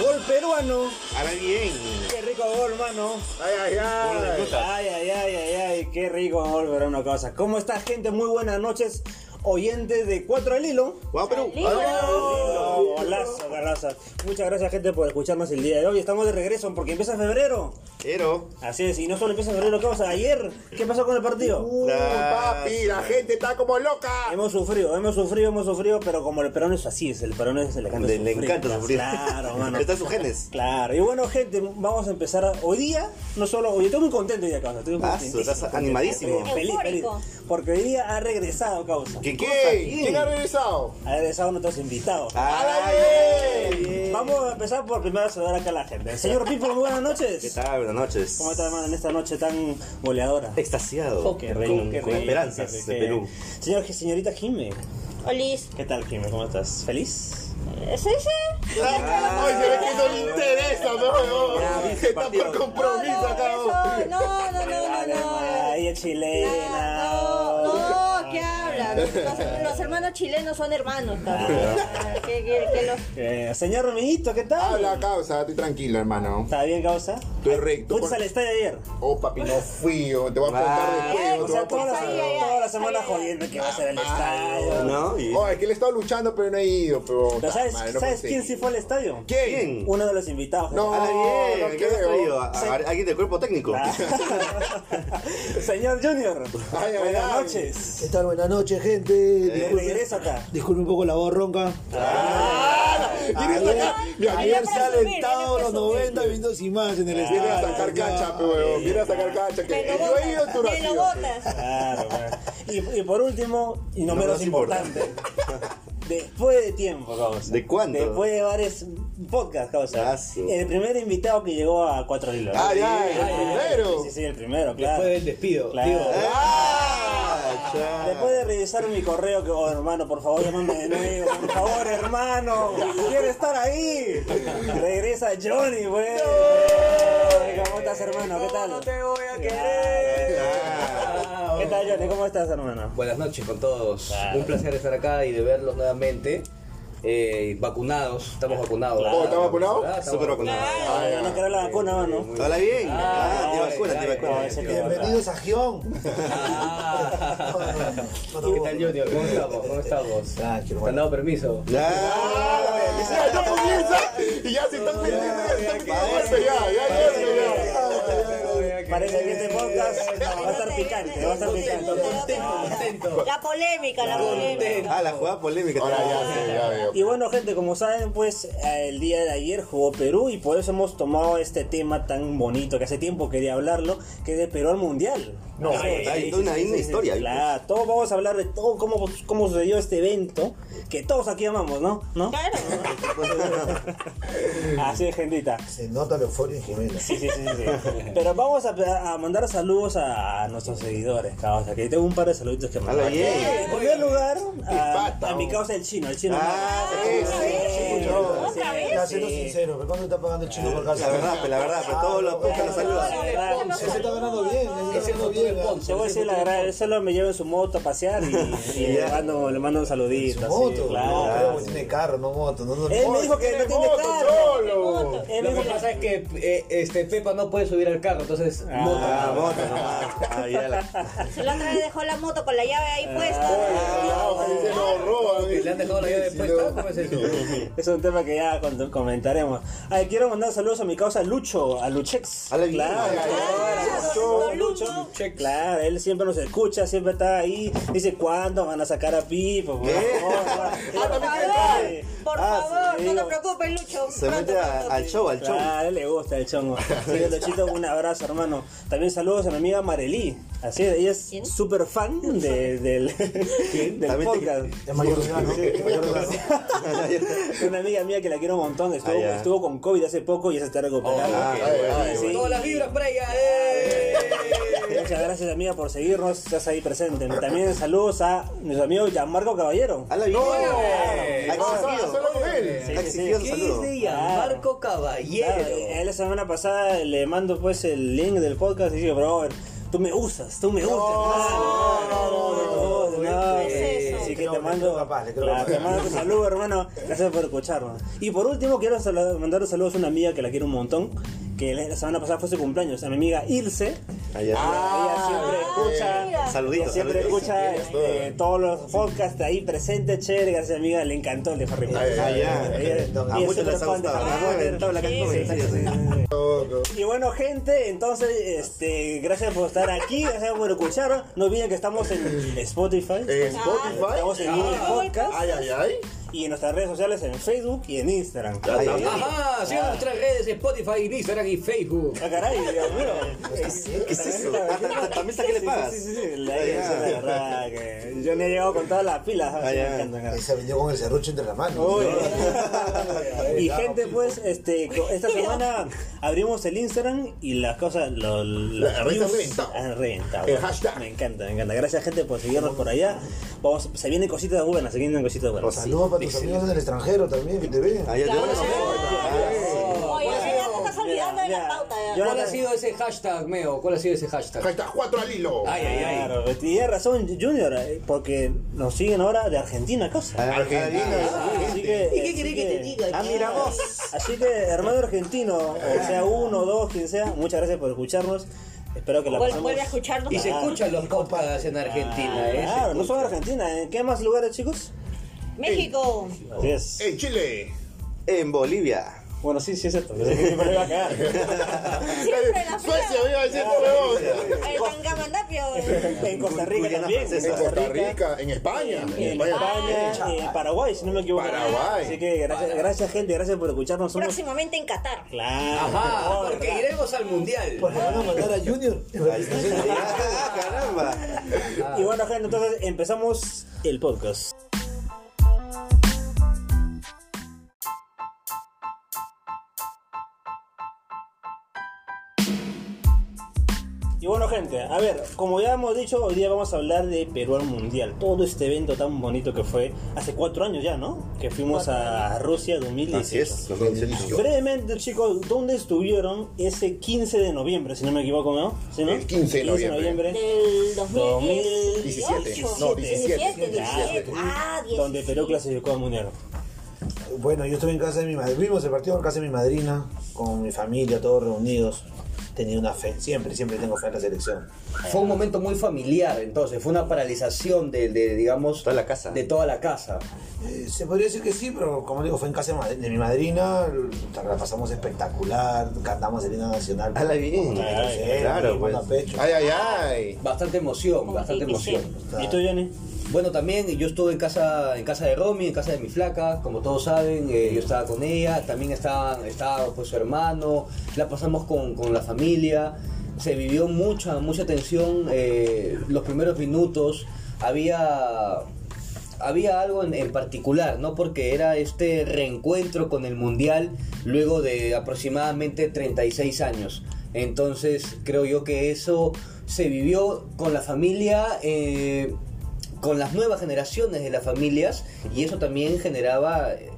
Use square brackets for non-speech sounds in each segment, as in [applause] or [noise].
Gol peruano. Ahora bien. Qué rico gol, mano. Ay, ay, Ay, ay. ay, ay, ay, ay, qué rico gol peruano que pasa. ¿Cómo está, gente? Muy buenas noches. Oyentes de 4 al hilo. Vamos, Perú. Lindo. Lindo, Golazo, golazo. Muchas gracias, gente, por escucharnos el día de hoy. Estamos de regreso porque empieza febrero. Pero. Así es, y no solo empieza febrero, ¿qué pasa? Ayer, ¿qué pasó con el partido? Uh, papi, la gente está como loca. Hemos sufrido, hemos sufrido, hemos sufrido, pero como el perón es así, es el perón es el encanta Le, le encanta sufrir. Claro, mano. [laughs] Está en sus genes. Claro, y bueno, gente, vamos a empezar a- hoy día. No solo hoy, estoy muy contento hoy día, causa. Estoy Ah, contentísimo, estás contento. animadísimo. Feliz, feliz. Eufórico. Porque hoy día ha regresado, causa. ¿Qué, Cosa, qué? ¿quién? ¿Quién ha regresado? Ha regresado nuestros invitados. Ah, Ay, ay, ay. Vamos a empezar por primero a saludar acá a la gente. [laughs] Señor Pipo, muy buenas noches. ¿Qué tal? Buenas noches. ¿Cómo está, hermano, en esta noche tan goleadora? Extasiado. Qué rico, con, qué con rico, esperanzas qué rico. de Perú. Señor, señorita Jime, Olis. ¿qué tal, Jime? ¿Cómo estás? ¿Feliz? Sí, sí. Ay, se ve que no le interesa, Ya, viste, ¿no? Que está por partido. compromiso acá. no, ¿no? eso, no, no, no, no, no. Ay, es chilena. No, no, ¿qué habla? Los, los hermanos chilenos son hermanos también. Que, que, que los... Eh, señor Romillito, ¿qué tal? Habla, causa. Estoy tranquilo, hermano. ¿Está bien, causa? Estoy recto. ¿Fuiste al estadio ayer? Oh, papi, no fui. oh, Te voy a contar Ah. después. oh, O te voy sea, a toda la, Ay, ay, ay. toda la semana Ay, ay, ay. jodiendo que va a ser el Ah, estadio. ¿No? Y- Oh, es que él estaba luchando, pero no he ido. Pero, Pero ¿sabes, madre, no ¿sabes conseguí. quién sí fue al estadio? ¿Quién? Uno de los invitados. No. Ah, no bien, ¿qué creo. has traído? ¿A- a- ¿Alguien del cuerpo técnico? Ah. [laughs] Señor Junior, Ay, ay, buenas ay. noches. ¿Qué tal? Buenas noches, gente. De Disculpen, regreso acá. disculpen un poco la voz ronca. ¡Ah! Vienes Ayer, a sacar- mira, ayer vienes se ha presumir, viene alentado a los presumir. 90 viendo sin más en el a- vienes a estadio. sacar cancha, pe, huevón. Vienes a sacar cancha. Que Me yo lo he ido, tú no botas. has Me lo ido. botas. Claro, man. y, y por último, y no, menos menos importante. Después de tiempo, causa. ¿De cuánto? Después de varios podcasts, causa. Ah, sí. El primer invitado que llegó a Cuatro Hilos. Ay, ay, Sí, Ah, el primero. Sí, sí, el primero, claro. Fue el despido. Claro. digo. Ah, cha. Después de revisar mi correo, que, oh, hermano, por favor, llámame de nuevo, por favor, hermano, quiero estar ahí. Regresa Johnny, güey. Ay, ¿Cómo estás, hermano? ¿Qué tal? No te voy a Claro, querer. ¿Qué tal, Johnny? ¿Cómo estás, hermano? Buenas noches con todos. Claro. Un placer estar acá y de verlos nuevamente. Eh, vacunados, estamos vacunados. Oh, ¿están vacunados? Ah, estamos Súper vacunado. Ay, No ay. quiero la vacuna, mano. Hola, bien. Ah, te vacunas, te ay, vacunas. ay, ese tío. Bienvenidos a Gion. ¿Qué tal, Junior? ¿Cómo estamos? ¿Cómo estamos? ¿Te Ah, qué han bueno. dado permiso? Ah, Ah, ya, ya comienza. Y ya se están metiendo. Ya están ya, ya, ya, ya, ya. Parece que este podcast va a estar picante, va a estar picante. La polémica, la polémica. ah, la jugada polémica. Ah. Ahora ya sé, ya veo. Y bueno, gente, como saben, pues el día de ayer jugó Perú y por eso hemos tomado este tema tan bonito que hace tiempo quería hablarlo, que es de Perú al Mundial. No, Sí, hay sí, toda una- sí, hay una sí, sí, historia ahí, Claro, todos vamos a hablar de todo cómo, cómo sucedió este evento que todos aquí amamos, ¿no? [laughs] ¿No? Claro. Así es, gentita. Se nota la euforia en Jimena. Sí, sí, sí, sí, sí. Pero vamos a, a mandar saludos a, a nuestros seguidores, causa. Que tengo un par de saluditos que mandar. Hola, bien. En primer lugar, a, pata, a mi oh. causa el chino, el chino. Ah, Márquez. sí, sí, Sí, chino. sí, Otra vez. Ya, sí. siendo sincero, ¿pero ¿cuánto está pagando el chico por casa? La verdad, pues, la verdad, pues, todos los Ah, podcasts saludos. Ahora, Claro. Se está ganando bien, se está ganando futuro bien. del ah. Ponce. Te voy a decir la verdad, él solo me lleva en su moto a pasear y, y le, mando, le mando un saludito. Su así, moto, no, claro. pero tiene carro, no moto. No, no, Él me dijo que no Tiene tiene moto carro. solo. Él me Lo dijo que que- pasa es que eh, este, Pepa no puede subir al carro, entonces. Ah, moto. moto nomás. Ah, ya la- Se la otra vez dejó la moto con la llave ahí Ah, puesta. que dice, no, roban. ¿Le han dejado la llave Sí, puesta? no. ¿Cómo es eso? [laughs] Es un tema que ya con- comentaremos. Ay, quiero mandar saludos a mi causa Lucho, a Luchex. Hola, bien. Claro, Ay, ay, claro, Lucho. Lucho. Luchex. Claro, él siempre nos escucha, siempre está ahí. Dice, ¿cuándo van a sacar a Pipo? Por favor. Por favor, por favor, no te preocupes, Lucho. Se Pronto, mete a- pronto, al sí. show, al show. Claro, a él le gusta el chongo. Así que, Luchito, un abrazo, hermano. También saludos a mi amiga Marelí. Así es, ella ¿Quién? es súper fan de- del, [laughs] del También te- podcast. Es mayor de edad, ¿no? Es mayor de edad, ¿no? Una amiga mía que la quiero un montón. Estuvo, Ah, ya. estuvo con COVID hace poco y ya se está recuperando. Ah, Sí, ay, ay, sí. Todas las vibras por allá. ¡eh! [laughs] Muchas gracias, amiga, por seguirnos. Estás ahí presente. También saludos a nuestro amigo Gianmarco Caballero. Hola, bien. Ah, Exigido. solo con él. Ha exigido su ¿Qué saludo. es de Gianmarco Caballero? Claro, eh, la semana pasada le mando pues el link del podcast y digo, bro, tú me usas, tú me usas. no, no, no, no, no, no, no, ¿qué es eso? Sí, que creo- te mando. creo capaz, le creo claro, capaz. te mando tu saludo, hermano. Gracias por escucharnos. Y por último, quiero saludar- mandar un saludo a una amiga que la quiero un montón. Que la semana pasada fue su cumpleaños, a mi amiga Ilse. Ahí está. ella siempre escucha. mira. ella Saluditos, siempre saluditos. escucha Tienes todo. eh, todos los podcasts ahí presentes, chévere. Gracias, amiga. Le encantó el de Harry Potter. Ay, ay, ay, Ella- qué lindo. ella A es muchos súper les ha fan de gustado. Harry Ah, Potter. reventado la caja con Sí, sí, mensajes, sí, sí. sí, sí. Loco. Y bueno, gente, entonces, este, gracias por estar aquí, gracias por escuchar. No olviden que estamos en Spotify, ¿En Spotify? estamos en Google Podcast Ay, ay, ay. y en nuestras redes sociales en Facebook y en Instagram. Ya Ay, está. Ajá, sigan nuestras redes Spotify, Instagram y Facebook. ah, caray, Dios mío. ¿Qué es eso? Ah, ¿También está que le Sí, pagas? Sí, sí, sí, la, esa es la verdad que yo ni he llegado con todas las pilas. Ah, ya. Me encanta, Y se vendió con el serrucho entre las manos. Uy. [laughs] y gente, pues, este, co- esta semana abrimos el Instagram y las cosas, lo- los La- la revista views reventado. han reventado. El hashtag. Me encanta, me encanta. Gracias, gente, por seguirnos por allá. Vamos, se vienen cositas buenas, se vienen cositas buenas. Saludos para tus amigos en el extranjero también, que te ven. Ahí está. Ah, Oye, ya te estás olvidando de la Mira, pauta. ya. yo- ¿Cuál ha sido ese hashtag, Meo? ¿Cuál ha sido ese hashtag? Hashtag 4 al hilo. Ay, ay, ay. Claro, tienes razón, Junior, eh, porque nos siguen ahora de Argentina, Ah, cosa. Así que, ¿Y qué así querés que te diga? Ah, mira vos. Así que, hermano argentino, o sea, uno, dos, quien sea, muchas gracias por escucharnos. Espero que la Vuel- pasemos- Vuelve a escucharnos. Ah. Y se Claro. escuchan los podcasts en Argentina, ¿eh? Claro, no solo son Argentina, ¿en qué más lugares, chicos? México. Así es. En Chile. En Bolivia. [laughs] Bueno, sí, sí es esto. Me lo iba a cagar. Siempre la Eh, Suecia, voy fría. a decir huevón. El eh, Tangamandapio. [laughs] En Costa Rica Guyana también. Francesa. En Costa Rica, en España. En España, en Paraguay, si no me equivoco. Paraguay. Así que gracias, gracias gente, gracias por escucharnos. Somos... Próximamente en Qatar. Claro. Ajá, por porque favor. iremos al mundial. Porque van a mandar a Junior. Ah, Caramba. Y bueno, gente, entonces empezamos el podcast. Y bueno, gente, a ver, como ya hemos dicho, hoy día vamos a hablar de Perú al Mundial. Todo este evento tan bonito que fue hace cuatro años ya, ¿no? Que fuimos a Rusia 2018. Así es. los conciertos. Brevemente, chicos, ¿dónde estuvieron ese 15 de noviembre, si no me equivoco, no? ¿Sí, no? El 15 de noviembre. Del 17. 2018. No, 17. 17. Ah, 17. Donde Perú clasificó al Mundial. Bueno, yo estuve en casa de mi madrina, vimos el partido en casa de mi madrina, con mi familia, todos reunidos. Tenía una fe, siempre, siempre tengo fe en la selección. Fue un momento muy familiar, entonces, fue una paralización de, de, digamos, Toda la casa. de toda la casa. Eh, se podría decir que sí, pero como digo, fue en casa de ma- de mi madrina, la pasamos espectacular, cantamos el himno nacional. Hala bien. Claro, claro, pues. pecho. Ay, ay, ay. Bastante emoción, bastante emoción. ¿Y tú, Johnny? Bueno, también eh, yo estuve en casa, en casa de Romy, en casa de mi flaca, como todos saben, eh, yo estaba con ella, también estaba, estaba pues, su hermano, la pasamos con, con la familia, se vivió mucha, mucha tensión eh, los primeros minutos, había, había algo en, en particular, ¿no? Porque era este reencuentro con el Mundial luego de aproximadamente 36 años. Entonces creo yo que eso se vivió con la familia. eh, con las nuevas generaciones de las familias y eso también generaba eh,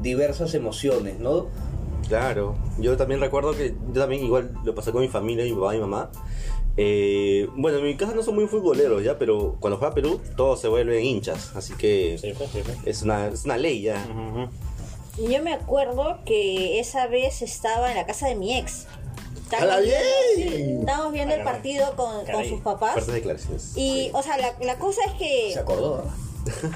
diversas emociones, ¿no? Claro, yo también recuerdo que yo también igual lo pasé con mi familia, mi papá y mi mamá. Eh, bueno, en mi casa no son muy futboleros ya, pero cuando juega Perú todos se vuelven hinchas, así que Sí, pues, sí, pues. es, una, es una ley ya. Ujú. Yo me acuerdo que esa vez estaba en la casa de mi ex. ¡Hala bien! sí, estábamos viendo el Caray. partido con, con Caray. sus papás. Fuertes declaraciones. Y, o sea, la, la cosa es Se que. acordó.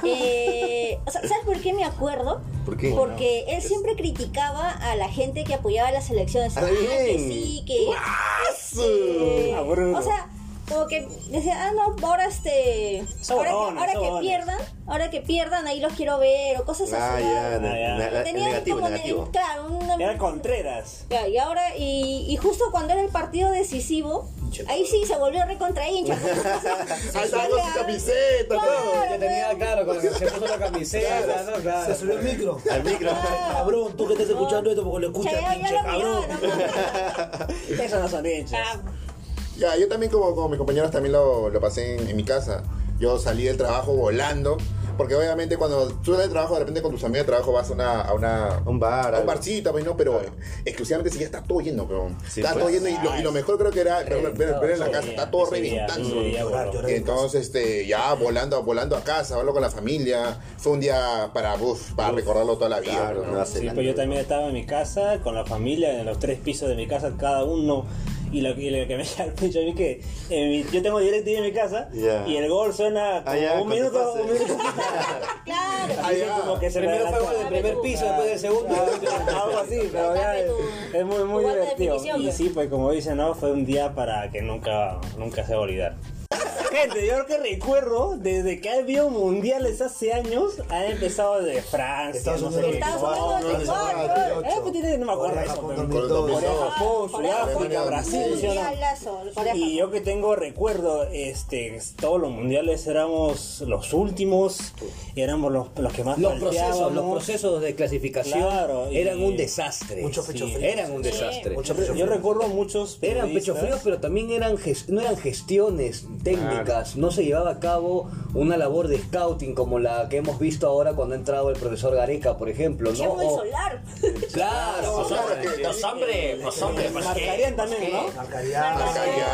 eh, o sea, ¿Sabes por qué me acuerdo? ¿Por qué? Porque él siempre criticaba a la gente que apoyaba a las elecciones. ¡Hala Ah, que bien! sí, que. ¡Guaso! Ah, bueno. O sea, como que decía, ah, no, ahora este. Ahora que, Sobones, ahora que sobones. pierdan, ahora que pierdan, ahí los quiero ver, o cosas Ah, así. ya, ¿no? ne- ya. na- la- el Tenía negativo, como el negativo. un- claro, una- Era Contreras. Ya, y ahora, y, y justo cuando era el partido decisivo, ahí sí se volvió recontra hincha. [laughs] Ahí estaba con su camiseta, todo. Ya tenía claro, cuando se puso la camiseta, ¿no? Claro. Se subió el micro. Al micro. Cabrón, tú que estás escuchando esto porque lo escuchas, Ya, ya pinche lo cabrón. miraba, ¿no? Eso no son hinchas. Ah, Ya, yo también como, como mis compañeros también lo, lo pasé en, en mi casa. Yo salí del trabajo volando, Porque obviamente cuando tú sales de trabajo, de repente con tus amigos de trabajo vas a una. A una Un bar, a un algo. barcito, pues, ¿no? Pero exclusivamente si ya está todo lleno, weón. Sí, está pues. todo lleno y lo, y lo mejor creo que era ver, ver- ver- ver en la casa, está todo reventando. Llorar, Y entonces, este, ya volando, volando a casa, hablo con la familia. Fue un día para, uf, para recordarlo toda la vida. Claro, ¿no? Nueva Sí, Zelanda. pues yo también estaba en mi casa con la familia, en los tres pisos de mi casa, cada uno. Y lo, y lo que me [laughs] llama mucho a mí que en mi- yo tengo DirecTV en mi casa Ya. y el gol suena como Ah, ya, un cuando minuto, pase. un minuto. Claro. Así que como que se me Primero adelantó. fue Ah, bueno del primer piso, después del segundo. Algo así, pero ya es, es muy, muy Tu alta divertido. definición, Y pues. sí, pues como dicen, ¿no? Fue un día para que nunca, nunca se va a olvidar. Gente, yo creo que recuerdo, desde que ha habido mundiales hace años, han empezado de Francia, Estados no sé Unidos, qué. Estados Ecuador, Unidos, Venezuela, Ecuador. Eh, pues tiene- no me acuerdo Corea, eso, Japón, pero- 2002. Corea, Japón, Corea, Sudáfrica, Japón, Brasil, Un ¿sí o no? mundialazo, el Corea, Y yo que tengo recuerdo, este, todos los mundiales éramos los últimos, éramos los, los que más Los procesos, los falteábamos. procesos de clasificación Claro, y- eran un desastre. Mucho pecho Sí, frío. Eran un desastre. Mucho pecho Yo frío. recuerdo muchos Eran pecho periodistas- fríos, pero también eran ges- no eran gestiones técnicas. No se llevaba a cabo una labor de scouting como la que hemos visto ahora cuando ha entrado el profesor Gareca, [laughs] por ejemplo. ¿no? Hicieron el oh. O- solar. [laughs] Claro, No, claro que- Los hombres, los hombres, pues, ¿qué? Marcarían también, ¿no? eh, Marcarián. Marcarián.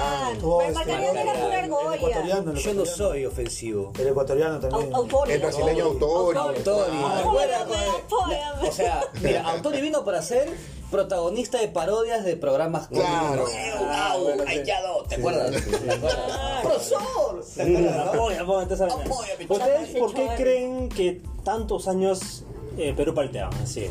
Pues, Pero Marcarián era pura este El argolla. ecuatoriano, el yo no ecuatoriano. soy ofensivo. El ecuatoriano también. Au- Autorio. El brasileño pues. autor. Autori. Ah. Apóyame, apóyame. O sea, mira, Autori vino para ser protagonista de parodias de programas como- Ah, Claro. Au, callado, ¿te acuerdas? ¡Profesor! Apoya, apoya, entonces, Apoya, mi ¿Ustedes chaval. por qué Chaval. creen que tantos años eh, Perú palteaba? Así.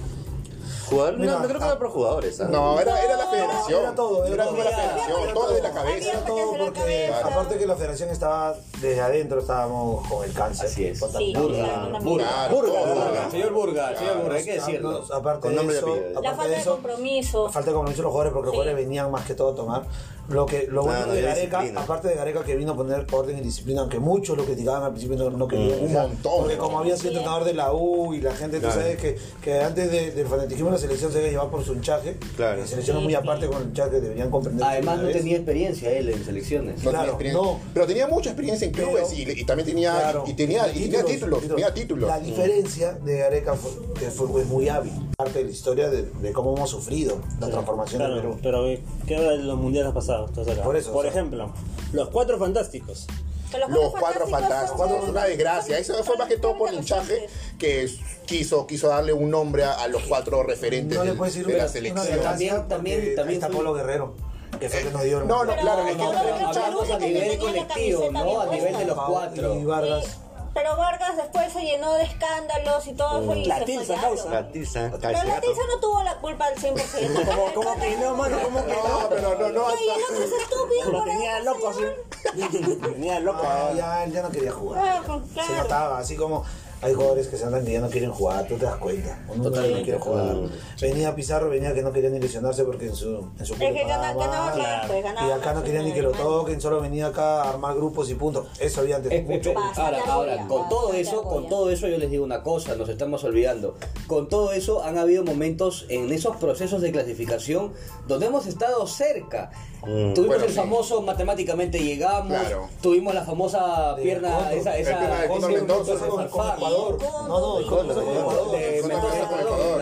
Jugador, no, Mira, no creo que ah, sea por jugadores. ¿ah? No, era, era la federación. Era todo, era todo. toda la federación, todo de la cabeza. Era todo porque, Cabeza. aparte que la federación estaba desde adentro, estábamos con el cáncer. Así es. Sí, Contaminado. claro, una Burga, Claro, todo, Burga, Burga. señor Burga, señor Burga, hay que decirlo. Nos- Aparte Con de nombre y eso, apellido. aparte La falta de de eso, compromiso. la falta de compromiso de los jugadores, porque los Sí. jugadores venían más que todo a tomar. Lo, que, lo bueno Claro, de y Gareca, disciplina. aparte de Gareca que vino a poner orden y disciplina, aunque muchos lo criticaban al principio no, no querían. Mm, un o sea, montón. Porque como había sido entrenador de la U y la gente, tú sabes que, que antes de- del fanatismo de la selección se debe llevar por su hinchaje. Claro. La selección es muy aparte con el hinchaje, deberían comprender. de Además no una vez. tenía experiencia él en selecciones. No tenía Claro, experiencia. no. Pero tenía mucha experiencia en clubes Pero- y, y también tenía, Claro. y tenía, y tenía títulos, tenía títulos. La diferencia de Gareca fue que fue, es muy hábil. Parte de la historia de, de cómo hemos sufrido la transformación Claro, de Perú. pero eh, ¿qué hora de los mundiales pasados? Entonces, acá. Por eso, o sea. ejemplo, los cuatro fantásticos. Que Los cuatro fantásticos, son- es una desgracia. Eso fue más que todo por hinchaje que s- quiso, quiso darle un nombre a, a los cuatro referentes no le del- puedes decir de una, la una selección. Eh, desgracia También- porque también- ahí también está fue- Polo Guerrero, que fue el que nos dio el No, no, Pero- claro, es que no, pero el hinchaje- Hablamos a nivel colectivo, ¿no? A nivel de los Y cuatro. Eh, Vargas. Pero Vargas después se llenó de escándalos y Uh, todo fue y La se Tilsa, fue al causa. diablo. La tiza, Pero la calcegato. Tilsa no tuvo la culpa al 100%. Como, como que no, mano, como que No, no. pero no, no. Oye, el otro es Lo estúpido. por tenía eso loco, se llama. así. Tenía loco. No, ya, él ya no quería jugar. Ah, con- Se claro. notaba, así como hay jugadores que se andan que ya no quieren jugar, tú te das cuenta. Uno no quiere jugar. Venía Pizarro, venía que no quería ni lesionarse porque en su, en su Es club que le gana- ganaba pagaban. más, pues, ganaba Y acá más, no quería ni que lo toquen, solo venía acá a armar grupos y punto. Eso había antes Es- es- mucho. es- ahora, Bastante ahora, argolla, con todo bastante eso, con argolla. todo eso yo les digo una cosa, nos estamos olvidando. Con todo eso han habido momentos en esos procesos de clasificación donde hemos estado cerca. Tuvimos Mm, Bueno, el sí. famoso matemáticamente llegamos, Claro. tuvimos la famosa pierna, Cóndor. esa, El esa tema de Cóndor esa- Mendoza, esa- Con, con esa- Ecuador. No, no, y con, con Ecuador. de Con Mendoza, Ecuador. perdón.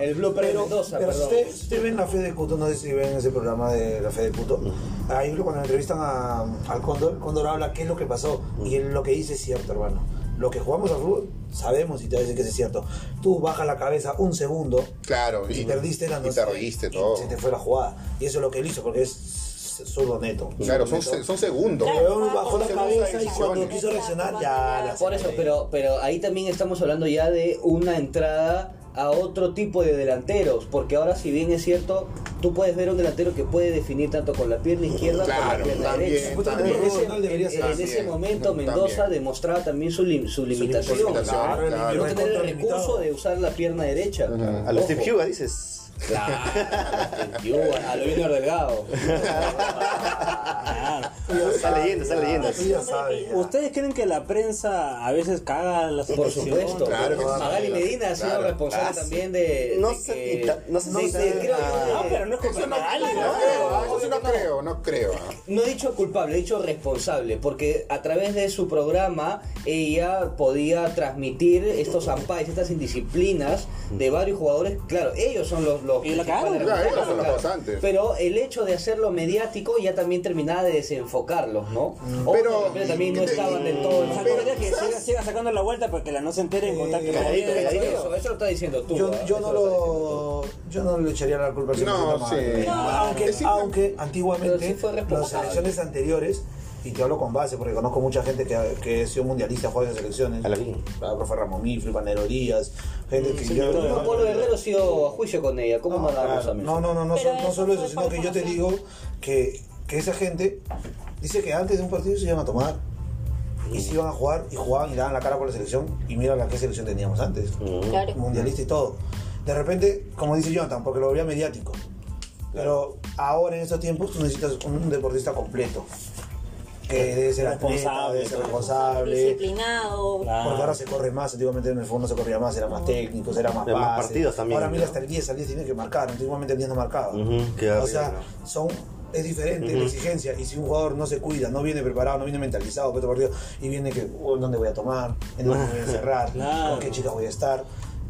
El blooper Pero, Mendoza, pero perdón. usted, usted ven la fe de Cuto, no sé si ven ese programa de la fe de Cuto. Ahí cuando entrevistan a, al Cóndor, el Cóndor habla qué es lo que pasó. Y él lo que dice es cierto, hermano. Lo que jugamos al fútbol, sabemos y te dicen que es cierto. Tú bajas la cabeza un segundo Claro, y, perdiste la y noción, te reíste y todo. Se te fue la jugada. Y eso es lo que él hizo, porque es zurdo neto. Claro, son, Zurdo neto. se- son segundos. El huevón bajó la son cabeza y segundas cuando decisiones. quiso reaccionar, ya la Por eso, pero, pero ahí también estamos hablando ya de una entrada a otro tipo de delanteros, porque ahora si bien es cierto, tú puedes ver a un delantero que puede definir tanto con la pierna izquierda como Claro, la pierna también, derecha. también. En ese, Ronaldo debería en- ser en así. ese momento También. Mendoza demostraba también su, lim- su limitación, limitación, ¿no? claro. no Era tener el contralimitado. recurso de usar la pierna derecha. A los Ojo. Steve Huga dices. Claro, tío, a lo Junior Delgado. [laughs] Claro. Está leyendo, está leyendo. Tú ya sabes. ¿Ustedes creen que la prensa a veces caga la Por situación? supuesto. Claro que sí. Magali Medina ha sido Claro. responsable Ah, sí. también de. No de sé, que- y ta- no sé si- de- creo yo Ah, de- pero no es culpa de Magali, No ¿no? creo, ah, eso sí no creo, no creo. ah. No he dicho culpable, he dicho responsable, porque a través de su programa ella podía transmitir estos ampais, estas indisciplinas de varios jugadores. Claro, ellos son los. los Y la cagaron. principales Claro, ellos son los responsables, causantes. Pero el hecho de hacerlo mediático ya también terminaba de desenfocarlos, ¿no? O Mm. Pero- de repente también no ¿qué te- estaban del todo. O sea, Pero- conviene que siga, siga sacando la vuelta para que la no se entere en contacto Eh, con cagadito, ella. Eso, eso, eso lo está diciendo tú. Yo, ¿ah? yo Eso no está diciendo tú. lo, yo no le echaría la culpa al señor No, Sotomayor. sí. No, aunque, sí. aunque antiguamente Pero sí fue responsable. las elecciones anteriores, y te hablo con base porque conozco mucha gente que, ha- que ha sido mundialista, juega en elecciones. A la fin. La profe Ramón Mifri, Panero Díaz, gente que yo... Pero ¿Cómo Polo Guerrero ha sido a juicio con ella? ¿Cómo no, la vamos a No, no, no, no, Pero so- eso no solo eso, fue sino que yo te por digo que, que esa gente dice que antes de un partido se iban a tomar y se iban a jugar y jugaban y daban la cara por la selección y mira la que selección teníamos antes, Claro. mundialista y todo. De repente, como dice Jonathan, porque lo veía mediático, pero ahora en estos tiempos tú necesitas un deportista completo. Que debe ser atleta, Responsable, debe ser claro. responsable. Disciplinado. Ah. Claro. Porque ahora se corre más, antiguamente en el fútbol no se corría más, era más técnico, era más Era más pases. partidos también, Ahora mira ¿no? hasta el 10, al 10 tiene que marcar, antiguamente el 10 no marcaba. Ujú, qué o arriba, sea, ¿no? son es diferente la exigencia y si un jugador no se cuida, no viene preparado, no viene mentalizado para otro partido y viene que "Oh, ¿dónde voy a tomar? ¿En dónde [laughs] me voy a encerrar? Claro. ¿Con qué chica voy a estar?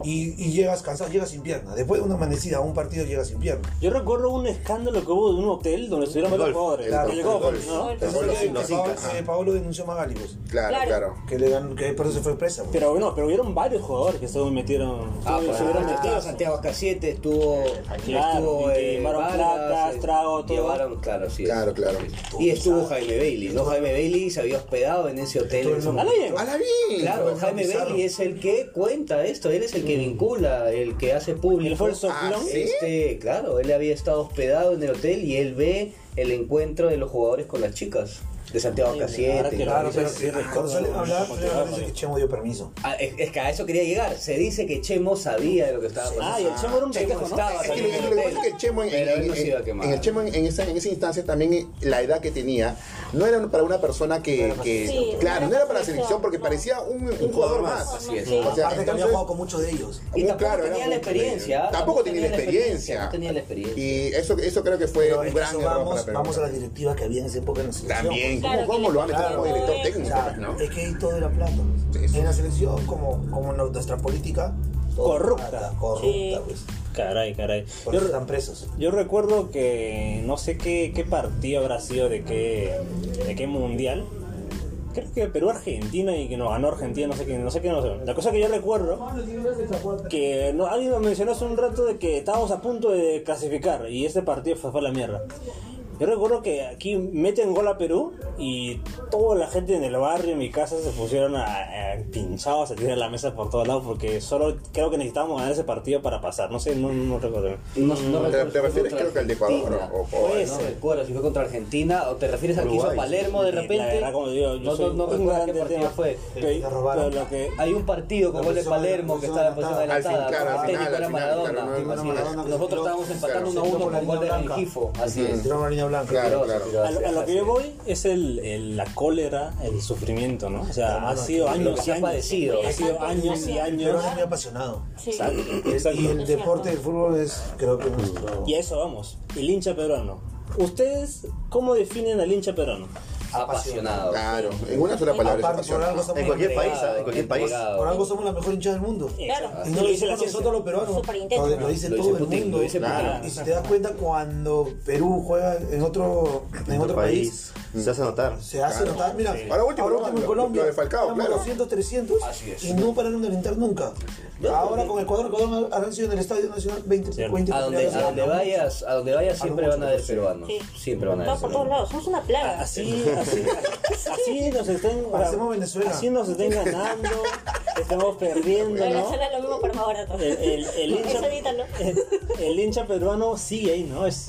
Y, y llegas cansado, llegas sin pierna. Después de una amanecida a un partido llegas sin pierna. Yo recuerdo un escándalo que hubo de un hotel donde estuvieron varios Golf. jugadores. Claro, que llegó, golf. ¿no? Golf. Eso Los fue que incas, Paolo, incas, eh, ah. Pablo denunció a Magali, pues, Claro, Claro. claro. que, le ganó- que por eso se fue presa. pues. Pero no, pero hubieron varios jugadores que se metieron. Ah, pues, se hubieron ah, metido. estuvo Santiago Casiete, estuvo, Claro, estuvo y que llevaron placas, eh, trago, todo. Llevaron, claro, sí. Claro, claro. Y estuvo Jaime Bailey, ¿no? Jaime Bailey se había hospedado en ese hotel. Estuvo en San en- Miguel. ¡A la vi! Claro, Jaime Pizarro. Bailey es el que cuenta esto, él es el que vincula, el que hace El público. falso Ah, plan. sí. Este, claro, él había estado hospedado en el hotel y él ve el encuentro de los jugadores con las chicas de Santiago ahora Casiete. que lo Claro, dices, pero sí, que- recuerdo cuando salen a hablar, mucho, parece claro. que Chemo dio permiso. Ah, es, es que a eso quería llegar. Se dice que Chemo sabía de lo que estaba pasando. Ah, y el chamo era un Chemo pendejo, ¿no? estaba Es que saliendo lo- del lo que hotel, pasa es que el Chemo, en, pero él no en- se iba a en- quemar. en el Chemo en, en esa, en esa instancia también eh, la edad que tenía no era para una persona que, que- Sí, claro, no era para la selección selección, porque no. parecía un, un jugador más. Así es. O sea, Aparte que había entonces- jugado con muchos de ellos. Y Muy tampoco claro, tenía era la muy experiencia. pequeño. Tampoco tenía la experiencia. No tenía la experiencia. Y eso, eso creo que fue Pero un en gran eso error para vamos, Perú. vamos a la directiva que había en esa época en la selección. También, ¿cómo, Claro, cómo que lo van a meter claro. como director O técnico? sea, pues, ¿no? Es que ahí todo era plata. pues. Sí. En la selección, como, como en nuestra política, todo Corrupta. plata, corrupta, Sí. pues. Caray, caray. Por Yo, eso están presos. yo recuerdo que no sé qué, qué partido habrá sido de qué, de qué mundial. Creo que Perú-Argentina y que nos ganó Argentina, no sé qué, no sé qué. No sé. La cosa que yo recuerdo que no, alguien lo mencionó hace un rato de que estábamos a punto de clasificar y ese partido fue, fue la mierda. Yo recuerdo que aquí meten gol a Perú y toda la gente en el barrio, en mi casa, se pusieron a, a- pinchados a tirar la mesa por todos lados porque solo creo que necesitábamos ganar ese partido para pasar. No sé, no, no recuerdo. No, no ¿Te, recuerdo te si fue refieres contra creo que al de Ecuador? Argentina. ¿no? O- o- Puede No ser. recuerdo si fue contra Argentina o te refieres al que hizo Uruguay. Palermo de La repente. verdad, como digo, yo no, soy no, no un recuerdo grande qué partido tema. fue. Pero- Te robaron. pero lo que- Hay un partido La como el de posición- Palermo la que posición estaba en posición adelantada. Al fin, adelantada. claro, el al técnico final, al era final, Maradona. claro, no, Así no, es. Maradona que Nosotros tiró- estábamos empatando claro, 1-1 tiró con por gol la de línea blanca. Rengifo. Así es. Tiró una línea blanca. Claro. Tiró, tiró, A lo, a lo así que yo es. voy es el, el- la cólera, el sufrimiento, ¿no? O sea, ha Hermano, sido aquí años se y ha años. padecido. Ha sido años y El años. peruano es muy apasionado. Sí. Exacto. Y el deporte del fútbol es, creo que nuestro. Y a eso vamos. El hincha peruano. ¿Ustedes cómo definen al hincha peruano? Apasionado. Claro, en una sola palabra es Aparte, por pasión. algo ¿no? somos, En cualquier país, ¿ah? En cualquier país. Entregado. por algo somos la mejor hinchada del mundo. Claro. Y no lo dicen nosotros los peruanos. Superintendente. Lo, lo dice Lo dice todo el Putin, mundo. lo dice Putin. Y si te das cuenta, cuando Perú juega en otro, en otro país, Se hace notar. se hace Claro. notar. Mira, Sí. Ahora último, ¿no? en Lo- Colombia. lo de Falcao, éramos claro. 200, 300 y no pararon de alentar nunca. Ahora con Ecuador, Ecuador han sido en el Estadio Nacional 20, Cierto. 20 A donde, a donde vayas, a donde vayas siempre mucho, van a haber sí. peruanos. Sí. Siempre van a Vamos haber por todos peruanos. lados. Somos una plaga. Ah, [laughs] Así, así, así nos estén Parecemos Venezuela. Así nos estén ganando, estamos perdiendo, Voy a ¿no? hacerle lo mismo pero más Eh, barato. El, el- el Eso hincha, edítalo. el, el hincha peruano sigue ahí, ¿no? Es, es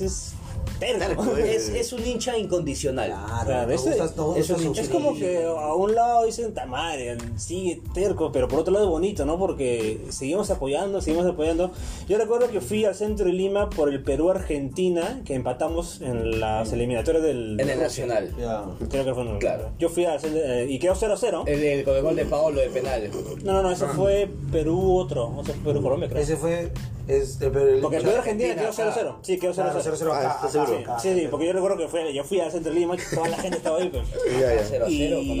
pues. terco. Es, es un hincha incondicional. Claro, nos este- gusta- nos gusta es un su- hincha. Es como que a un lado dicen, ta madre, sigue terco, pero por otro lado es bonito, ¿no? Porque seguimos apoyando, seguimos apoyando. Yo recuerdo que fui al centro de Lima por el Perú-Argentina, que empatamos en las eliminatorias del... En el Rusia. Nacional. Ya. Creo que fue en- Claro. Yo fui al centro... eh, y quedó 0-0. El, el con el gol de Paolo de penal. No, no, no, eso fue Perú otro, eso fue Perú Colombia, creo. Ese fue. es- el- el- Porque el Perú Argentina quedó Argentina, 0-0. Sí, quedó 0-0. Claro, 0-0 acá, Ah, está acá, seguro. acá. Sí, sí, porque yo recuerdo que fui, yo fui al centro de Lima, toda la gente estaba ahí. Pues. Ya, ya. 0 a 0 con Y-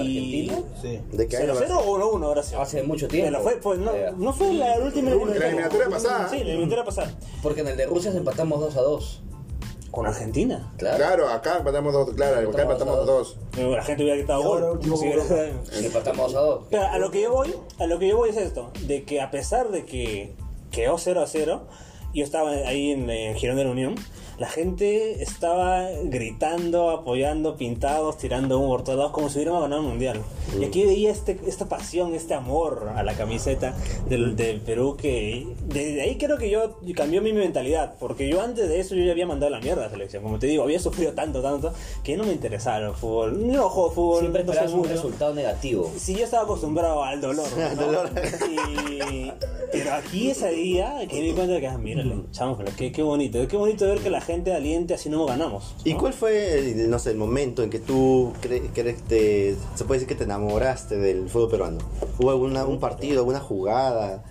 Argentina. Sí. ¿De qué año? 0-0 o 1-1, gracias. Hace mucho tiempo. Pero fue, pues, no, Ya. no fue la última La eliminatoria pasada. Sí, la eliminatoria pasada. Porque en el de Rusia empatamos 2 a 2. Con Argentina. Claro. Claro, acá empatamos dos, claro, acá empatamos dos. La gente hubiera quitado Y ahora gol. [laughs] último Sí, gol. Empatamos 2 a 2. Pero a lo que yo voy, a lo que yo voy es esto, de que a pesar de que quedó 0 a 0, yo estaba ahí en el Girón de la Unión, la gente estaba gritando, apoyando, pintados, tirando humo por todos lados, como si hubiéramos ganado un mundial. Y Mm. aquí veía este, esta pasión, este amor a la camiseta del, del Perú que desde ahí creo que yo cambió mi mentalidad, porque yo antes de eso yo ya había mandado la mierda a la selección, como te digo, había sufrido tanto, tanto, que no me interesaba el fútbol, no juego fútbol, Siempre no esperas sé un mucho. resultado negativo. Sí, yo estaba acostumbrado al [laughs] dolor. ¿no? dolor. Y- pero aquí ese día que me di cuenta que, ah, mírale, chanfle, qué, qué bonito. Qué bonito ver que la gente aliente así no ganamos. ¿Y cuál fue, el, no sé, el momento en que tú cre- crees que se puede decir que te enamoraste del fútbol peruano? ¿Hubo alguna, un partido, alguna jugada?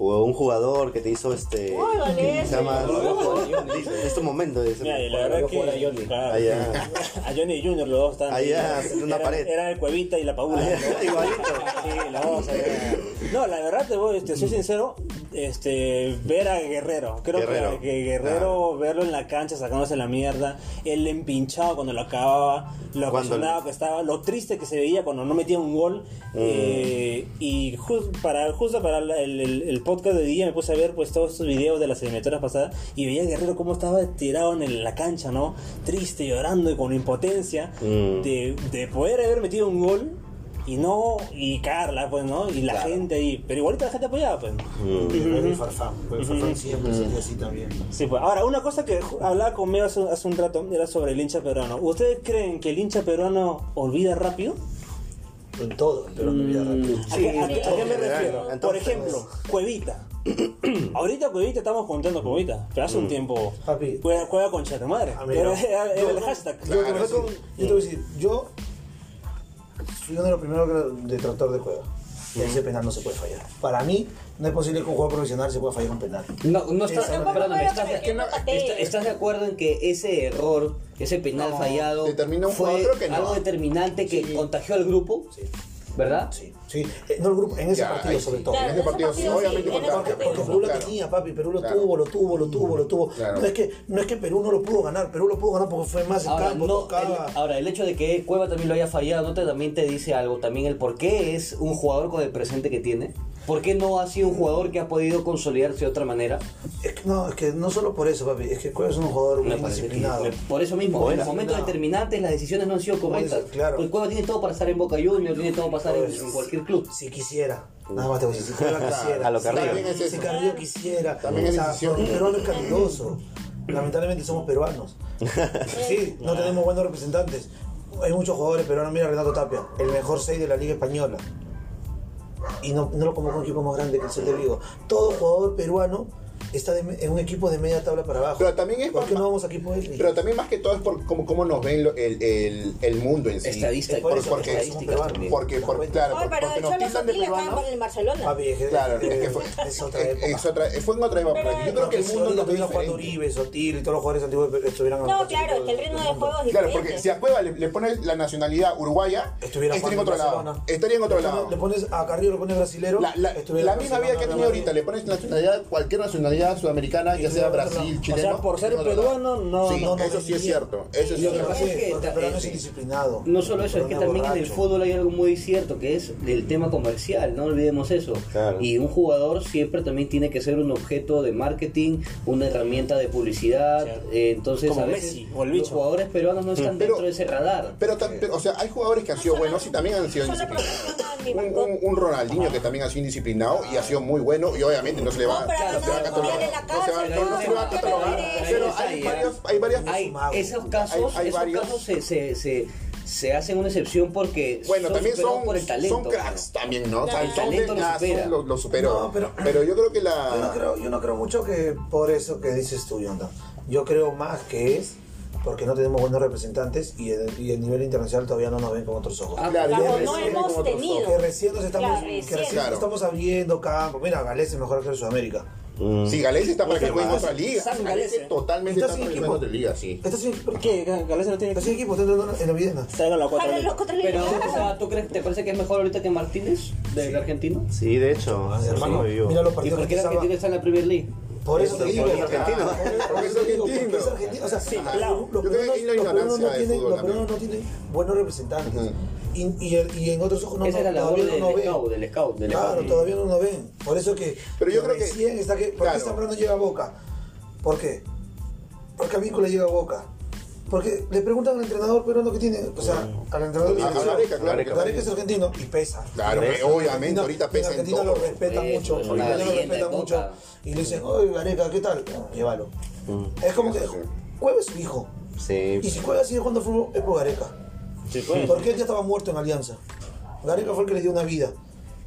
¿O un jugador que te hizo este... Uy, Valencia. se llama... Johnny. Este momento de... Mira, y la Bueno, verdad yo juego que. a Johnny. claro, Allá. a Johnny y Junior, los dos estaban. Ahí, ah, Era- en una pared. Era el Cuevita y la Paula. Allá, igualito. Sí, los dos, allá. No, la verdad te voy, te soy sincero. Este, ver a Guerrero, creo que- Guerrero. Que, Guerrero, verlo en la cancha sacándose la mierda, el empinchado cuando lo acababa, lo Cuando- apasionado que estaba, lo triste que se veía cuando no metía un gol. Mm. eh, y ju- para, justo para la- el, el- el podcast de hoy día me puse a ver pues todos estos videos de las eliminatorias pasadas y veía a Guerrero cómo estaba tirado en el- la cancha, ¿no? Triste, llorando y con impotencia Mm. de, de poder haber metido un gol. Y no, y Carla, pues, ¿no? Y la gente ahí. Pero igualita la gente apoyaba, pues. Y luego el Farfán. El Farfán siempre se así también. Sí, pues. Ahora, una cosa que ju- hablaba conmigo hace, hace un rato era sobre el hincha peruano. ¿Ustedes creen que el hincha peruano olvida rápido? En todo, pero en mi vida rápida. ¿A, qué, a qué- a qué me en general, refiero? ¿no? Por Entonces- ejemplo, Cuevita. Ahorita Cuevita estamos contando Cuevita, pero hace un tiempo Papi. juega, juega con Chato Madre. Ah, [laughs] mira. Era, [laughs] era- era Yo- el hashtag. Yo, Claro, yo- sí. yo te voy a decir, yo soy uno de los primeros que- detractor de juego. Ese penal no se puede fallar. Para mí, no es posible que un jugador profesional se pueda fallar un penal. No, no estás, Pero tampoco perdóname, era estás, para que no patee. está- estás de acuerdo en que ese error, ese penal fallado, determina un fue jugador, creo que no. algo determinante que contagió al grupo, ¿verdad? Sí, sí. Eh, No el grupo, en ese Ya, partido ahí sí. sobre todo. Claro, En ese partido, sí, obviamente en ese contagia, partido. Porque pues, Perú lo claro. tenía, papi. Perú lo Claro. tuvo, lo tuvo, lo tuvo, lo tuvo. Claro. No, es que, no es que Perú no lo pudo ganar. Perú lo pudo ganar porque fue más en Ahora, campo, no, tocaba. el, ahora, el hecho de que Cueva también lo haya fallado, ¿no te, también te dice algo? También el por qué es un jugador con el presente que tiene. ¿Por qué no ha sido un jugador que ha podido consolidarse de otra manera? Es que no, es que no solo por eso, papi. Es que Cueva es un jugador Me muy parece que- disciplinado. me- por eso mismo, en los momentos Disciplinado. determinantes las decisiones no han sido correctas. Pues, claro. Porque Cueva tiene todo para estar en Boca Juniors, tiene todo para estar en, Pues, en cualquier club. Si quisiera. Nada más te voy a decir, [laughs] si Cueva quisiera. A lo Si Carrillo. Carrillo- También es Si eso. Carrillo quisiera. También es O sea, decisión. Un peruano es calidoso. Lamentablemente somos [laughs] peruanos. Sí, no tenemos buenos representantes. Hay muchos jugadores peruanos. Mira Renato Tapia, el mejor 6 de la Liga Española. Y no, no lo convoca un equipo más grande que el Celta de Vigo. Todo jugador peruano está de me- en un equipo de media tabla para abajo. Pero también es ¿Por qué pa- no vamos a equipo de Pero también más que todo es por cómo, cómo nos ven lo- el, el, el mundo en sí. Estadística- Por- Por porque, eso, estadísticas también. porque, porque, claro, Oye, porque, pero el nos Cholo pisan de Sotil acaba peruanos. con el Barcelona. Papi, es que- Claro, es que fue, Ah, eh, eh, es otra época. es otra- fue en otra época. Pero- Yo creo que el mundo lo nos ve vino jugando diferente. Uribe, Sotil y todos los jugadores antiguos de- estuvieran No, claro, es que el ritmo de juego es Claro, diferente. porque si a Cueva le, le pones la nacionalidad uruguaya, estaría Estuviera en jugando otro en lado. Barcelona. Estaría en otro Le pones- lado. Le pones a Carrillo, lo pones brasilero. La, la, estuviera la en misma vida que ha Barcelona, Real tenido Madrid. ahorita, le pones nacionalidad, cualquier nacionalidad sudamericana, ya sea Brasil, O Chile. sea, por ser peruano, no. Sí, no, no. eso sí es cierto. Eso sí Lo que es Pero cierto. pasa es sí, que porque ta- el peruano eh, es indisciplinado. No solo eso, es que también en el fútbol hay algo muy cierto, que es el tema comercial, no olvidemos eso. Claro. Y un jugador siempre también tiene que ser un objeto de marketing, una herramienta de publicidad. Cierto. eh, entonces, Como a veces Messi o el los bicho. jugadores peruanos no están Mm. Pero- dentro de ese radar. Pero, tam- pero, o sea, hay jugadores que han sido buenos y también han sido Solo indisciplinados. profesional, Ricky un, Mangot. un- un Ronaldinho que también ha sido indisciplinado y ha sido muy bueno y obviamente no se le va, No, no pero se le va a no, catalogar. ponle la No se va- cárcel, no, no se le va a no, catalogar. no, no, no, Pero no, hay no, varios, hay varias Hay, Sumado. esos casos, Hay- hay esos varios. casos se, se, se, se hacen una excepción porque Bueno, son también superados son, por el talento. son cracks también, ¿no? O sea, El son talento de lo nación, supera. lo, lo superó. No, pero, pero- yo creo que Yo no la... creo, yo no creo mucho que por eso que dices tú, Yonda. Yo creo más que es porque no tenemos buenos representantes y, el- y a nivel internacional todavía no nos ven con otros ojos. Ah, Claro, Claro, ya no recién hemos como otros tenido. ojos. Que recién nos estamos, Claro, que recién. recién nos Claro. estamos abriendo campo. Mira, Gales es mejor que Sudamérica. Sí, Galés está para que juegue en otra liga. San Galés Galese. totalmente está Está para sin que juegue en equipo. otra liga, sí. Está sin, está ¿Qué? Galese no tiene sin equipo, está entrando en la Viena. Salgan la cuatro. Ojalá los contra Pero, o sea, ¿tú crees, te parece que es mejor ahorita que Martínez, del argentino? Sí, de hecho. Ah, Hermano, sí, yo. mira los ¿Y partidos por que qué el salva. argentino está en la Premier League? Por eso te Porque digo. es argentino. [laughs] Porque es argentino. Ah, Es argentino. O sea, claro. los Yo creo que peruanos- es la los peruanos ignorancia no del tienen- fútbol los peruanos no tienen buenos representantes. Y, y, el- y en otros ojos no, Esa es la no, labor todavía del, no nos del ven. scout, del scout, del Claro, scout. todavía no nos ven. Por eso que. Pero yo creo que- recién Está que ¿Por claro. qué Zambrano llega a Boca? ¿Por qué? Porque a Víncula llega a Boca. Porque le preguntan al entrenador peruano que tiene. O sea, al entrenador A- a selección. Gareca, claro, que Gareca también. es argentino y pesa. Claro, Pesa. obviamente, ahorita Y pesa en Argentina todo. lo respeta Eso, mucho. es el una argentino lo leyenda respeta de mucho. Boca. Y le dicen, oye, Gareca, ¿qué tal? Llévalo. Es como que. Mm. Sí. Cueva es su hijo. Sí. pues, Y si Cueva sigue jugando fútbol, es por Gareca. Sí, [laughs] pues. Porque él ya estaba muerto en Alianza. Gareca fue el que le dio una vida.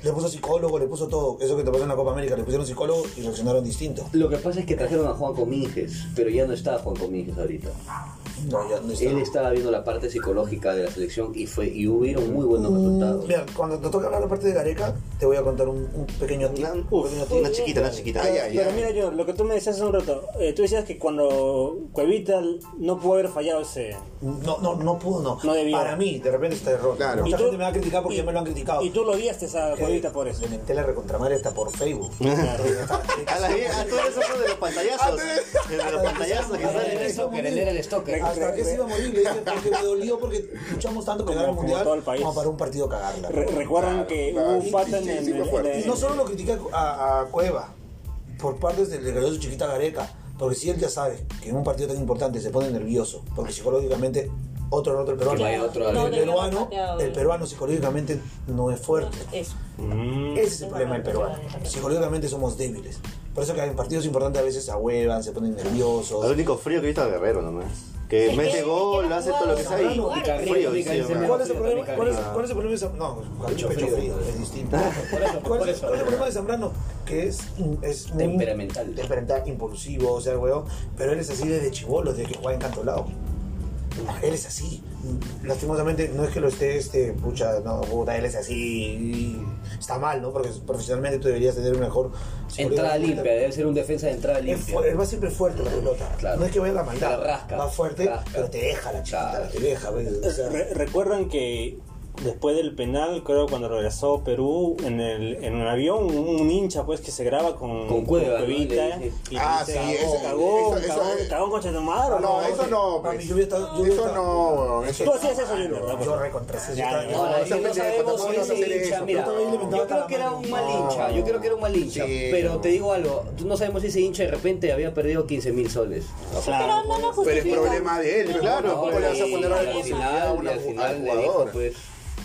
Le puso psicólogo, le puso todo. Eso que te pasó en la Copa América, le pusieron psicólogo y reaccionaron distinto. Lo que pasa es que trajeron a Juan Cominges, pero ya no está Juan Cominges ahorita. No, ya no está. Él estaba viendo la parte psicológica de la selección y fue y hubieron muy Mm, buenos resultados. Mira, cuando te toca hablar la parte de Gareca, te voy a contar un, un pequeño tip. Una, uf, una chiquita, una chiquita. Ay, ay, Pero ay. mira, yo, lo que tú me decías hace un rato, eh, tú decías que cuando Cuevita no pudo haber fallado ese. No, no, no pudo, no. No debió. Para mí, de repente está error. Claro. Mucha Y tú- gente me va a criticar porque y- ya me lo han criticado. Y tú lo guiaste a Cuevita por eso. Le menté la recontramadre hasta por Facebook. A la mierda, tú eres uno de los pantallazos. El de los pantallazos que Él era salen. el stalker, él era el stalker. Hasta que se iba a morir, le dije, porque me dolió porque luchamos tanto que ganar el como mundial todo el país. como para un partido cagarla. Re- Recuerdan que claro. hubo un pata en Sí, el. sí, fue fuerte. Y no solo lo critica a, a Cueva, por partes del le cayó su chiquita Gareca, porque si él ya sabe que en un partido tan importante se pone nervioso, porque psicológicamente otro otro el peruano, vaya otro el, al- No, peruano no, no, el peruano psicológicamente no eh, es fuerte. Eso. Ese es el problema del peruano. Psicológicamente somos débiles. Por eso que en partidos importantes a veces se ahuevan, se ponen El nerviosos. único frío que he visto es Guerrero nomás. Que Es que- mete es que gol, no hace juega todo lo que los sea. y- jugadores. y Frío, y sí, Gabriel, o ¿Cuál es el problema? Gabriel, ¿Cuál es, cuál es el problema de Zambrano? No, pecho frío, es distinto. Por eso, ¿Cuál por es, eso. cuál es el problema de Zambrano? Que es, es muy- Temperamental. Temperamental, impulsivo, o sea, el huevón. Pero él es así desde chivolo, desde que juega en Cantolao. Él es así. Lastimosamente, no es que lo esté, este, pucha, no, puta, él es así. y Está mal, ¿no? Porque profesionalmente tú deberías tener un mejor. Entrada limpia, debe ser un defensa de entrada Él, limpia. fu- él va siempre fuerte la pelota. Claro. No es que vaya a la maldad. La rasca, va fuerte, rasca. pero te deja la chiquita, Claro. te deja. ¿ves? O sea, Re- Recuerdan que después del penal, creo cuando regresó a Perú, en, el, en un avión, un, un hincha pues que se graba con, Con Cueva, ¿no? Cuevita. Le dice. y Ah, dice, sí, ese- cagón, eso- eso- cagón, eh. cagón, concha de tu madre", No, eso no, Papi, pues. yo hubiera estado- yo hubiera Eso no, eso Tú hacías eso, Junior. ¿no? yo recontra ese, yo Ya, estaba- no, yo- Ahora, no, yo no ese pendejo, sabemos no si vas a ese hacer hincha, eso. mira, Yo todavía le inventaba yo creo que era un mal calamar. hincha, yo creo que era un mal hincha, Sí, pero no. te digo algo, tú no sabemos si ese hincha de repente había perdido 15 mil soles. Claro. Pero no lo Pero es justifica. problema de él, claro. ¿Cómo le vas a poner a la al responsabilidad a final, y una- al al final le dijo, jugador? pues,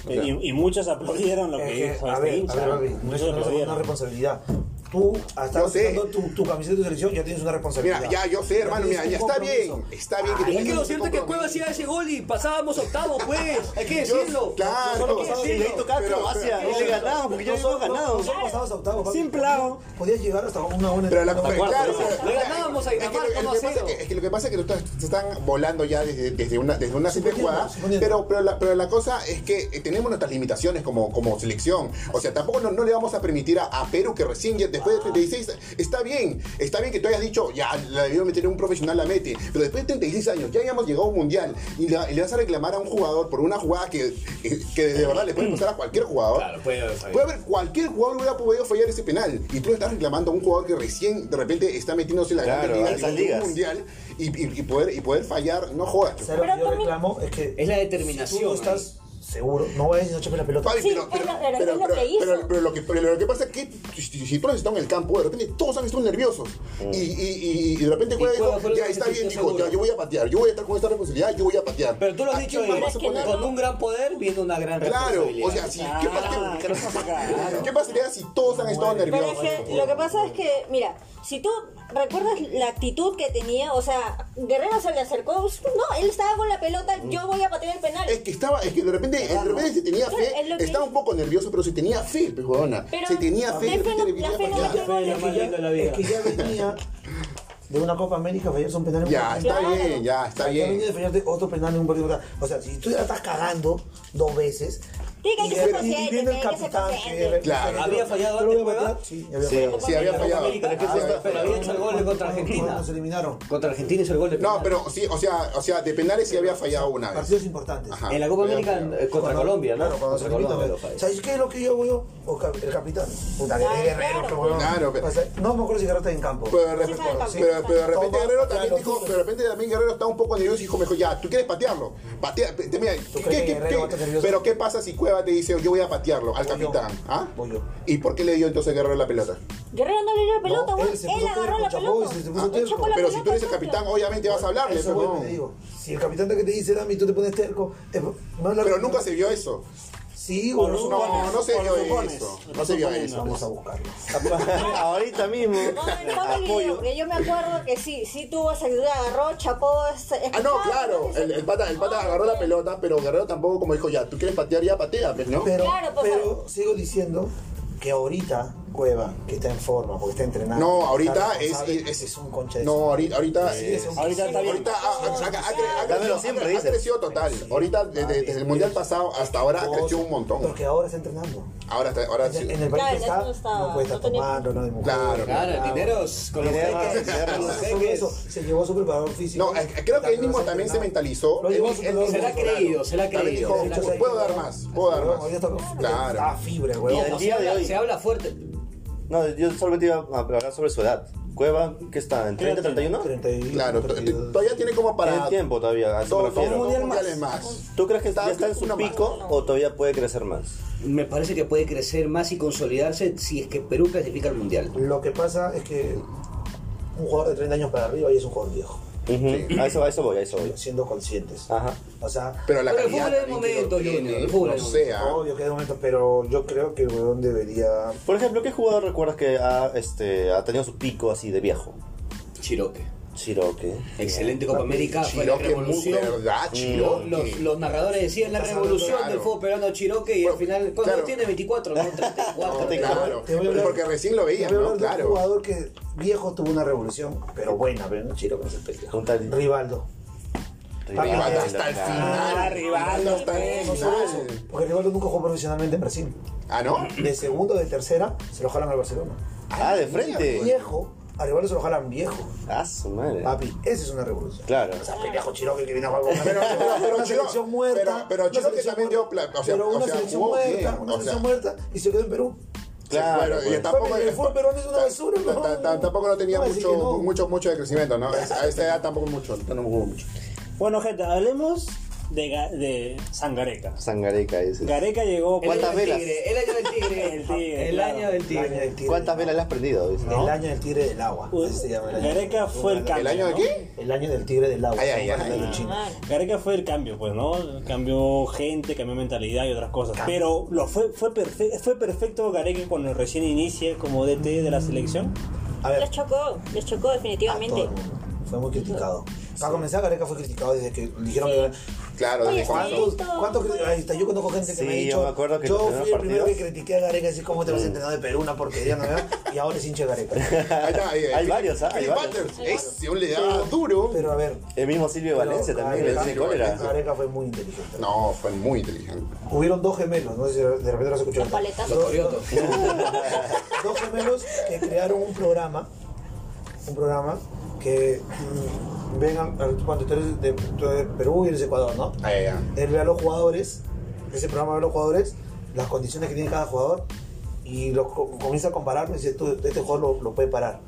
Y, y muchos aplaudieron lo que Eh, hizo a este ver, hincha. a ver, papi, no es muchos una, una aplaudieron. responsabilidad. Tú, hasta Yo sé. usando tu, tu camiseta de tu selección, ya tienes una responsabilidad. Mira, ya, yo sé, hermano, mira, tienes un ya está compromiso. Ah, bien. Está bien que Es que tengas lo ese cierto es que Cueva compromiso. hacía ese gol y pasábamos octavo, [laughs] pues. Hay que Yo- decirlo. Claro, Solo Y le tocaba Pero- Croacia, pero- y le ganamos, porque ya habíamos [laughs] ganado. Son pasados a octavos, papi. Sin plano. Podías llegar hasta una buena Pero la una claro, buena- pero- Le ganábamos a es que lo- Dinamarca es que pasa 1-0. que- Es que lo que pasa es que lo estás- te están volando ya desde, desde una, desde una simple Suponiendo, jugada. suponiendo. Pero, pero, la, pero la cosa es que eh, tenemos nuestras limitaciones como, como selección. O sea, tampoco no, no le vamos a permitir a, a Perú que recién, ya después de 36, está bien, está bien que tú hayas dicho, ya la debió meter un profesional, la mete. Pero después de 36 años, ya hayamos llegado a un mundial y, la- y le vas a reclamar a un jugador por una jugada que, que, que de verdad le puede pasar a cualquier jugador. Claro, puede haber fallado. Puede haber cualquier jugador hubiera podido fallar ese penal. Y tú le estás reclamando a un jugador que recién de repente está metiéndose en la Claro, gran altas liga ligas. un mundial y, y- y poder, y poder fallar, no jodas. ¿Sabes Pero lo que yo también- reclamo? Es que. Es la si tú determinación, no estás seguro. No vayas y no chapes la pelota. Fabi, Sí, es lo- pero es lo que hizo. pero- pero lo que, pero lo que pasa es que si, si todos están en el campo, de repente todos han estado nerviosos. Mm. Y, y, y, y de repente juega y cuál dijo, fue el ya que está te bien, sintió dijo, seguro? ya, yo voy a patear, yo voy a estar con esta responsabilidad, yo voy a patear. Pero tú lo has ¿A dicho, quién más eh, vas a es que no, poner? con un gran poder viene una gran Claro, responsabilidad. o sea, si, ¿qué, Ah, pasaría, que no se haga. ¿qué pasaría si todos han estado Pero es nerviosos? que lo que pasa es que, mira, si tú recuerdas la actitud que tenía, o sea, Guerrero se le acercó, no, él estaba con la pelota, yo voy a patear el penal. Es que estaba, es que de repente, de repente se tenía Claro, fe, es lo que estaba es. un poco nervioso, pero se tenía fe, pues, huevona. Pero Se tenía fe, de la fe repente no- le venía la a fe no la patear. tiene. Fue la más linda de la Es vida. que ya venía de una Copa América fallarse un penal en un Ya, partido. está Claro. bien, ya, está Ya venía bien. de fallarte otro penal en un partido. O sea, si tú ya la estás cagando dos veces. Tiene que y- ser y consciente, viene el tiene que ser capitán consciente. que- Claro. ¿Había fallado Pero antes, voy a Cueva? matar, Sí, ya había fallado. Sí, había fallado. Pero es que Ah, se está- pero pero- había hecho el gol contra Argentina. Cuando se eliminaron. Contra Argentina hizo el gol de No, penal. pero sí, o sea, o sea, de penales sí había fallado una vez. Partidos importantes. Ajá. En la Copa Había América fallado. eh, contra Cuando- Colombia, ¿no? Claro, cuando se Contra eliminaron. Colombia lo falla. ¿Sabes qué es lo que yo voy O cap- el capitán. Puta, Ah, qué guerrero, claro. qué huevón. Claro, pero- O sea, No me acuerdo si Guerrero está en campo. Pero de, Sí, repente, sabe, sí. pero, pero de repente Toma, Guerrero claro, también dijo, justo. pero de repente también Guerrero estaba un poco nervioso y dijo, me dijo, ya, tú quieres patearlo, patea, pe- mira, ¿qué, crees que qué- Guerrero va a estar qué- nervioso? pero qué pasa si Cueva te dice, yo voy a patearlo al Voy yo. capitán, ¿ah? Voy yo. ¿Y por qué le dio entonces Guerrero la pelota? Guerrero no le dio la pelota, No, güey. él se Él, puso agarró terco, la chapó, pelota. se- se puso Él terco. chapó la Pero si pelota, tú eres el chapó. capitán, obviamente vas a hablarle, Eso, pero, güey, te digo. Si el capitán que te dice, Dami, tú te pones terco. eh, no es la- pero nunca se vio eso. Sí, Por güey. los No, nunca- supones, no se por los vio supones. eso, no Los se vio supones, eso. no. Vamos a buscarlo. Ahorita mismo. Ponme- [laughs] ponme el video, que yo me acuerdo que sí, sí tuvo salida, agarró, chapó. Ah, no, claro, el, el pata, el pata agarró la pelota, pero Guerrero tampoco como dijo, ya, tú quieres patear, ya patea, pues, ¿no? Pero, Claro, pues, pero sigo diciendo que ahorita Cueva, que está en forma, porque está entrenado. No, está ahorita es, responsable, es, es un concha de su- No, ahorita, ahorita, es un- Ahorita está bien. Ahorita ah, ha, ha- ha- ha cre- ha Dámelo crecido, siempre, ha- ha dices. crecido total. Ahorita, desde, desde el mundial pasado hasta ahora, ha crecido un montón. Porque ahora está entrenando. Ahora, está- ahora sí. En en el país Claro, que eso está, no estaba- no puede estar no tenía- tomando, no de mujer. Claro. Claro, el dinero es con los jeques, con los Sobre jeques. eso, se llevó a su preparador físico. No, eh, creo que él mismo también se mentalizó. Lo Él, llevó a su él mismo preparador Se la ha físico. creído, se la ha también creído. dijo, se la ha Entonces, puedo dar más, puedo dar más. Ahorita está- Claro. Ah, fibra, güey. Mira, el Se día de habla- hoy. Se habla fuerte. No, yo solamente iba a hablar sobre su edad. Cueva, ¿qué está? ¿En 30, 31? 31, Claro, to- 32. todavía tiene como para. Tiene tiempo todavía, a eso me Todo, todo refiero. mundial mundiales más. ¿Tú crees que ya está en su uno más. pico o todavía puede crecer más? Me parece que puede crecer más y consolidarse si es que Perú clasifica al Mundial. Lo que pasa es que un jugador de 30 años para arriba y es un jugador viejo, Ujú, A, eso, a eso voy, a eso voy. siendo conscientes. Ajá. O sea, Pero la Pero el calidad. fútbol es también que momento, lo tiene, Junior, el fútbol no es sé, ah. obvio que de momento, pero yo creo que el weón debería. Por ejemplo, ¿qué jugador recuerdas que ha, este, ha tenido su pico así de viejo? Chiroque. Chiroque. Excelente Copa Ah, América. Fue la Chiroque, muy revolución. Mm. verdad, Los, Chiroque. los- los narradores decían la revolución Claro. del fútbol peruano Chiroque y Bueno, al final, ¿cuánto claro. tiene? 24, [laughs] ¿no? 34. No, ¿no? Claro, Te voy a hablar- porque recién lo veían, te voy a ¿no? hablar de Claro. Un jugador que viejo tuvo una revolución, pero buena, pero no chiro con ese pendejo. Un tal- Rivaldo. Rivaldo hasta el Ah, final. Rivaldo hasta el No solo eso, final. porque Rivaldo nunca jugó profesionalmente en Brasil. Ah, ¿no? De segundo o de tercera se lo jalan al Barcelona. Ah, de frente. Viejo, a Rivaldo se lo jalan viejo. Ah, su madre. Papi, esa es una revolución. Claro. O sea, pendejo Chiroque que vino a jugar con Pero, pero, pero una Chiroque- selección muerta. pero- pero una Chiroque selección también muerta, dio pla- o sea, pero o una sea, selección jugó muerta, bien, una o selección sea. muerta y se quedó en Perú. Claro, Bueno, y pues. tampoco, Papi, el fútbol peruano es una basura, ta- ta- ta- tampoco no tenía No, así mucho, que no. mucho, mucho de crecimiento, ¿no? Es- A esta edad tampoco mucho, no jugó mucho. Bueno, gente, hablemos de, Ga- de Sangareca. Sangareca ese. Gareca llegó. El año ¿Cuántas del velas? tigre, el año del [laughs] tigre. El tigre, El claro. año del El año tigre. del tigre. ¿Cuántas velas le has prendido? dice? El año del tigre del agua. Uy, Así se llama el año. Gareca fue el cambio. ¿El año de ¿no? qué? El año del tigre del agua. Ay, ay, ay. de los chinos. Ah, Gareca fue el cambio, pues, ¿no? Cambió gente, cambió mentalidad y otras cosas. Pero lo fue, fue, perfe- fue perfecto Gareca cuando recién inicia como DT de la selección. A ver, Los chocó, los Ah, chocó a todo definitivamente. el mundo. Fue muy criticado. Para comenzar, Gareca fue criticado desde que dijeron que... Claro, Oye, desde sí. cuando. ¿Cuántos? ¿Cuántos? cri- Ahí está, yo conozco gente que Sí, me ha dicho. yo me acuerdo que yo los fui el primeros primero que partidos- critiqué a Gareca, así como te vas a entrenar de Perú, una porquería, ¿no? y ahora es hincha de [laughs] Gareca. Ahí está, ahí, ahí. Hay varios, ¿ah? Hay Phil varios. Butters, ese hombre le daba duro. Pero a ver. El mismo Silvio pero Valencia también le Gareca- tiene cólera. Gareca fue muy inteligente. No, fue muy inteligente. Hubieron dos gemelos, no sé si de repente los escucharon. Los paletas. Dos, dos gemelos que crearon un programa, un programa que mm, ven al- al- cuando tú eres de, tú eres de Perú y eres de Ecuador, ¿no? Ahí, ya. Él ve a los jugadores, ese programa ve a los jugadores, las condiciones que tiene cada jugador y lo co- comienza a compararlo y dice, tú, este jugador lo, lo puede parar.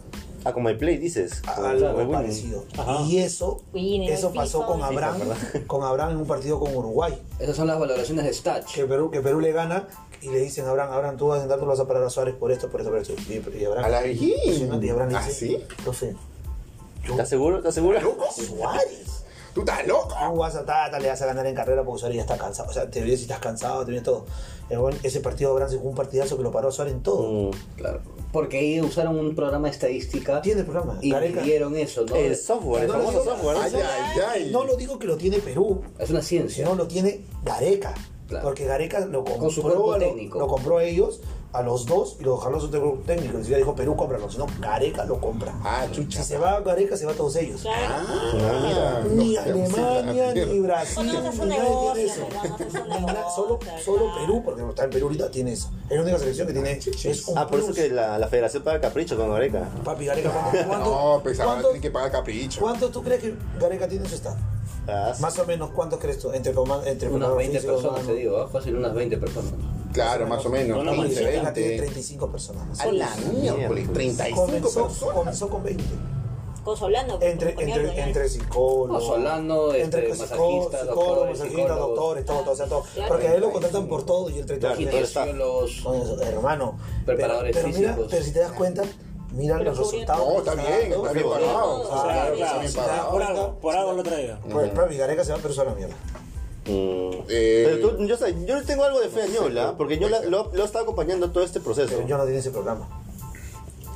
Ah, como el Play, dices. Como- como algo el Winning. parecido. Y eso, Winning, eso FIFA. pasó con Abraham, con Abraham en un partido con Uruguay. [laughs] Esas son las valoraciones de Stats. Que Perú, que Perú le gana y le dicen a Abraham, Abraham, tú vas a sentar, tú lo vas a parar a Suárez por esto, por esto, por esto. Y, y Abraham, A la virgen. impresionante, y Abraham le ¿Ah, dice, sí? profe, ¿Estás seguro? ¿Estás seguro? ¿Loco? Suárez, ¿Tú estás loco? tú vas a Tata, le vas a ganar en carrera porque Suárez ya está cansado. O sea, te ves si estás cansado, te ves todo. El buen- ese partido de Abraham se jugó un partidazo que lo paró a Suárez en Mm. todo. Claro. Porque ellos usaron un programa de estadística Tiene el programa, y Gareca. midieron eso, ¿no? El software, el No, no, famoso no, software. Ay, ¿no? ay, ay. No lo digo que lo tiene Perú, Es una si ciencia. no lo tiene Gareca. Claro. Porque Gareca lo compró, Con su cuerpo a lo- técnico. lo compró a ellos, a los dos, y lo dejaron a su cuerpo técnico. Ni siquiera dijo Perú, cómpralo. Si no, Gareca lo compra. Ah, chucha. Si se va Gareca, se va a todos ellos. Ah, mira. Ni No, Alemania, sí, la- ni Brasil, Bueno, no haces ni un nadie negocio, tiene eso. hermano, no haces un Ni na- Solo, negocio, solo claro. Perú, porque está en Perú ahorita, tiene eso. Es la única selección que tiene. Es un Ah, por eso plus. que la, la federación paga capricho con Gareca. Papi, Gareca, ¿cuánto, No, cuánto, pues ahora cuánto, tienen que pagar capricho. cuánto tú crees que Gareca tiene en su estado? Ah, sí. Más o menos, ¿cuántos crees tú? Entre, coma- entre Unas 20 físico, personas, mano. te digo, ¿ah? fácil unas 20 personas. Claro, más o menos. Una Y manchita. 15, Gareca tiene 20. 35 personas. A la miércoles, 35 Comenzó, personas. comenzó con 20. Consolando. Entre, con Peñarol, entre, ¿no? entre psicólogos. No, Pues Solano, este, psicó- masajistas, doctores, masajistas, psicólogos. doctores, todo, todo, o sea, todo. Claro. Porque a él lo contratan por todo y el 30 Claro, todo está. Kinesiólogos, hermano. Preparadores pero, pero mira, físicos. pero si te das cuenta, mira Pero los sobre resultados. No, que está dando. bien, está bien parado. O sea, Ah, claro, claro, sí, sí, por sí, por sí. algo, por algo lo he traído. Pues, pero Gareca se va a Perú a la mierda. Mm. Eh, Pero tú, yo, sé, yo le tengo algo de fe a Ñola, porque Ñola lo, lo está acompañando todo este proceso. Pero yo no tiene ese programa.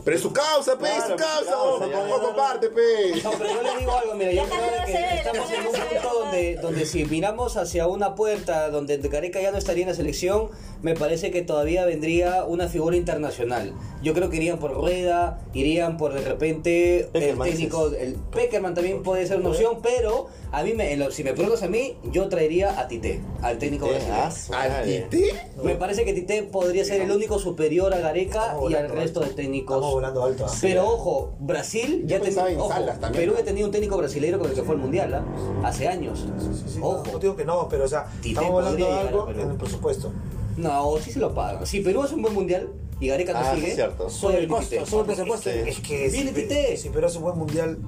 Pero es su causa, pe, es su Claro, causa. claro, hombre, ya, por ya. favor, comparte, pe. No, pero yo les digo algo, mira, yo La creo carrera se ve, que la estamos en carrera un se ve, punto donde, donde si miramos hacia una puerta donde Gareca ya no estaría en la selección, me parece que todavía vendría una figura internacional. Yo creo que irían por Rueda, irían por de repente el Peckerman, técnico, el Peckerman también puede ser una opción, pero a mí, me, en lo- si me preguntas a mí, yo traería a Tite, al técnico Eh, brasileño. ah, su ¿Al madre. Tite? Me parece que Tite podría ser el único superior a Gareca Estamos y al volando resto de alto. Estamos técnicos. volando alto. ¿ah? Pero ojo, Brasil Yo ya pensaba en tenía. ojo, Salas también, Perú ¿no? ya tenía un técnico brasileño con el que fue al mundial, ¿ah? Hace años. Sí, sí, no, No Ojo. digo que no, pero o sea, Tite estamos hablando de podría llegar a algo Perú. en el presupuesto. No, sí se lo pagan. Si Perú hace un buen mundial y Gareca no Ah, sigue, sí, cierto. Este, Sobre el viene costo, Tite. sobre el presupuesto. Este, Es que Viene si, Tite. si Perú hace un buen mundial,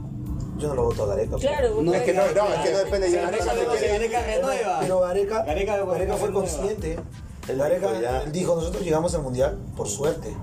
yo no lo voto a Gareca. pues. Claro, No, no, Es que no, no, es que no depende de Gareca Gareca. no no se quiere- Gareca renueva. Pero Gareca, Gareca- Gareca Gareca fue nueva. consciente. Él Gareca dijo ya. él dijo, nosotros llegamos al mundial por suerte.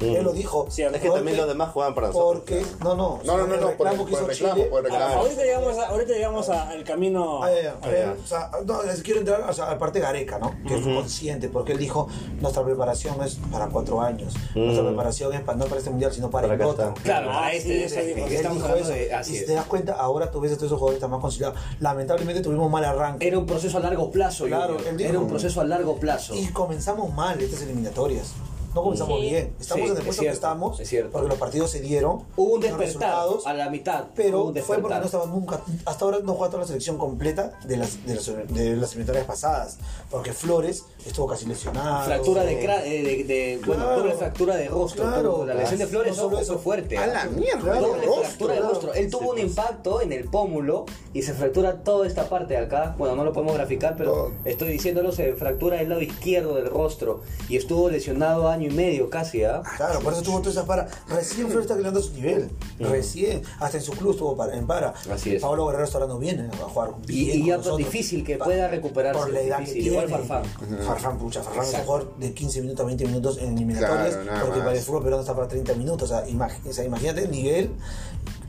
Él lo dijo. Cierto. Mm. Es que también los demás juegan para nosotros. Porque, no, no, No, no, no, el no, por el reclamo que por el hizo reclamo, Chile- por el reclamo. Ahorita llegamos, a- ahorita llegamos a- al camino. Ah, ya, ya. Ah, ya. Eh, o sea, no, es- quiero entrar o sea, a la parte de Gareca, ¿no? Que es consciente, porque él dijo, nuestra preparación es para cuatro años. Nuestra Mm. preparación es para, no para este mundial, sino para, Para el acá otro. está. Claro, Ah, a sí, este, ese dijo, Él que estamos dijo hablando eso. de. y Así si es. te das cuenta, ahora tú ves a todos esos jugadores tan más conciliados. Lamentablemente tuvimos mal arranque. Era un proceso a largo plazo, Claro, Junior. él dijo. Era un proceso a largo plazo. Y comenzamos mal estas eliminatorias. No comenzamos Sí. bien. Estamos Sí, en el es puesto que cierto, estamos. es cierto. Porque los partidos se dieron. Hubo un los despertar resultados, a la mitad. hubo Pero un fue porque despertar. no estaba nunca. Hasta ahora no jugó toda la selección completa de las, de las, de las eliminatorias pasadas. Porque Flores estuvo casi lesionado. Fractura de, Eh, cra- eh, de, de- bueno, Claro. doble fractura de rostro. Claro. tuvo. la lesión de Flores No solo ojo, eso. fue fuerte. ¿ah? A la mierda, doble rostro, fractura de claro. rostro. Él tuvo un impacto en el pómulo y se fractura toda esta parte de acá. Bueno, no lo podemos graficar, pero Todo. estoy diciéndolo, se fractura el lado izquierdo del rostro y estuvo lesionado año y medio casi, ¿ah? Claro, por eso tuvo toda esa para. Recién Flores está creando su nivel. Recién. Hasta en su club estuvo para, en para. Así es. Pablo Guerrero está ahora no viene a jugar. Y, bien y con ya nosotros. difícil que Pa- pueda recuperarse. Por la edad difícil, que tiene. igual Farfán. Farfán, pucha, Farfán es un Exacto. jugador de 15 minutos a 20 minutos en eliminatorias. Claro, nada porque más. para el fútbol peruano está para 30 minutos. O sea, imag- o sea, imagínate el nivel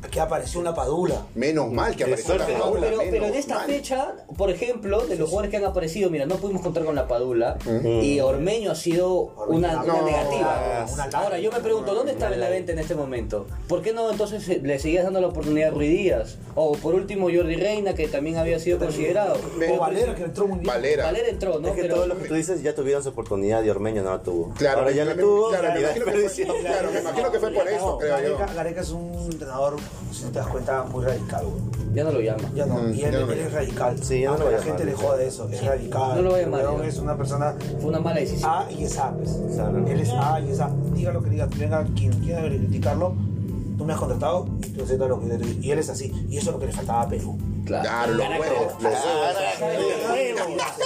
que apareció una padula. Menos mal que Qué apareció la suerte. Pero, jaula, pero, pero en menos esta mal. fecha, por ejemplo, de los jugadores que han aparecido, mira, no pudimos contar con la Padula y Ormeño ha sido una, una No, negativa. una lástima. Ahora, yo me pregunto, ¿dónde está Benavente en este momento? ¿Por qué no entonces eh, le seguías dando la oportunidad a Rui Díaz? O por último, Jordi Reina, que también había sido considerado. O Valera, que entró muy bien. Valera. Valera entró, ¿no? Es que Pero- todos los que tú dices ya tuvieron su oportunidad y Ormeño no la tuvo. Claro, Ahora ya me- la tuvo, claro, la me imagino que fue- desperdició. Claro, me imagino que fue por eso, creo yo. Gareca, Gareca es un entrenador, si te das cuenta, muy radical. güey. Ya no lo llama. Ya no, Mm, y él, ya no lo él es llamo. radical. Sí, ya no Aunque lo voy la a gente le llamar. joda eso, es radical. No lo voy a El llamar, huevón ya. Es una persona Fue una mala decisión. A y es A, pues. Claro. Él es A y es A. Diga lo que diga, venga quien quiera criticarlo, tú me has contratado y tú aceptas lo que yo te digo. Y él es así. Y eso es lo que le faltaba a Perú. Claro, los huevos. Los huevos.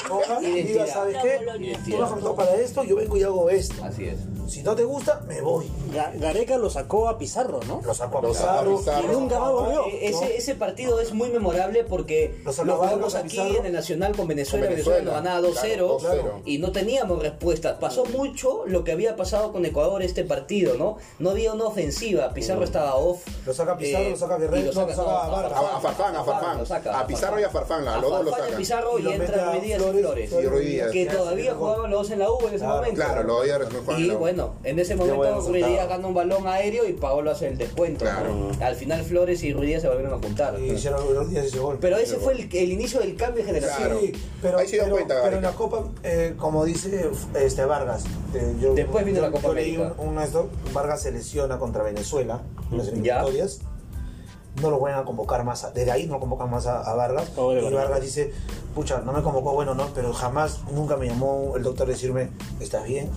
Cojan y diga, ¿sabes qué? Tú me has contratado para esto, yo vengo y hago esto. Así es. Si no te gusta, me voy. Ga- Gareca lo sacó a Pizarro, ¿no? Lo saco a Lo saco a Pizarro. Pizarro. Y nunca más volvió. Eh, Ese, ese partido es muy memorable porque Los lo acabaron jugamos con aquí Pizarro. en el Nacional con Venezuela. Con Venezuela, Venezuela, lo ganaba 2-0 claro, 2-0. y no teníamos respuesta. Pasó mucho lo que había pasado con Ecuador este partido, ¿no? No había una ofensiva. Pizarro estaba off. Eh, Lo saca Pizarro, lo saca Guerrero, y lo saca Vargas. A, a Farfán, a Farfán. lo saca, a Pizarro y a Farfán, a los dos lo Farfán y a sacan. Pizarro Y y, lo mete a entra Ruiz Díaz y Flores, Flores. Flores Y Ruiz Díaz. Que Ya, sí, todavía mejor. jugaban los dos en la U en ese Claro, momento. Claro, lo odia Y bueno, en ese buen momento Ruiz resultado. Díaz gana un balón aéreo y Paolo hace el descuento. Claro. ¿no? Al final Flores y Ruiz Díaz se volvieron a juntar. Y hicieron los días ese gol. Pero ese fue el, el inicio del cambio de generación. Claro. Sí, pero, Ahí se dio pero- cuenta, pero en Gareca. la Copa, eh, como dice este Vargas, eh, yo, Después vino yo- la Copa yo leí América. un- un esto, Vargas se lesiona contra Venezuela en las Ya. eliminatorias. No lo vuelven a convocar más. a- desde ahí no convocan más a, a Vargas. Pobre y Vargas. Vargas dice, pucha, no me convocó, bueno, no, pero jamás, nunca me llamó el doctor a decirme, estás bien,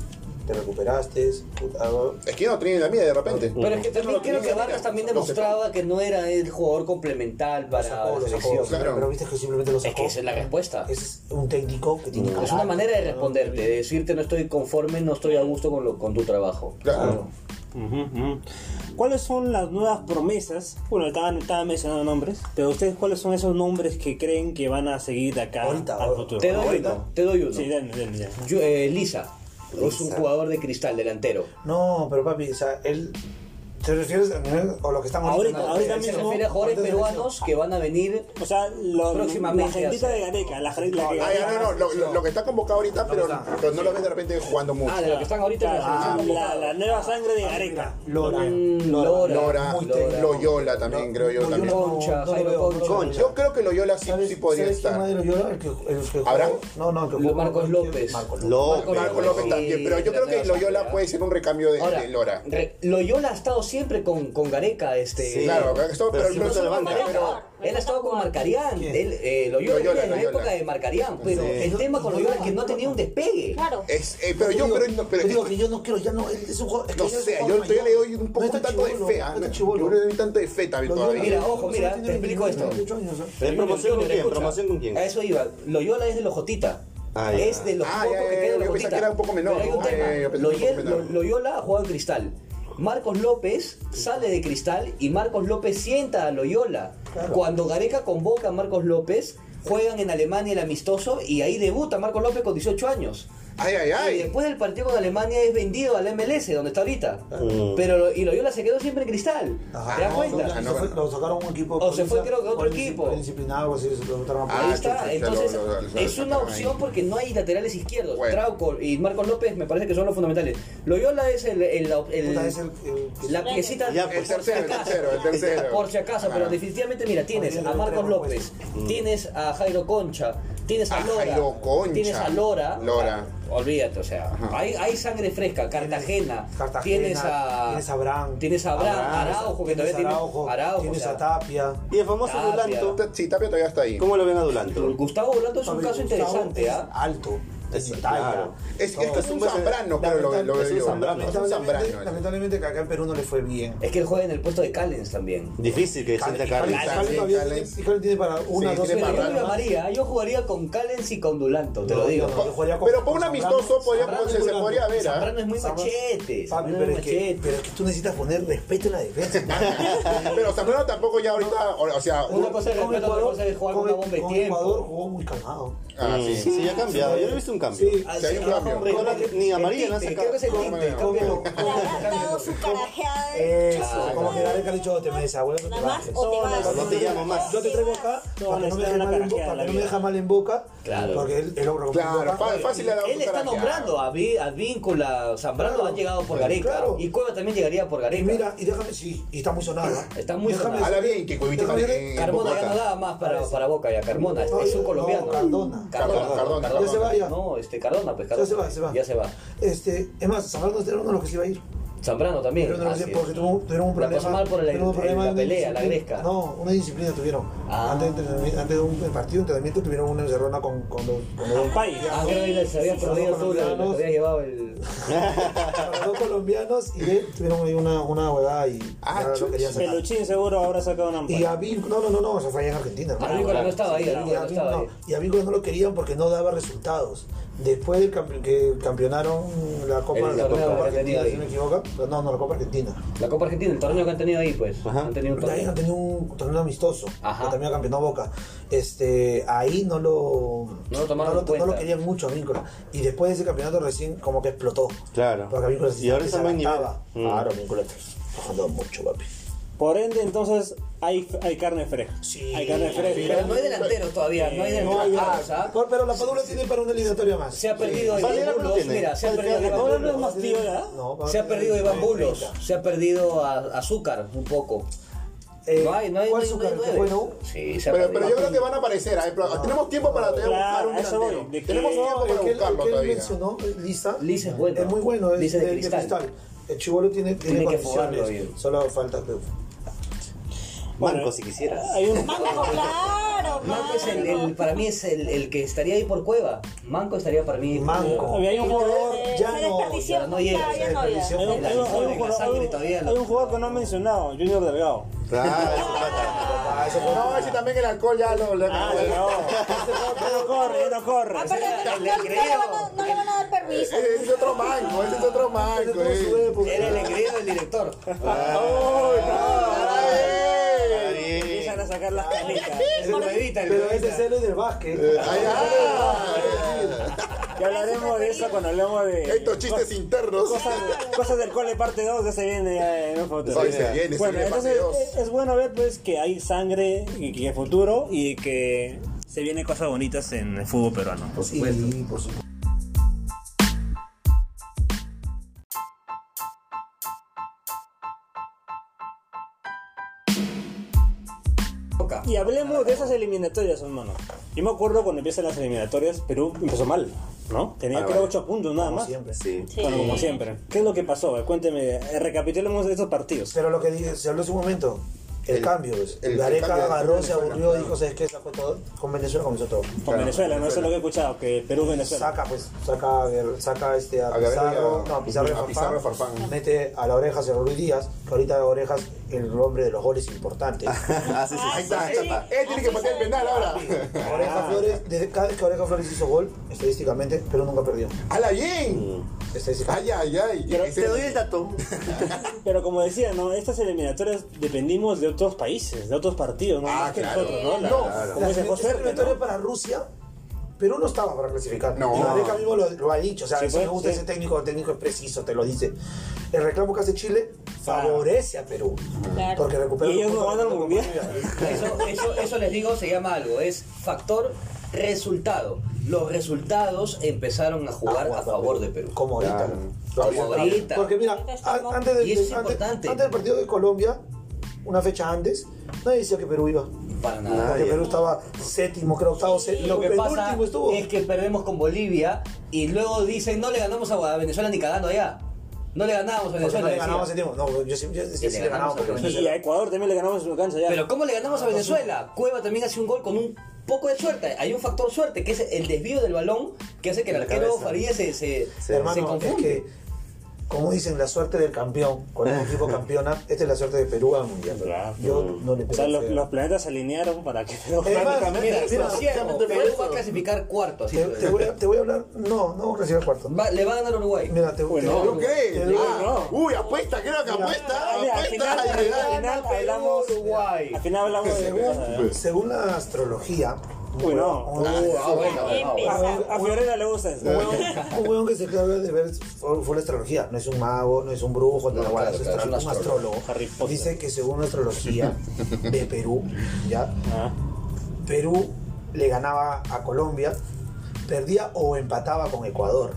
te recuperaste, puta, algo". Es que no tienen la mía de repente. Pero es que también Eso es lo creo que dice Vargas también Gareca. demostraba que no era el jugador complemental Lo para sacó, la lo sacó, selección. claro. pero viste que simplemente lo sacó. Es que esa es la respuesta. Ese es un técnico que tiene Es una carácter, manera de ¿no? responderte, de decirte no estoy conforme, no estoy a gusto con, lo, con tu trabajo. Claro. Ujú, ujú. ¿Cuáles son las nuevas promesas? Bueno, estaban, estaban mencionando nombres, pero ustedes, ¿cuáles son esos nombres que creen que van a seguir de acá Ahorita, al ahorita. futuro? Te doy Ahorita. uno, te doy uno. Sí, dale, dale, ya. Yo- eh, Lisa, es un Lisa. jugador de cristal, delantero. No, pero papi, o sea, él. ¿Te refieres a nivel- o lo que estamos Ahorita, hablando? ahorita Se mismo. refiere a jugadores Antes de la peruanos que van a venir O sea, lo, la Próximamente, gentita o sea. de Gareca, la, gen- la que Ah, ya, no, no, lo, lo- lo que está convocado ahorita, pero, está. pero no lo ves de repente jugando mucho. Ah, de los que están ahorita en la Claro, selección la, la nueva sangre de Gareca. Lora. Mm, Lora. Lora. Lora, Muy técnico. Loyola también, creo yo Loyola también. no, Concha, no lo Jairo veo, no lo Concha. veo. Yo creo que Loyola sí, sí podría ¿sabes quién estar. Ah, más de Loyola? El que, el que jugó- ¿Habrá? No, no, el que Lo- jugó- Marcos López. Marcos Lo- Marco Marco López López también, pero yo y creo que Andrés Loyola Aguilera. puede ser un recambio de, Ahora, de eh, Lora. Re- Loyola ha estado siempre con, con Gareca, este. Sí. Claro, esto, pero, Pero el si pero, no se levanta, pero- Él ha estado con Marcarián, ¿Quién? él, eh, Loyola, Loyola, en la Loyola. época de Marcarián, pero Sí. el tema con Loyola es que no tenía un despegue. Claro. es, eh, pero yo digo- creo no, pero- yo digo que yo no quiero, ya no, él es un jugador. es que no ya es un sé, yo jugador todavía le mayor. doy un poco No un está tanto de chivolo, fe. ah, no está Yo chivolo. le doy un tanto de fe también Loyola todavía. Mira, ojo, mira, tiene te explico 29, 28 esto. años, ¿eh? ¿En promoción con quién? ¿Promoción con quién? A eso iba. Loyola es de los Jotita. Ah, ya. es de los Ah, pocos ya, que ya, queda de yo los pensaba Jotita. que era un poco menor. Pero hay un Ah, tema. ya, ya, yo pensaba que era un poco Loyel- menor. Lo- Loyola juega en cristal. Marcos López sale de cristal y Marcos López sienta a Loyola. Cuando Gareca convoca a Marcos López, juegan en Alemania el amistoso y ahí debuta Marcos López con 18 años. Ay, ay, Y ay. después del partido con Alemania es vendido al MLS, donde está ahorita. Mm. Pero, y Loyola se quedó siempre en cristal. Ajá. ¿Te das No, cuenta? no, Ah, no, se fue- no. Lo sacaron un equipo. O se fue, creo que otro por disci- equipo. por Disciplinado, algo así, lo botaron a Ah, Ahí está, chucha, entonces lo- lo- lo- es lo una sacaron opción ahí. porque no hay laterales izquierdos. Bueno. Trauco y Marcos López me parece que son los fundamentales. Loyola es el, el- el- Puta, es el- el- la piecita Ya, El pues, por si tercero, el acaso. tercero, el tercero. Por si acaso, Ajá. pero definitivamente mira, tienes Oye, a Marcos tenemos López, Mm. tienes a Jairo Concha, tienes a A Lora, Ah, Jairo Concha. tienes a Lora. Lora. Ah, Olvídate, o sea, hay, hay sangre fresca, Cartagena, Cartagena, tienes a tienes a Abraham, tienes a Abraham, Araujo, que todavía tiene Araujo, Araujo, tienes o sea, a Tapia. Y el famoso Tapia. Dulanto. Sí, Tapia todavía está ahí. ¿Cómo lo ven a Dulanto? Gustavo Orlando es un Papi, caso Gustavo interesante, es ¿ah? Alto. Es Es- talla. claro. Es, Todo. es que es un Zambrano, pero lo, lo es un veo. Zambrano. Es un Lamentablemente, Zambrano. lamentablemente que acá en Perú no le fue bien. Es que él juega en el puesto de Callens también. Difícil que sienta Cali- Carlos. Cali todavía Cali- tiene- Cali tiene para una, Sí, tiene dos, Pero tres para yo partidos lo Raro, más. llamaría, yo jugaría con Callens y con Dulanto, te No, lo digo. no, yo jugaría con- Pero por un con Zambrano. amistoso podría- Zambrano se, y se Dulanto. podría ver, ¿ah? [laughs] Zambrano es muy machete. Papi, Zambrano pero es es, que, machete. pero es que tú necesitas poner respeto en la defensa. Pero Zambrano tampoco ya ahorita, o, o sea, Una cosa es Con respeto, otra cosa es jugar con una bomba de con tiempo. Ecuador jugó muy calmado. ah, Mm, sí. sí, ya ha cambiado. Yo le he visto un cambio. Sí. Si hay un cambio. Con la- ni a María El le han tinte, sacado. Creo que es el tinte, Como- cambia [laughs] lo- Le habrán dado su carajeada. de- Eso, como que Gareca le ha dicho, te me desabuelo, te Nada más bajes. o te vas. no te llamo más. Yo te traigo acá No, para que no no me está deje una mal en boca, carajada para la que no me vida. deja mal en boca. Claro. Porque él, él lo recomienda Claro, acá. fa- fácil le ha dado Él está otra- nombrando a, Vi- a Víncula, Zambrano Claro. ha llegado por Gareca. Claro. Y Cueva también llegaría por Y Gareca. mira, y déjame, sí, y está muy sonado. ¿eh? Está muy Déjame sonado. decir- Habla bien, que Cuevita Déjame está decir- bien. Carmona ya Boca. no daba más para, para Boca ya. Carmona, Pues, No, es un no, colombiano. Cardona. Cardona, Cardona. Ya se va, ya. No, este Cardona, pues Ya Cardona. se va, se va. Ya se va. Este, es más, Zambrano era uno de los que se iba a ir. Zambrano también. Pero no lo así sé, es. porque tuvo- tuvieron un La problema. pasó mal por la- tuvieron un la problema de una pelea, la disciplina- gresca. No, una disciplina tuvieron. Ah. Antes, de entrenamiento- antes de un partido, entrenamiento, tuvieron una encerrona con, con los. [laughs] Con los- Con Pai. Ah, creo que se había Sí, sí, perdido sí, tú, la- la que colombianos. había llevado el. con los colombianos y de- tuvieron ahí una, una huevada y. Ah, ya lo chuch. querían sacar. Peluchín seguro habrá sacado una Y ampara. a Víncula, no, no, no, no, se fue allá en Argentina. hermano. Ah, Víncula no estaba ahí, Sí, Víncula a no Víncula estaba no. ahí. Y a Víncula no lo querían porque no daba resultados. Después del campe- que campeonaron la Copa, El la torneo Copa que tenía Argentina, ahí. si no me equivoco, no, no, la Copa Argentina. La Copa Argentina, el torneo que han tenido ahí, pues. Ajá. Han tenido un Ahí torneo. han tenido un torneo amistoso, Ajá. que también campeonó Boca. Este, ahí no lo, No lo tomaron no en cuenta. no lo querían mucho a Víncula. Y después de ese campeonato recién como que explotó. Claro. Porque a Víncula se Y ahora está en buen nivel. desalentaba. Mm. Claro, Víncula está bajando mucho, papi. Por ende, entonces, hay, hay carne fresca. Sí. Hay carne fresca. Pero no hay delanteros todavía, no hay No, delanteros. ya. Ah, o sea, Por- pero la Padula tiene para una eliminatoria más. se ha perdido Sí. Iván Valera no Bulos, tiene. mira, se ha Valera perdido no Iván tiene. Bulos. más tío, ¿verdad? No, Se ha perdido Iván Bulos, 30. se ha perdido a- Azúcar un poco. Eh, No hay, no hay, ¿Cuál no hay- su no hay carrete? nueve. Bueno, Sí, se ha Pero, perdido. pero yo creo que van a aparecer. ¿eh? Pero tenemos tiempo para todavía Claro, buscar un a eso delantero. voy, de que- Tenemos tiempo para el que- el buscarlo que él todavía. mencionó, Lisa. Lisa es bueno. Es muy bueno, es Lisa de de, de cristal. cristal. El chivolo tiene, tiene, Tiene que condiciones, jugarlo bien. solo falta que... Marco, si quisieras. Hay un... Manco, claro, Manco es el, Manco. el- para mí es el, el que estaría ahí por Cueva. Manco estaría para mí. Manco. Había un jugador... Eh, ya se no, desperdició, ya no llega, ya, se ya no llega. desperdició. Hay un, hay un- hay un La jugador, hay sangre un- todavía lo- hay un jugador que no han mencionado, Junior Delgado. Claro, eso mata. Ah, eso fue- No, ese también el alcohol ya lo. lo- Ah, se acabó. Ya no corre, ya no corre. Aparte, no, le no le creo. van a- no le van a dar permiso. Ese ese es otro manco, ese es otro Ese manco. tuvo su eh. época. Era el engreído del director. Ah, ¡Ay! Empiezan a sacar las canicas. Es el huevita, el Pero ese huevita. es el del básquet. ¡Ay, ay! Ya hablaremos de eso cuando hablemos de. Estos chistes internos. Cosas, cosas del cole parte 2 ya se viene ya en un futuro. Hoy se viene, se bueno, viene parte entonces dos. es, es bueno ver pues que hay sangre y que hay futuro y que se vienen cosas bonitas en el fútbol peruano. Por supuesto. Y, por supuesto. Boca. Y hablemos de esas eliminatorias, hermano. Yo me acuerdo cuando empiezan las eliminatorias, Perú empezó mal, ¿no? Tenía Ah, que vale. 8 puntos nada más. Siempre. Sí. Sí. Bueno, como siempre. ¿Qué es lo que pasó? Cuénteme, eh, recapitulemos de estos partidos. Pero lo que dije, se habló hace un momento, el, El- cambio. pues. el- el Gareca cambio de- agarró, se Venezuela, aburrió, claro. dijo, ¿sabes qué? Sacó todo. Con Venezuela comenzó todo. Con Claro, Venezuela, ¿no? Eso es lo que he escuchado, que Perú-Venezuela. Saca, pues, saca, a Guer- saca este, a, A Guerrero Pizarro, y a- no, a Pizarro, y a Pizarro y a Farfán. Mete a la oreja a Luis Díaz, que ahorita de orejas el hombre de los goles [laughs] importantes. [laughs] Ah, sí, sí, Ahí sí, está, sí, sí. él tiene que patear el penal ahora. Oreja Flores, desde cada vez que Oreja Flores hizo gol, estadísticamente, pero nunca perdió. ¡Hala bien! Mm. Estadísticamente. ¡Ay, ay, ay! Ese- Te doy el dato. Pero como decía, ¿no? Estas eliminatorias dependimos de otros países, de otros partidos, no Ah, más que claro. nosotros, ¿no? La- No, Como La dice José, eliminatoria ¿no? para Rusia, Perú no estaba para clasificar. No. Y Gareca mismo lo, lo ha dicho. O sea, Sí, eso pues, me gusta sí. ese técnico, el técnico es preciso, te lo dice. El reclamo que hace Chile favorece a Perú. Claro. Porque recupera Y ellos los no puntos ganan el que mundial. Colombia. Eso, eso, eso les digo, se llama algo, es factor resultado. Los resultados empezaron a jugar a favor de Perú. Ah, Como ahorita. Claro. Como ahorita. Porque mira, Ahorita está a- como- antes, de- Y eso es antes, importante. antes del partido de Colombia, una fecha antes, nadie decía que Perú iba. Para nada. Porque Perú estaba séptimo, creo, octavo, sé- Lo que el pasa último estuvo. es que perdemos con Bolivia y luego dicen no le ganamos a Venezuela ni cagando allá. No le ganábamos a O sea, Venezuela. no le decía. ganamos ese tiempo. No, yo siempre yo decía Y le sí le ganamos ganamos porque a Y Venezuela. a Ecuador también le ganamos en su cancha ya. Pero ¿cómo le ganamos a Venezuela? Cueva también hace un gol con un poco de suerte. Hay un factor suerte que es el desvío del balón que hace que el La arquero cabeza. Farías se, se, se Hermano, es confunde. que, como dicen, la suerte del campeón, con un equipo campeona, esta es la suerte de Perú al mundial. Ah. Claro. Yo no le o sea, los, creo. los planetas se alinearon para que Perú Es más, gane. Ah, Mira, mira, lo cierro, prácticamente Perú fue va a eso. clasificar cuarto. así te, lo digo. te voy a, te voy a hablar. No, no recibe el cuarto. Va- le va a ganar Uruguay. Mira, te, Bueno, te- ¿No crees? te digo- Ah, Uy, apuesta, creo que apuesta. Ah, mira, al Apuesta. final, al ay, ay, ay. final hablamos. Uruguay. Al final hablamos de. Pues, según la astrología, Uy, no. un huevón- Ah, bueno, bueno, bueno. A, a Fiorella le gusta eso. un huevón- un huevón que se clava de ver fue, fue la astrología. No es un mago, no es un brujo, no, No, guarda, claro, es claro, astro- es un un astrólogo. astrólogo. Harry Potter. Dice que según la astrología de Perú, ya [laughs] Ah. Perú le ganaba a Colombia, perdía o empataba con Ecuador.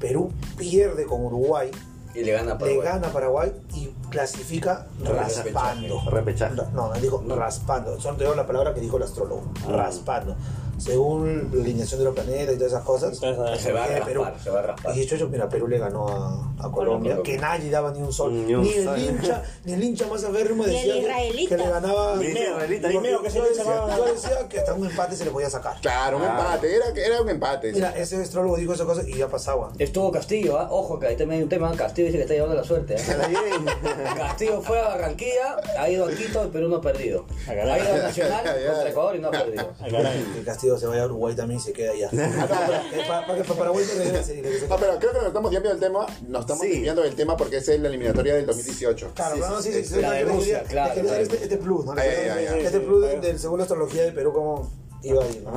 Perú pierde con Uruguay, Y le gana a le Paraguay. gana a Paraguay y clasifica Repechaje. raspando. Repechaje. No, no, dijo raspando. Solo te digo la palabra que dijo el astrólogo. Raspando. Según la alineación de los planetas y todas esas cosas. Entonces, Se va a Eh, raspar, Perú. se va a raspar. Y dicho eso, mira, Perú le ganó a, a Colombia, que nadie daba ni un sol. Ni Ni, un sol. el hincha, ni el hincha más aférrimo Ni el decía que, israelita. que le ganaba. Ni el israelita. Dimeo, que se yo, lo decía, llamaba. yo decía que hasta un empate se le podía sacar. Claro, un empate, era, era un empate. Mira, ese astrólogo dijo esa cosa y ya pasaba. Estuvo Castillo, ¿ah? ojo que ahí también hay un tema, Castillo dice que está llevando la suerte. ¿ah? [laughs] Está bien. Castillo fue a Barranquilla, ha ido a Quito, pero no ha perdido. Ha Ah, caray. ido [laughs] a Nacional Ya, ya. contra Ecuador y no ha perdido. Ay, caray. Que Castillo se vaya a Uruguay también y se queda allá. Para que para Paraguay no le debe seguir, que se Ah, pero creo que nos estamos desviando del tema, nos estamos Sí. desviando del tema porque es la eliminatoria del 2018. Claro, no, sí, sí, sí, la de yo les Rusia, quería- les claro, quería dar claro. Este, este plus, ¿no? Les Ay, quería dar ay, este- ay, este ay. plus del, del según la astrología de Perú, cómo iba a ir, ¿no? Iba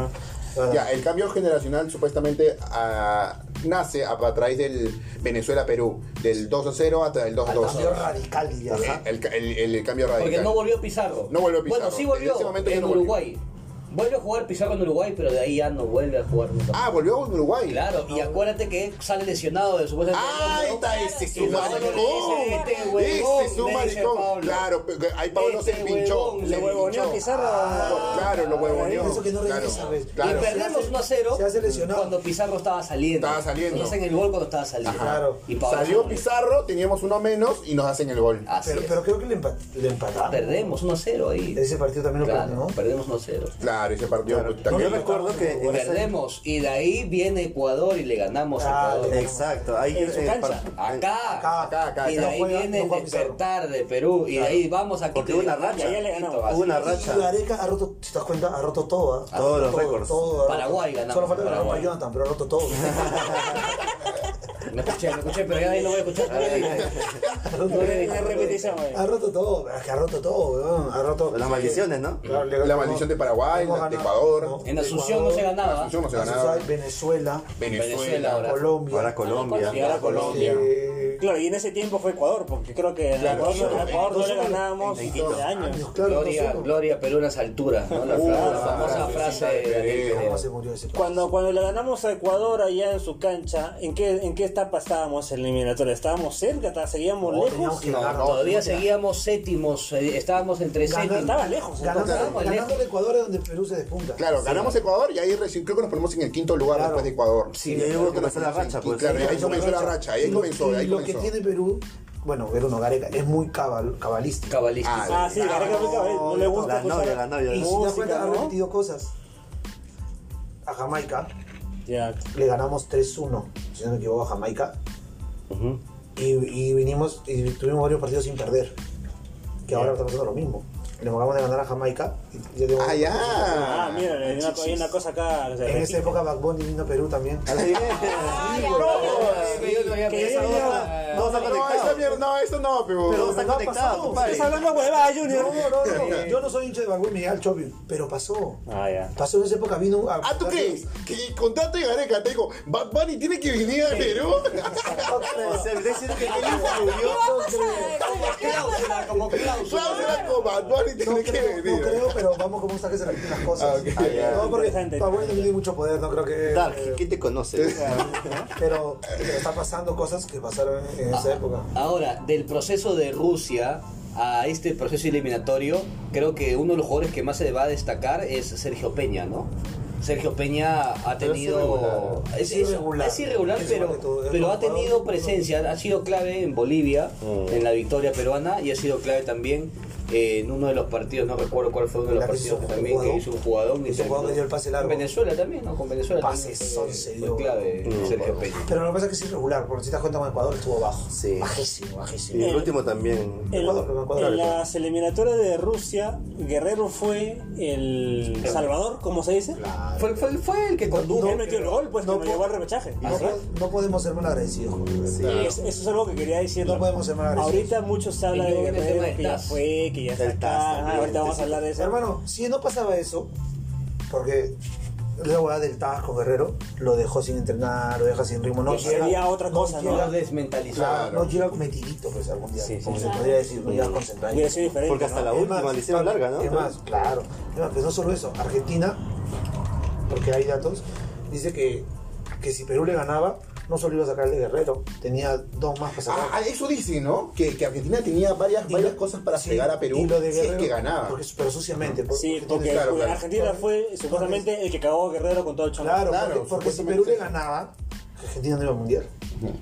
a dar. Ya, el cambio generacional supuestamente ah, nace a, a través del Venezuela-Perú, del 2 a 0 hasta el 2 a Al cambio 2. radical, ya. El, el- el cambio radical. Porque no volvió Pizarro. No volvió Pizarro. Bueno, sí En ese volvió momento en, ya no volvió. Uruguay. Vuelve a jugar Pizarro en Uruguay, pero de ahí ya no vuelve a jugar nunca. Ah, volvió a Uruguay. claro, y acuérdate que sale lesionado de supuestamente. Ahí Ah, está, ese es un Y Paolo le maricón. dice, "Este huevón", Ese es un le dice maricón. Paolo. Claro, pe- ahí Pablo se Este pinchó. huevón, le lo huevoneó pinchó. Pizarro. Ah, claro, lo huevoneó. Eso que no claro, regresa, ¿ves? claro. y perdemos Se hace- 1 a 0 se hace lesionado. cuando Pizarro estaba saliendo. Estaba saliendo. Nos hacen el gol cuando estaba Ajá. saliendo. Claro. Y Paolo Salió Soler. Pizarro, teníamos uno menos y nos hacen el gol. Así Pero, es. pero creo que le, empat- le empataron. Ah, Perdemos 1 a 0 ahí. Ese partido también lo Claro, perdió, ¿no? perdemos 1 a 0. Claro, ese partido. puta, Yo que- recuerdo que en ese- Perdemos y de ahí viene Ecuador y le ganamos Ah, a Ecuador. Exacto, ahí En su eh, cancha. par- Acá, Acá, acá, acá, y de acá. ahí No juega- viene no el juega Pizarro. despertar de Perú y de ahí vamos a Porque Quito. hubo una racha. Y ahí le ganamos. Hubo Hubo una Y racha. Gareca ha roto, si te das cuenta, ha roto todo. ¿ah? Ha Todos roto los récords. todo, ha roto- Paraguay ganamos, Solo falta ganar Paraguay. para Jonathan, pero ha roto todo. Me escuché, me escuché, pero ya ahí no voy a escuchar. [laughs] Una repetición, güey. ha roto todo, pero es que ha roto todo, weón. Ha roto. Las maldiciones, ¿no? Claro, le- Eh, La maldición de Paraguay, hemos la de ganado- Ecuador. En Asunción no se ganaba. Asunción no se Asunción, ganaba. Venezuela, Venezuela. Venezuela ahora. Colombia. Ahora Colombia. Y ahora Colombia. eh, Claro, y en ese tiempo fue Ecuador, porque creo que a Claro, Ecuador, no- a sí. Ecuador no le Nosotros- ganábamos en de Quito. años. claro, Gloria, nosotros- gloria Perú en las alturas, ¿no? La, Uh, fra- la ah, famosa sí, frase sí, de aquel creo. ¿Cómo video. se murió ese Cuando, cuando le ganamos a Ecuador allá en su cancha, ¿en qué, en qué etapa estábamos en la eliminatoria? ¿Estábamos cerca? ¿Tá- ¿Seguíamos No, teníamos lejos? que No, ganar. Todavía seguíamos séptimos, eh, estábamos entre Ganar- séptimos. estaba lejos. Ganando, entonces. Ganamos ganando lejos. el Ecuador es donde Perú se despunta. Claro, ganamos Ecuador y ahí recién creo que nos ponemos en el quinto lugar Claro. después de Ecuador. Sí, y ahí hubo que comenzar la racha, pues. Claro, ahí comenzó la racha, ahí Y lo- comenzó, ahí y Lo que comenzó. tiene Perú, bueno, Perú no, Gareca, es muy cabal, cabalístico. Cabalístico. Ah, Ah, sí, Gareca fue cabal, no le gusta La novia, la escuchar novia. Y si te das música, cuenta, ha ¿no? repetido cosas. A Jamaica Ya, le ganamos 3-1, si no me equivoco, a Jamaica. Ujú. Y, y vinimos y tuvimos varios partidos sin perder. Que ahora estamos haciendo lo mismo. Le acabamos de ganar a Jamaica. y ya tenemos- Ah, ya. Ah, mira, hay una, hay una cosa acá. o sea, En esa época, Backbone vino a Perú también. que yo ya- Todos están No, esa conectados. mierda, no, eso no, pero. Todos están no ha conectados, pasado. compadre. Estás hablando huevada, No, Junior. no, no. Yo no soy hincha de Backbone, me llega al Chopi. Pero pasó. Ah, ya. Pasó en esa época, vino a. Ah, ¿tú crees? Que contrato de Gareca, te digo, Bad Bunny tiene que venir a Perú. O sea, es decir, que él ¿Qué influyó. va a pasar? ¿Qué va a pasar? Como cláusula. Cláusula con Bad Bunny No tiene que creo, no venir. creo, pero vamos como está que se repiten las Ah, cosas. ok. Ah, ya. No, porque Interesante. Backbone también tiene mucho poder, no creo que. Dark, eh, ¿quién te conoce? Pero, pero está pasando cosas que pasaron en Ah. esa época. Ahora, del proceso de Rusia a este proceso eliminatorio, creo que uno de los jugadores que más se va a destacar es Sergio Peña, ¿no? Sergio Peña ha Pero es tenido. irregular. Es Es es- irregular. es irregular, Es igual que todo, pero, es pero un ha tenido jugador- Mm. presencia, ha sido clave en Bolivia, en la victoria peruana, y ha sido clave también eh, en uno de los partidos, no recuerdo cuál fue uno de los La que hizo partidos que un también que jugador. hizo un jugador. Hizo un jugador que dio el pase largo. Con Venezuela también, ¿no? Con Venezuela Pases Mm. también. eh, once fue- dio. fue clave Sergio Peña. Pero lo que pasa es que es irregular, porque si te das cuenta con Ecuador estuvo bajo. Sí. Bajísimo, bajísimo. Y el último también. En, en las eliminatorias de Rusia, Guerrero fue el salvador, como se dice. Fue, fue, fue el que condujo. Él metió el gol, pues, que No nos po- llevó al repechaje. No, po- no podemos ser mal agradecidos. Y es- eso es algo que quería decir. No podemos ser mal agradecidos. Ahorita mucho se habla Y de luego el tema Guerrero, del que ya Taz. fue, que ya está El Taz acá. también, Ah, Ahorita vamos sí, a hablar de eso. Hermano, si no pasaba eso, porque la hueá del Tasco Guerrero lo dejó sin entrenar, lo deja sin ritmo, no Que llega. sería otra cosa, ¿no? llega- Lo desmentalizó. Claro, no llega metidito, pues algún día, Sí, sí, como sí. se podría decir, no llega concentrado. Hubiera sido diferente. Porque hasta ¿no? la Es última más, le hicieron larga, Es ¿no? más, claro. Es más, pero no solo eso. Argentina, porque hay datos, dice que, que si Perú le ganaba, no solo iba a sacar el de Guerrero, tenía dos más para sacar. Ah, ah, eso dice, ¿no? Que, que Argentina tenía varias, Y varias lo- cosas para sí, pegar a Perú y lo de si es Guerrero, que ganaba. Porque, pero suciamente. por- Sí, porque- porque Claro, claro. Argentina fue supuestamente el que cagó a Guerrero con todo el chongo. Claro, Claro, porque, porque si supuestamente Perú le sí. ganaba, Argentina no iba al mundial.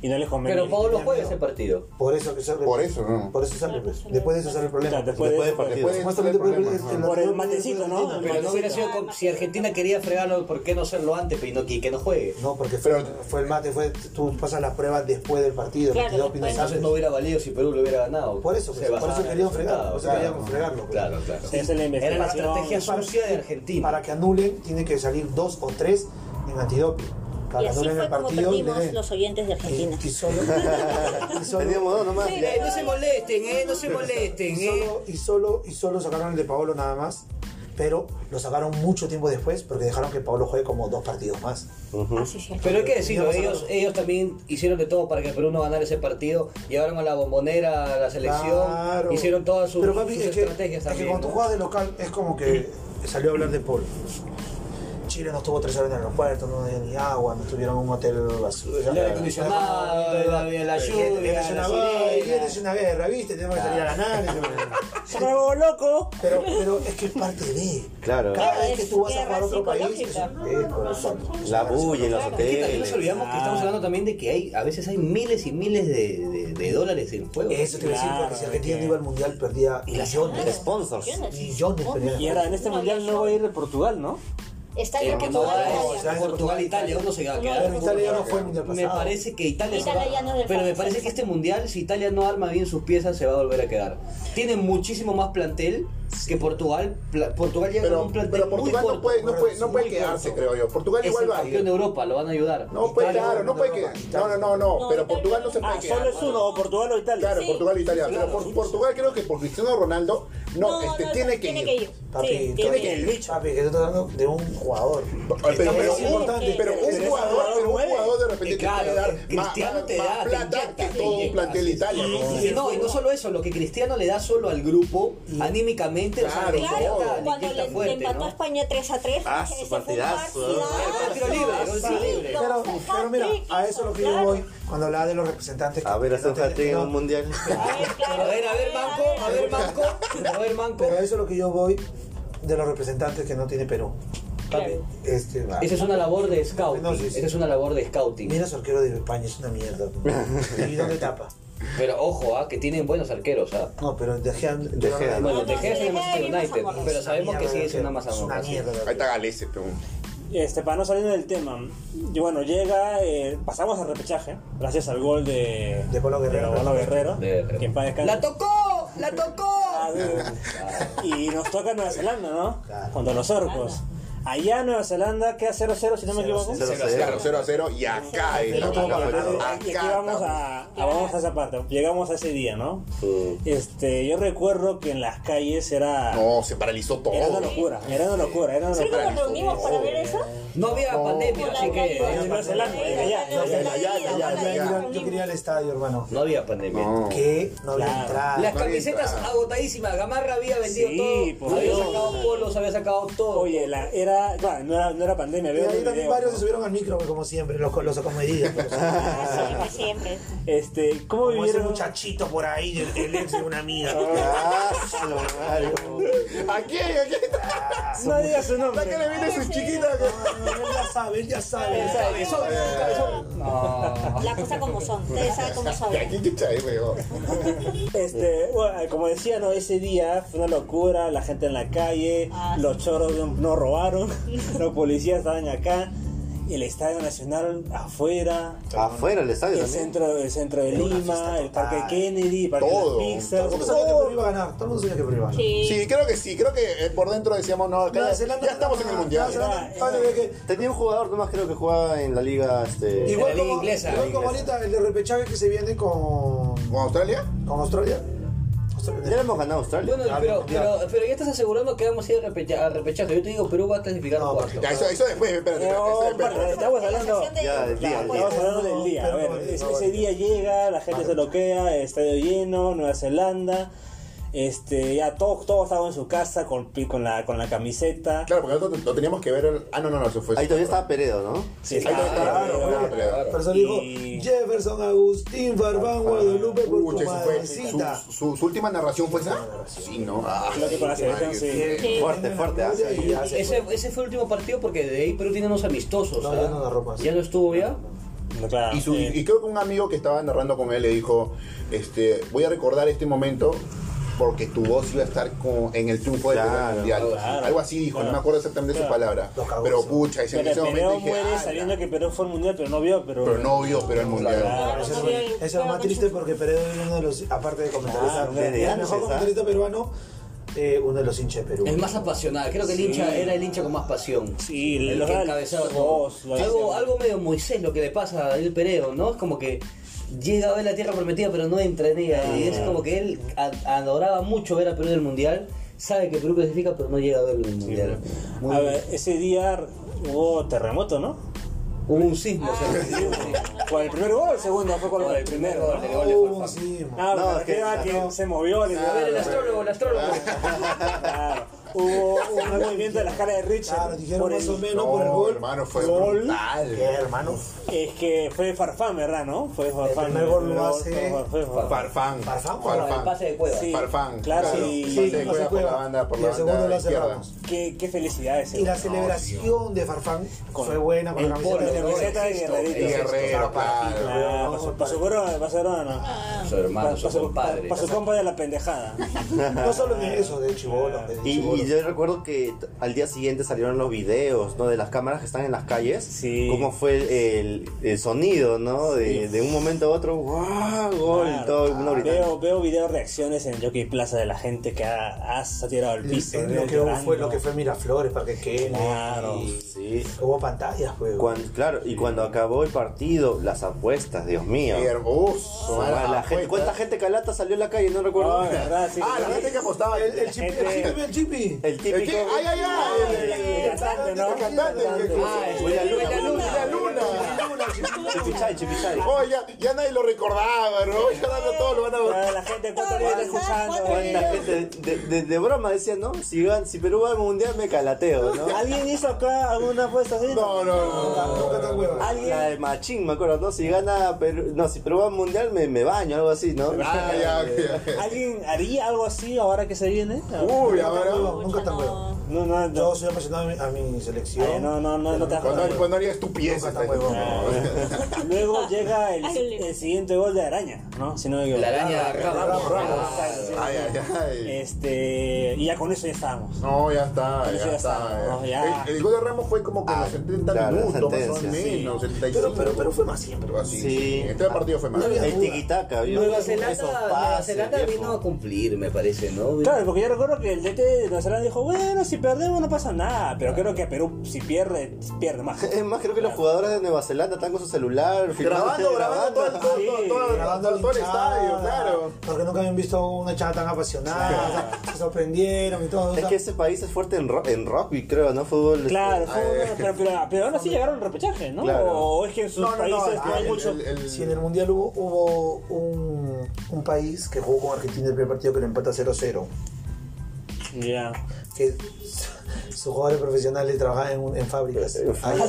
Y no les convenía. Pero Pablo juega ese partido. Por eso que sale. Por eso, ¿no? Por eso sale. pues. Después de eso sale el O sea, problema. después, Después de del eso, partido. Puede Supuestamente tener por el- problemas, el- ¿no? Por el matecito, ¿no? el- Pero no hubiera sido con- si Argentina quería fregarlo, ¿por qué no hacerlo antes pues, y, no, y que no juegue? No, porque fue, Pero- fue el mate, fue, tú pasas las pruebas después del partido, Claro, porque ya opinas después. antes. Entonces no hubiera valido si Perú lo hubiera ganado. Por eso, pues, Se por eso basaba en querían el fregarlo, por eso resultado. querían fregarlo. pues. Claro, claro. Esa es la Era la investigación. estrategia sucia de Argentina. Para que anulen, tiene que salir dos o tres en antidoping. Para Y que así anulen fue el como partido. y le perdimos den. Eh, los oyentes de Argentina. Y, y solo, y solo- Teníamos dos nomás. Sí. Eh, no se molesten, eh, no se molesten, y eh. solo, y solo, y solo sacaron el de Paolo nada más, pero lo sacaron mucho tiempo después porque dejaron que Paolo juegue como dos partidos más. Ah, sí, sí. Pero hay que decirlo, ellos, ellos también hicieron de todo para que Perú no ganara ese partido. Llevaron a la bombonera a la selección. Claro. Hicieron todas sus, Pero, papi, sus es que- estrategias Es que también. cuando ¿no? tú juegas de local es como que salió a hablar de Paul. Chile no estuvo tres horas en el aeropuerto, no había ni agua, no tuvieron un hotel basura. El aire acondicionado, la- la- la lluvia, Vienes la una guerra, sirena. vienes una guerra, ¿viste? Tenemos que salir a ganar. ¡Se me volvió loco! Pero, pero es que es parte de. Claro. Cada vez que tú vas a jugar a otro Guerra país, es un- psicológica. eh, corazón. La bulla en los Es que también nos hoteles. olvidamos que estamos hablando también de que hay, a veces hay miles y miles de, de- de dólares en juego. Eso te voy a decir, porque si Argentina no iba al mundial, perdía millones. Sponsors. Millones perdían. Y ahora en este mundial no va a ir de Portugal, ¿no? Está Eh, bien que no, Portugal, no, Italia. o sea, Portugal, Italia, uno se va a quedar. Pero Italia no fue el mundial Me pasado. parece que Italia, se Italia va- ya no es del pero me Barça. parece que este mundial si Italia no arma bien sus piezas se va a volver a quedar. Tiene muchísimo más plantel que Portugal. Pla- Portugal llega Pero, con un plantel pero muy Portugal corto. no puede, no puede, no muy puede quedarse, corto. creo yo. Portugal es igual el va a campeón de ir. Europa, lo van a ayudar. No puede, Italia, claro, no no puede va a quedar. quitar. No, no, no, no. No, Pero Italia Portugal no se no. puede Ah, solo quedar. es uno, o Portugal o Italia. Claro, Sí. Portugal, Italia. Pero Claro. por Portugal creo que por Cristiano Ronaldo, no, este, tiene que ir. Papi, Sí, tiene que ir. bicho. Papi, que tú estás hablando de un jugador. Pero, pero, Pero pero es un- importante, pero pero un ese jugador, jugador pero un mueve. jugador de repente Eh, claro, te puede dar el más, Cristiano te más da, te plata inyecta, que te todo un inyecta. plantel Italia. ¿no? Y no, y no solo eso, lo que Cristiano le da solo al grupo, anímicamente, o sea, Claro, le Claro, inyecta- le cuando inyecta le, fuerte, le empató ¿no? a España 3 a 3, Ah, su ese fue un partidazo, ¿no? partidazo. El tiro libre, un tiro Sí, libre. los Pero, pero mira, hat-trick a hizo, eso es lo que yo claro. voy cuando hablaba de los representantes. que- A ver, que no hacer un tienen- hat-trick en no. un mundial. A ver, claro, A ver, a ver, a Manco, ver, a ver, Manco, a ver, Manco. Pero a eso es lo que yo voy de los representantes que no tiene Perú. Claro. Este, va. Esa es una labor de scouting. No, sí, sí. Esa es una labor de scouting. Mira su arquero de España, es una mierda. ¿Y dónde tapa? Pero ojo, ah, que tienen buenos arqueros. ah. No, pero De Gea- Gea, Bueno, no, De Gea es De Gea el Manchester vivimos United, amor. pero sabemos que mierda, sí es una más Es una amor. mierda. Ahí está Galese, pero un- Este, para no salir del tema, y bueno, llega, eh, pasamos al repechaje, gracias al gol de, De Polo Guerrero. de Polo Guerrero, De Guerrero. que en paz descanse. Eh, ¡La tocó! ¡La tocó! Ah, y nos toca Nueva Zelanda, ¿no? Claro. Contra los orcos. Allá Nueva Zelanda queda 0-0, si no me equivoco. Cero, cero. Claro, 0 a 0 y acá es la Pero vaca, como pues, que- acá y aquí vamos estamos. a, a- vamos a esa parte, llegamos a ese día, ¿no? Sí. Este, yo recuerdo que en las calles era, No, se paralizó era todo. una locura, era una locura, era una ¿Sí locura. nos reunimos para ver eso? No había pandemia, así En que. Nueva Zelanda, eh, allá, en Nueva Ya, ya, Zelanda. ya, ya, Yo ya, quería ya. ir- Yo quería ir al estadio, hermano. No había pandemia. No. Que no había Claro. entrada. Las no había camisetas entrada. agotadísimas, Gamarra había vendido Sí, todo, por había Dios. sacado polos, había sacado todo. Oye, la, era, claro, no era, no era pandemia, Y veo ahí el también video, varios ¿no? se subieron al micro, pues, como siempre, los, los acomedidos. Siempre, siempre. Este, ¿cómo Como ese vivieron? muchachito por ahí, el, el ex de una amiga. Ah, su madre. Aquí, aquí está. No digas su La que le nombre. viene su chiquita. No, él ya sabe, él ya sabe. él sabe. Cabezón, cabezón. No. La cosa como son, ustedes saben cómo son. con- Aquí chucha es, weón. Este, bueno, como decía, ¿no? ese día fue una locura, la gente en la calle, Ah, los choros no- no robaron, [laughs] los policías estaban acá, el Estadio Nacional afuera, Afuera el estadio el también. centro, el centro de una Lima, fiesta el Parque total. Kennedy, el Parque Todo. de las Pizzas, Todo el mundo sabía que Perú todo. iba a ganar. Todo el mundo sabía que Perú iba a ganar. Sí. Sí, creo que sí. Creo que eh, por dentro decíamos, no, acá Nueva ya, Zelanda ya no estamos en ganaba, el Nueva mundial. Zelanda- Nueva Zelanda que- Tenía un jugador nomás creo que jugaba en la liga este. Igual- Igual liga como, inglesa. igual La como inglesa. ahorita el de repechaje que se viene con, ¿Con Australia? con Australia. Australia. Ya le hemos ganado a Australia. Bueno, Ah, pero, no, pero, pero ya estás asegurando que vamos a ir a repecha- a repechaje. Yo te digo, Perú va a clasificar No, cuarto. Ya, eso, eso después, espérate, espérate, eso No, después. pero Eh, oh, estamos hablando... Ya, el día, el día. pues, Estamos hablando del día, a ver, es- ese día llega, la gente se loquea, estadio lleno, Nueva Zelanda, Este, ya todos todos estaban en su casa con, con, la, con la camiseta. Claro, porque nosotros lo teníamos que ver. el- Ah, no, no, no, eso fue. Ahí todavía estaba Peredo, ¿no? Sí, Ahí todavía estaba claro, Peredo, claro. claro, Peredo. Por eso Y- dijo Jefferson, Agustín, Barbán, Guadalupe, por Pucha, tu esa fue madrecita. su, su- su última narración fue esa. Sí, no. Ah, Lo que con la qué selección, mal, sí. qué- Sí. Fuerte, fuerte. ah, sí. Y ya se Ese, fue. ese fue el último partido porque de ahí Perú tiene unos amistosos. No, ¿ah? ya no narró más. Ya no estuvo ya. No, claro, Y, su- eh, y creo que un amigo que estaba narrando con él le dijo, este, voy a recordar este momento porque tu voz iba a estar con- en el triunfo del primer Claro, mundial. claro. Algo así dijo, no me acuerdo exactamente su Claro. palabra. Lo cagó, Pero sí. pucha, ese, en pero ese Pereo momento dije, muere "Ala". sabiendo que Perú fue al mundial, pero no vio, pero. pero no vio, pero el mundial. Claro. Ese fue- ese fue lo más triste porque Peredo era uno de los, aparte de comentarista, Ah, desde era el antes, mejor ¿ah? comentarista peruano, eh, uno de los hinchas de Perú. Es más apasionado. Creo que el Sí. hincha era el hincha con más pasión. Sí, el los que da- encabezaba todo. dos, lo Algo, hacía. algo medio Moisés lo que le pasa a David Pereo, ¿no? Es como que llega a ver la tierra prometida pero no entra en ella. y Ah. es como que él a- adoraba mucho ver a Perú en el Mundial. Sabe que Perú clasifica pero no llega a verlo en el Mundial. Muy- A ver, ese día hubo terremoto, ¿no? Hubo un sismo. o Ah. sea, Con el primer gol, el segundo fue con Con el el primer primero. gol, ¿no? el gol de Oh, Farfán. sí, man. Ah, No, pero es que- era que no. se movió. Le [laughs] A ver, el astrólogo, el astrólogo. Ah, Claro. Hubo un movimiento de la cara de Richard. Claro, dijeron por más el- o menos No, por el gol. hermano, fue Gol. brutal. ¿Qué, hermano? Es que fue Farfán, ¿verdad? ¿no? Fue Farfán. primer gol lo hace- Fue Farfán. Farfán. Farfán, el pase de Cueva. Sí. Farfán, Claro, claro. sí. Pase Sí, de pase Cueva por Cueva. la banda, por Y la el segundo banda lo hace izquierda. Ramos. Qué, qué felicidad ese. Y la celebración de Farfán Con- fue buena con la el camiseta polo, de ¿no? Perú. camiseta de Guerrerito. Y Guerrero, claro. Ah, pasó, pasó, pasó, pasó, Su hermano, su compadre. Pasó compa de la [laughs] pendejada. No solo en eso, de Chibolo. de Y, Chibolo. y yo recuerdo que t- al día siguiente salieron los videos, ¿no? De las cámaras que están en las calles. Sí. Cómo fue el, el- el sonido, ¿no? De, de un momento a otro, ¡guau! Gol, Claro. todo el mundo gritando. Veo, veo video reacciones en Jockey Plaza de la gente que ha, ha- se ha tirado al piso. En ¿no? lo que Llorando. fue lo que fue Miraflores, Parque Kennedy. Claro. y Sí. Hubo pantallas, pues. güey. Cuan- claro, y cuando acabó el partido, las apuestas, Dios mío. Qué hermoso. Ah, la gente- ¿Cuánta gente calata salió a la calle? No recuerdo. Ah, verdad, sí. Ah, la gente que apostaba. El, el chipi, el chipi, el chipi. El El típico. que- ¡Ay, ay, ay! El- El cantante, ¿no? El cantante, el que- Ah, el Huele a luna, Huele a luna. Huele a luna. Chipichay, chipichay. Oh, ya, ya nadie lo recordaba, ¿no? Ya nadie todo lo van a Ah, La gente, ¿cuánto le está escuchando? ¿Cuánta gente de, de- de broma decía, no? Si, gan- si Perú va al mundial, me calateo, ¿no? ¿Alguien hizo acá alguna apuesta así? No, no, no. Nunca tan huevón. La de Machín, me acuerdo, ¿no? Si gana Perú, no, si Perú va al mundial, me, me baño, algo así, ¿no? Ah, ya, ok, ok. ¿Alguien haría algo así ahora que se viene? Uy, ahora. Nunca tan huevón. No, no, no. Uh, Yo soy apasionado a mi, a mi selección. Ay, No, no, no, no te Cuando, hagas- cuando haría estupideces. Nunca tan huevón. [laughs] Luego llega el, Ay, Oliver. el siguiente gol de araña, ¿no? Si no me equivoco. La araña Ramos, Ramos. Ay, ay, ay. Este, y ya con eso ya estábamos. No, ya está, Eso ya, ya está, está. no, ya. ya. El, el gol de Ramos fue como que en los 70 claro, la minutos, más o sentencia, sí. menos, 75. Pero, pero, pero fue más siempre. Pero así. Sí. Sí. Este partido fue malo. El tiquitaca, ¿vio? Nueva Esos Zelanda, Nueva pases, Zelanda viejo. vino a cumplir, me parece, ¿no? Claro, porque yo recuerdo que el DT de Nueva Zelanda dijo, bueno, si perdemos no pasa nada, pero creo que Perú si pierde, pierde más. Es más, creo que los jugadores de Nueva Zelanda están con su celular, Grabando, grabando todo el todo, Sí. todo, todo, todo, todo el hinchada, estadio, claro. Porque nunca habían visto una chava tan apasionada. o sea, se sorprendieron y todo. o Es sea, que ese país es fuerte en, ro en rugby, creo, ¿no? Fútbol. Claro, [laughs] este, fue una- pero, pero, pero aún así llegaron repechajes, ¿no? Claro. O es que en sus No, ah, no, no, países el- no hay el- mucho... el- el- eh, Si en el Mundial hubo, hubo un, un país que jugó con Argentina el primer partido que lo empata 0-0, Ya. [laughs] que [laughs] su- sus jugadores profesionales trabajaban en, un- en Eh, fábricas. Ahí-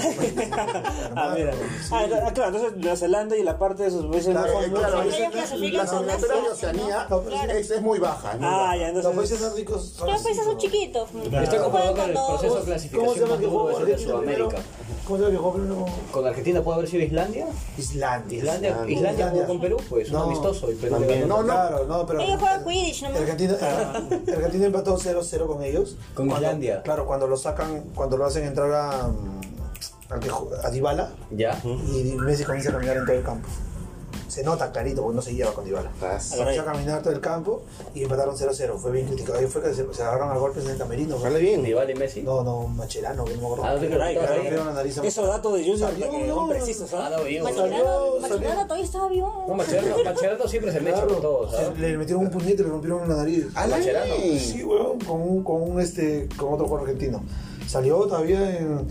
Ah, mira. Ah, ento- ah, claro, entonces Nueva Zelanda y la parte de sus países Claro, bajos Eh, no claro, son- ellos clasifican la con frontera de Asia, Oceanía ¿no? Claro. es, es muy baja. es muy Ah, baja. ya, Los países entonces... nórdicos son Los así, países son ¿no? chiquitos. Está comparado Juegan con el con proceso dos. de ¿Cómo se clasificación llama más que jugó duro de Argentina primero? Sudamérica. ¿Cómo se llama que jugó primero? Con Argentina puede haber sido Islandia. Islandia. Oh, Islandia, Islandia jugó con Perú, pues, No. un amistoso. Y Perú También. le ganó. No, no. Claro, no, pero. Ellos juegan Quidditch nomás. [laughs] Argentina, Argentina empató 0-0 con ellos. Con Cuando- Islandia. Claro, cuando lo sacan, cuando lo hacen entrar a. mm, al que ju- A Dybala Ya. y Messi comienza a caminar en todo el campo. Se nota clarito porque no se lleva con Dybala. Pas. Comienza a caminar todo el campo y empataron 0-0. Fue bien criticado. Ahí fue que se, se agarraron a golpes en el camerino. pues. Anda bien. Y vale Messi. No, no, Macherano, que no me Ah, no acuerdo. te creo. Claro, Caray, creo la nariz. Esos datos de Junior Salió, que no. son precisos, ¿ah? Ah, no, Salió, vivo. Mascherano, Mascherano salió. todavía estaba vivo. No, Mascherano, Mascherano siempre se me echa con todos, Claro, ¿sabes? le metieron un puñete y le rompieron la nariz. ¡Ala! Mascherano. Sí, weón, con un, con un este, con otro jugador argentino. Salió todavía en,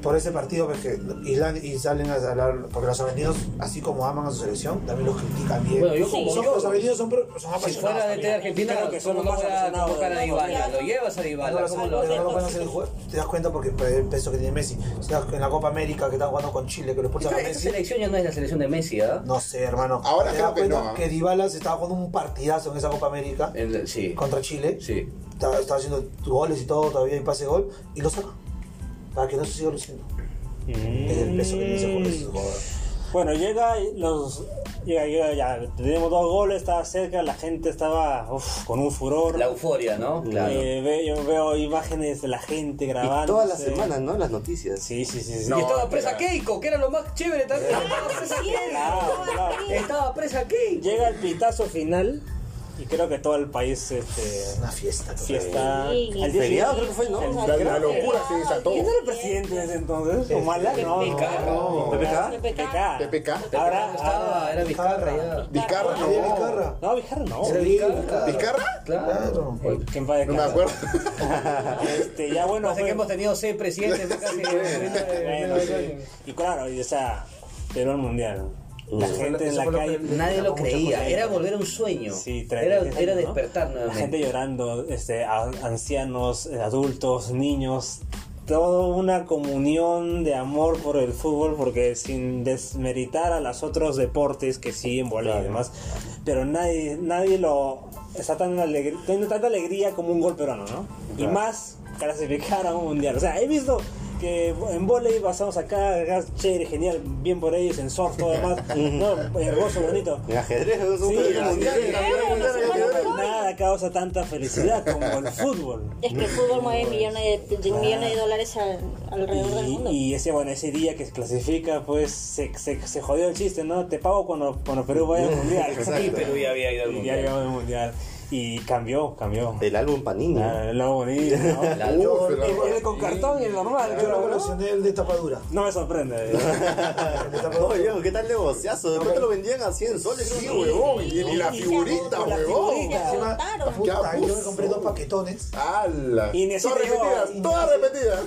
por ese partido porque Islandia- y salen a hablar porque los argentinos así como aman a su selección también los critican bien Bueno, yo como Son- yo- los argentinos son, pro- son apasionados Si fuera de también. T Argentina, Creo que son ¿cómo no los más voy a aficionados convocar a del Dybala? mundo. Lo llevas a No Dybala, lo ¿cómo saben, lo de verdad no conocen el juego. te das cuenta porque por el peso que tiene Messi. O sea, en la Copa América que están jugando con Chile, que lo expulsan a Esta, esta Messi. selección ya no Este es la selección de Messi, ¿ah? No sé, hermano. Ahora te creo das que cuenta no, ¿ah? que Dybala se estaba jugando un partidazo en esa Copa América El- Sí. contra Chile. Sí. Estaba, estaba haciendo goles y todo, todavía y pase gol. Y lo saca. Para que no se siga luciendo. Es el peso que tiene ese juego, ese jugador. Bueno, llega los. Llega, llega, ya. Tenemos dos goles, estaba cerca, la gente estaba uf, con un furor. La euforia, ¿no? Claro. Eh, ve- yo veo imágenes de la gente grabando. Y todas las semanas, ¿no? Las noticias. Sí, sí, sí. sí. y estaba presa Keiko, que era lo más chévere Eh. también. Estaba presa Claro, Keiko. claro. Estaba presa Keiko. Llega el pitazo final y creo que todo el país este, Una fiesta. total. fiesta. Sí. Al día siguiente- Feriado, creo que fue, ¿no? el- La, la locura se desató. ¿Quién era el presidente desde entonces? ¿O Mala? No, no. Vizcarra. No. PPK. PPK. PPK. Ahora, ahora. Estaba, era Vizcarra ya. Vizcarra, Ah, de no. Vizcarra. No, Vizcarra no. ¿Vizcarra? Claro. Claro. Bueno, Que en paz No me descanse. acuerdo. [laughs] Este, ya bueno. Parece que fue- hemos tenido seis presidentes de casi. Bueno, sí. Y claro, y, o sea, Perú al mundial. La Eso gente en la fue lo calle. que- Nadie lo creía, era volver a un sueño. Sí, tra- era ¿no? era despertar La gente nuevamente. llorando, este, a- ancianos, eh, adultos, niños. Toda una comunión de amor por el fútbol, porque sin desmeritar a los otros deportes que sí envuelven y demás, pero nadie, nadie lo está tan alegre, teniendo tanta alegría como un gol peruano, ¿no? Y más clasificar a un mundial. O sea, he visto que en volei pasamos acá, acá, chévere, genial, bien por ellos, en surf, todo demás, [laughs] no, hermoso, bonito. En ajedrez, es un Sí, juego sí, mundial. sí. Pero nada causa tanta felicidad como el fútbol. Es que el fútbol mueve millones de, de millones de dólares al, alrededor del Y, mundo. y ese bueno ese día que se clasifica, pues se, se, se jodió el chiste, ¿no? Te pago cuando, cuando Perú vaya al mundial. Y Perú ya había ido al Y ya mundial. llegó al mundial. Y cambió, cambió. El álbum Panini. Ah, lo bonito. ¿no? Uf, El- la- el con cartón y el normal. Yo lo creo, ¿no? coleccioné el de tapadura. No me sorprende. El de tapadura. [laughs] Oye, viejo, ¿qué tal negociazo? Después te lo vendían a 100 soles, creo Sí, que, huevón. huevón. Y y la figurita, huevón. Se Encima, agotaron. puta, Qué yo me abuso. compré dos paquetones. ¡Hala! Y ni así Todas te llegó. repetidas, todas repetidas.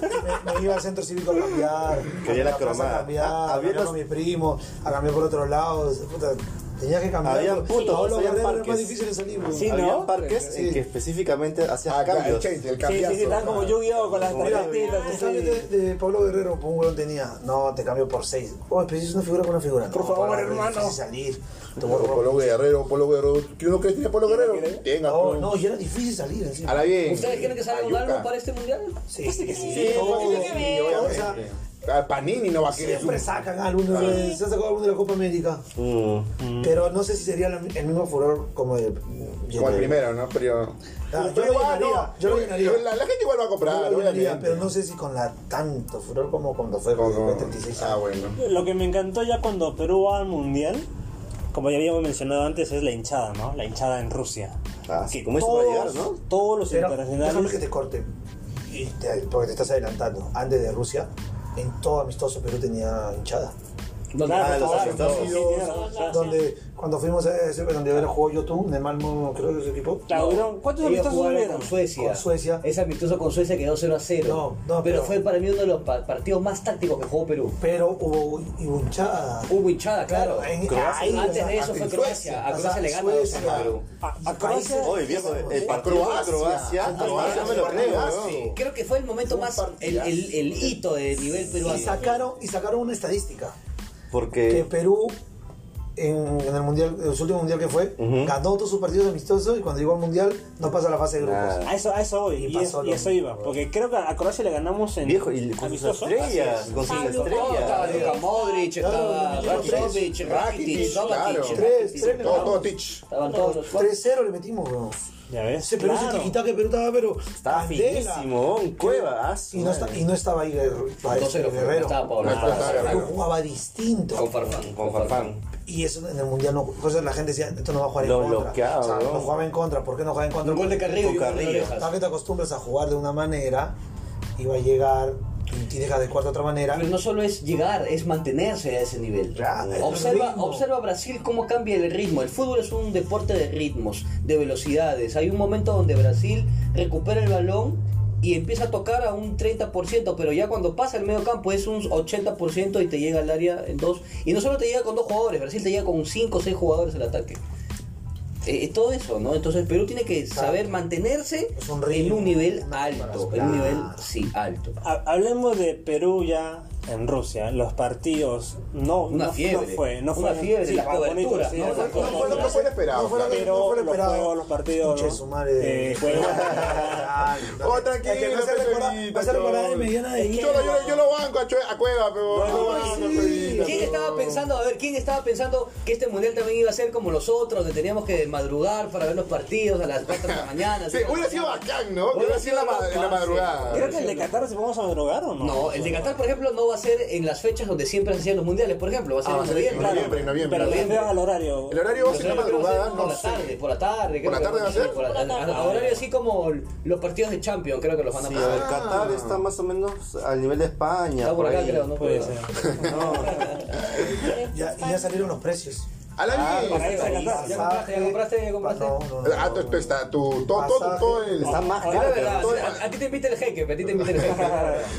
Me, me iba al centro cívico a cambiar. Quería a la plaza cromada. A cambiar, Ah, a había hablar los- con mi primo, a cambiar por otro lado. Puta, tenía que cambiar. Habían porque puntos, todos los habían guerreros era parques. más difícil de salir. bro. Sí, Había ¿no? parques en Sí. que específicamente hacías Ah, claro, el cambios. change, el Sí, sí, sí, cambiazo. están como Yu-Gi-Oh! con las Mira, tarjetitas. el así. cambio de, de Pablo Guerrero, un weón tenía, no, te cambio por 6. Oh, pero si es una figura con una figura. Por No, favor, para, hermano. es difícil salir. Te voy a robar. Polo Guerrero, Polo Guerrero. ¿Qué uno cree que tiene Polo Guerrero? Tenga, No, pues. no, y era difícil salir. encima. Ahora bien. ¿Ustedes quieren que salga un Ayuca. álbum para este mundial? Sí, sí, sí. Sí, todo, pues, sí, sí, obviamente. o sea, Ah, Panini no va a querer. Siempre su- sacan álbumes. de- Se ha sacado álbum de la Copa América. Mm. Pero no sé si sería la- el mismo furor como el. Como el primero, ¿no? Pero. Ah, yo Pero lo igual, llenaría, no, yo lo llenaría. La, la gente igual va a comprar. Yo lo llenaría, obviamente. pero no sé si con la tanto furor como cuando fue Como- como- con 36 Ah, años. bueno. Lo que me encantó ya cuando Perú va al mundial, como ya habíamos mencionado antes, es la hinchada, ¿no? La hinchada en Rusia. Ah, sí, Que como eso todos, para llegar, ¿no? Todos los Pero déjame que internacionales. te corte, y te- porque te estás adelantando. Antes de Rusia, en todo amistoso Perú tenía hinchada. Ah, los todos, amistosos. sí, tienes razón. Donde cuando fuimos a ese, donde ahora jugó Yotun, de Malmo, creo que es su equipo. Claro, hubieron- ¿Cuántos Ellos amistosos jugaron hubieron? con Suecia. Con Suecia. Ese amistoso con Suecia quedó 0 a 0. No, no, pero, pero- fue para mí uno de los pa- partidos más tácticos que jugó Perú. Pero hubo hubo hinchada. Hubo hinchada, claro. en- Croacia. ahí, Antes de o sea, eso fue ante Croacia. A o Croacia sea, le gana Suecia. 2 a Perú. A- a Croacia- Oye, viejo, el A partido de Croacia. Croacia. ah, A Croacia me lo creo, weón. Creo que fue el momento más, el, el- el hito de nivel peruano. Y sacaron, y sacaron una estadística. que Porque Perú en, en el mundial, en su último mundial que fue, ganó todos sus partidos amistosos y cuando llegó al mundial no pasa la fase de grupos. Nada. A eso, a eso voy, Y y, pasó es- lo y eso mismo, iba. bro. Porque creo que a Croacia le ganamos en. viejo, y con sus amistoso. estrellas, con sus Pablo No, estaba estrellas. Luka Modric, estaba Claro, Rakitic, Rakitic, Rakitic, claro. Rakitic, Tres, Rakitic. tres, Todo, todo Tich. Estaban todos los cuatro. 3-0 le metimos, bro. Ya ves. Ese Perú se claro. tiquita que Perú estaba, pero. Está candela. finísimo, un cueva. ah, su Y no, madre. está- y no estaba ahí Guerrero. Entonces lo fue, Guerrero. estaba Pablo. No, estaba Guerrero Guerrero. jugaba distinto. Con Farfán. Ah. Con Farfán. Y eso en el mundial no. Entonces la gente decía, esto no va a jugar en Lo contra. bloqueaba, o sea, bro. no jugaba en contra. ¿Por qué no jugaba en contra? Un gol de Carrillo Con y un gol de Carrillo. Orejas. Tal que te acostumbras a jugar de una manera y va a llegar y te deja de jugar de otra manera. Pero no solo es llegar, es mantenerse a ese nivel. Claro, es lo observa, mismo. observa Brasil cómo cambia el ritmo. El fútbol es un deporte de ritmos, de velocidades. Hay un momento donde Brasil recupera el balón y empieza a tocar a un 30%, pero ya cuando pasa el medio campo es un 80% y te llega al área en dos. Y no solo te llega con dos jugadores, Brasil te llega con cinco o seis jugadores al ataque. Eh, eh, todo eso, ¿no? Entonces Perú tiene que saber mantenerse Es un en ritmo, un nivel una alto, en preparación. un nivel, sí, alto. Ha- Hablemos de Perú ya en Rusia, los partidos. No, Una no, fiebre. no fue, no Una fue. fiebre, sí, las favoritos, coberturas, sí, ¿no? las Las coberturas. No fue lo que fue lo esperado. No fue lo que- Pero no fue lo los esperado. juegos, los partidos, Pinche ¿no? su madre. Eh, [laughs] juegos. Oh, tranquilo, Es que me hace Pepe recordar- Benito, me hace recordar de Mediana de Yo lo, yo, lo- yo lo banco a, Chue- a Cueva, pero. Bueno, Ah, sí. no, Cuevita, ¿Quién pero- estaba pensando, a ver, quién estaba pensando que este mundial también iba a ser como los otros, que teníamos que madrugar para ver los partidos a las 4 de la mañana? Sí, cinco de la hubiera sido mañana? bacán, ¿no? Que Hubiera sido en la, ma- en la ¿Creo madrugada. que el de Qatar se vamos a madrugar o no? No, el de Qatar, por ejemplo, no va a ser en las fechas donde siempre se hacían los mundiales, por ejemplo, va a ser Ah, va a en ser noviembre. en noviembre, en noviembre. Pero Noviembre. vean al horario. El horario va a ser en la Pero creo que va a madrugada, ser no por la tarde, sé. por la tarde. creo la que tarde va a ser? Por la, Por la tarde. a- a horario así como los partidos de Champions, creo que los van a Sí, poner. el Qatar está más o menos al nivel de España. Está por acá, ahí. creo, ¿no? Puede Por- ser. Ya, y ya salieron los precios. para Alan, irse a Qatar. Ya compraste, ya compraste, ya compraste. No, no, no. ah, tú, tú está, tú, todo, todo, todo el. Está más Ahora, caro. verdad, pero- a, a ti te invita el jeque, a ti te invita el [laughs] jeque.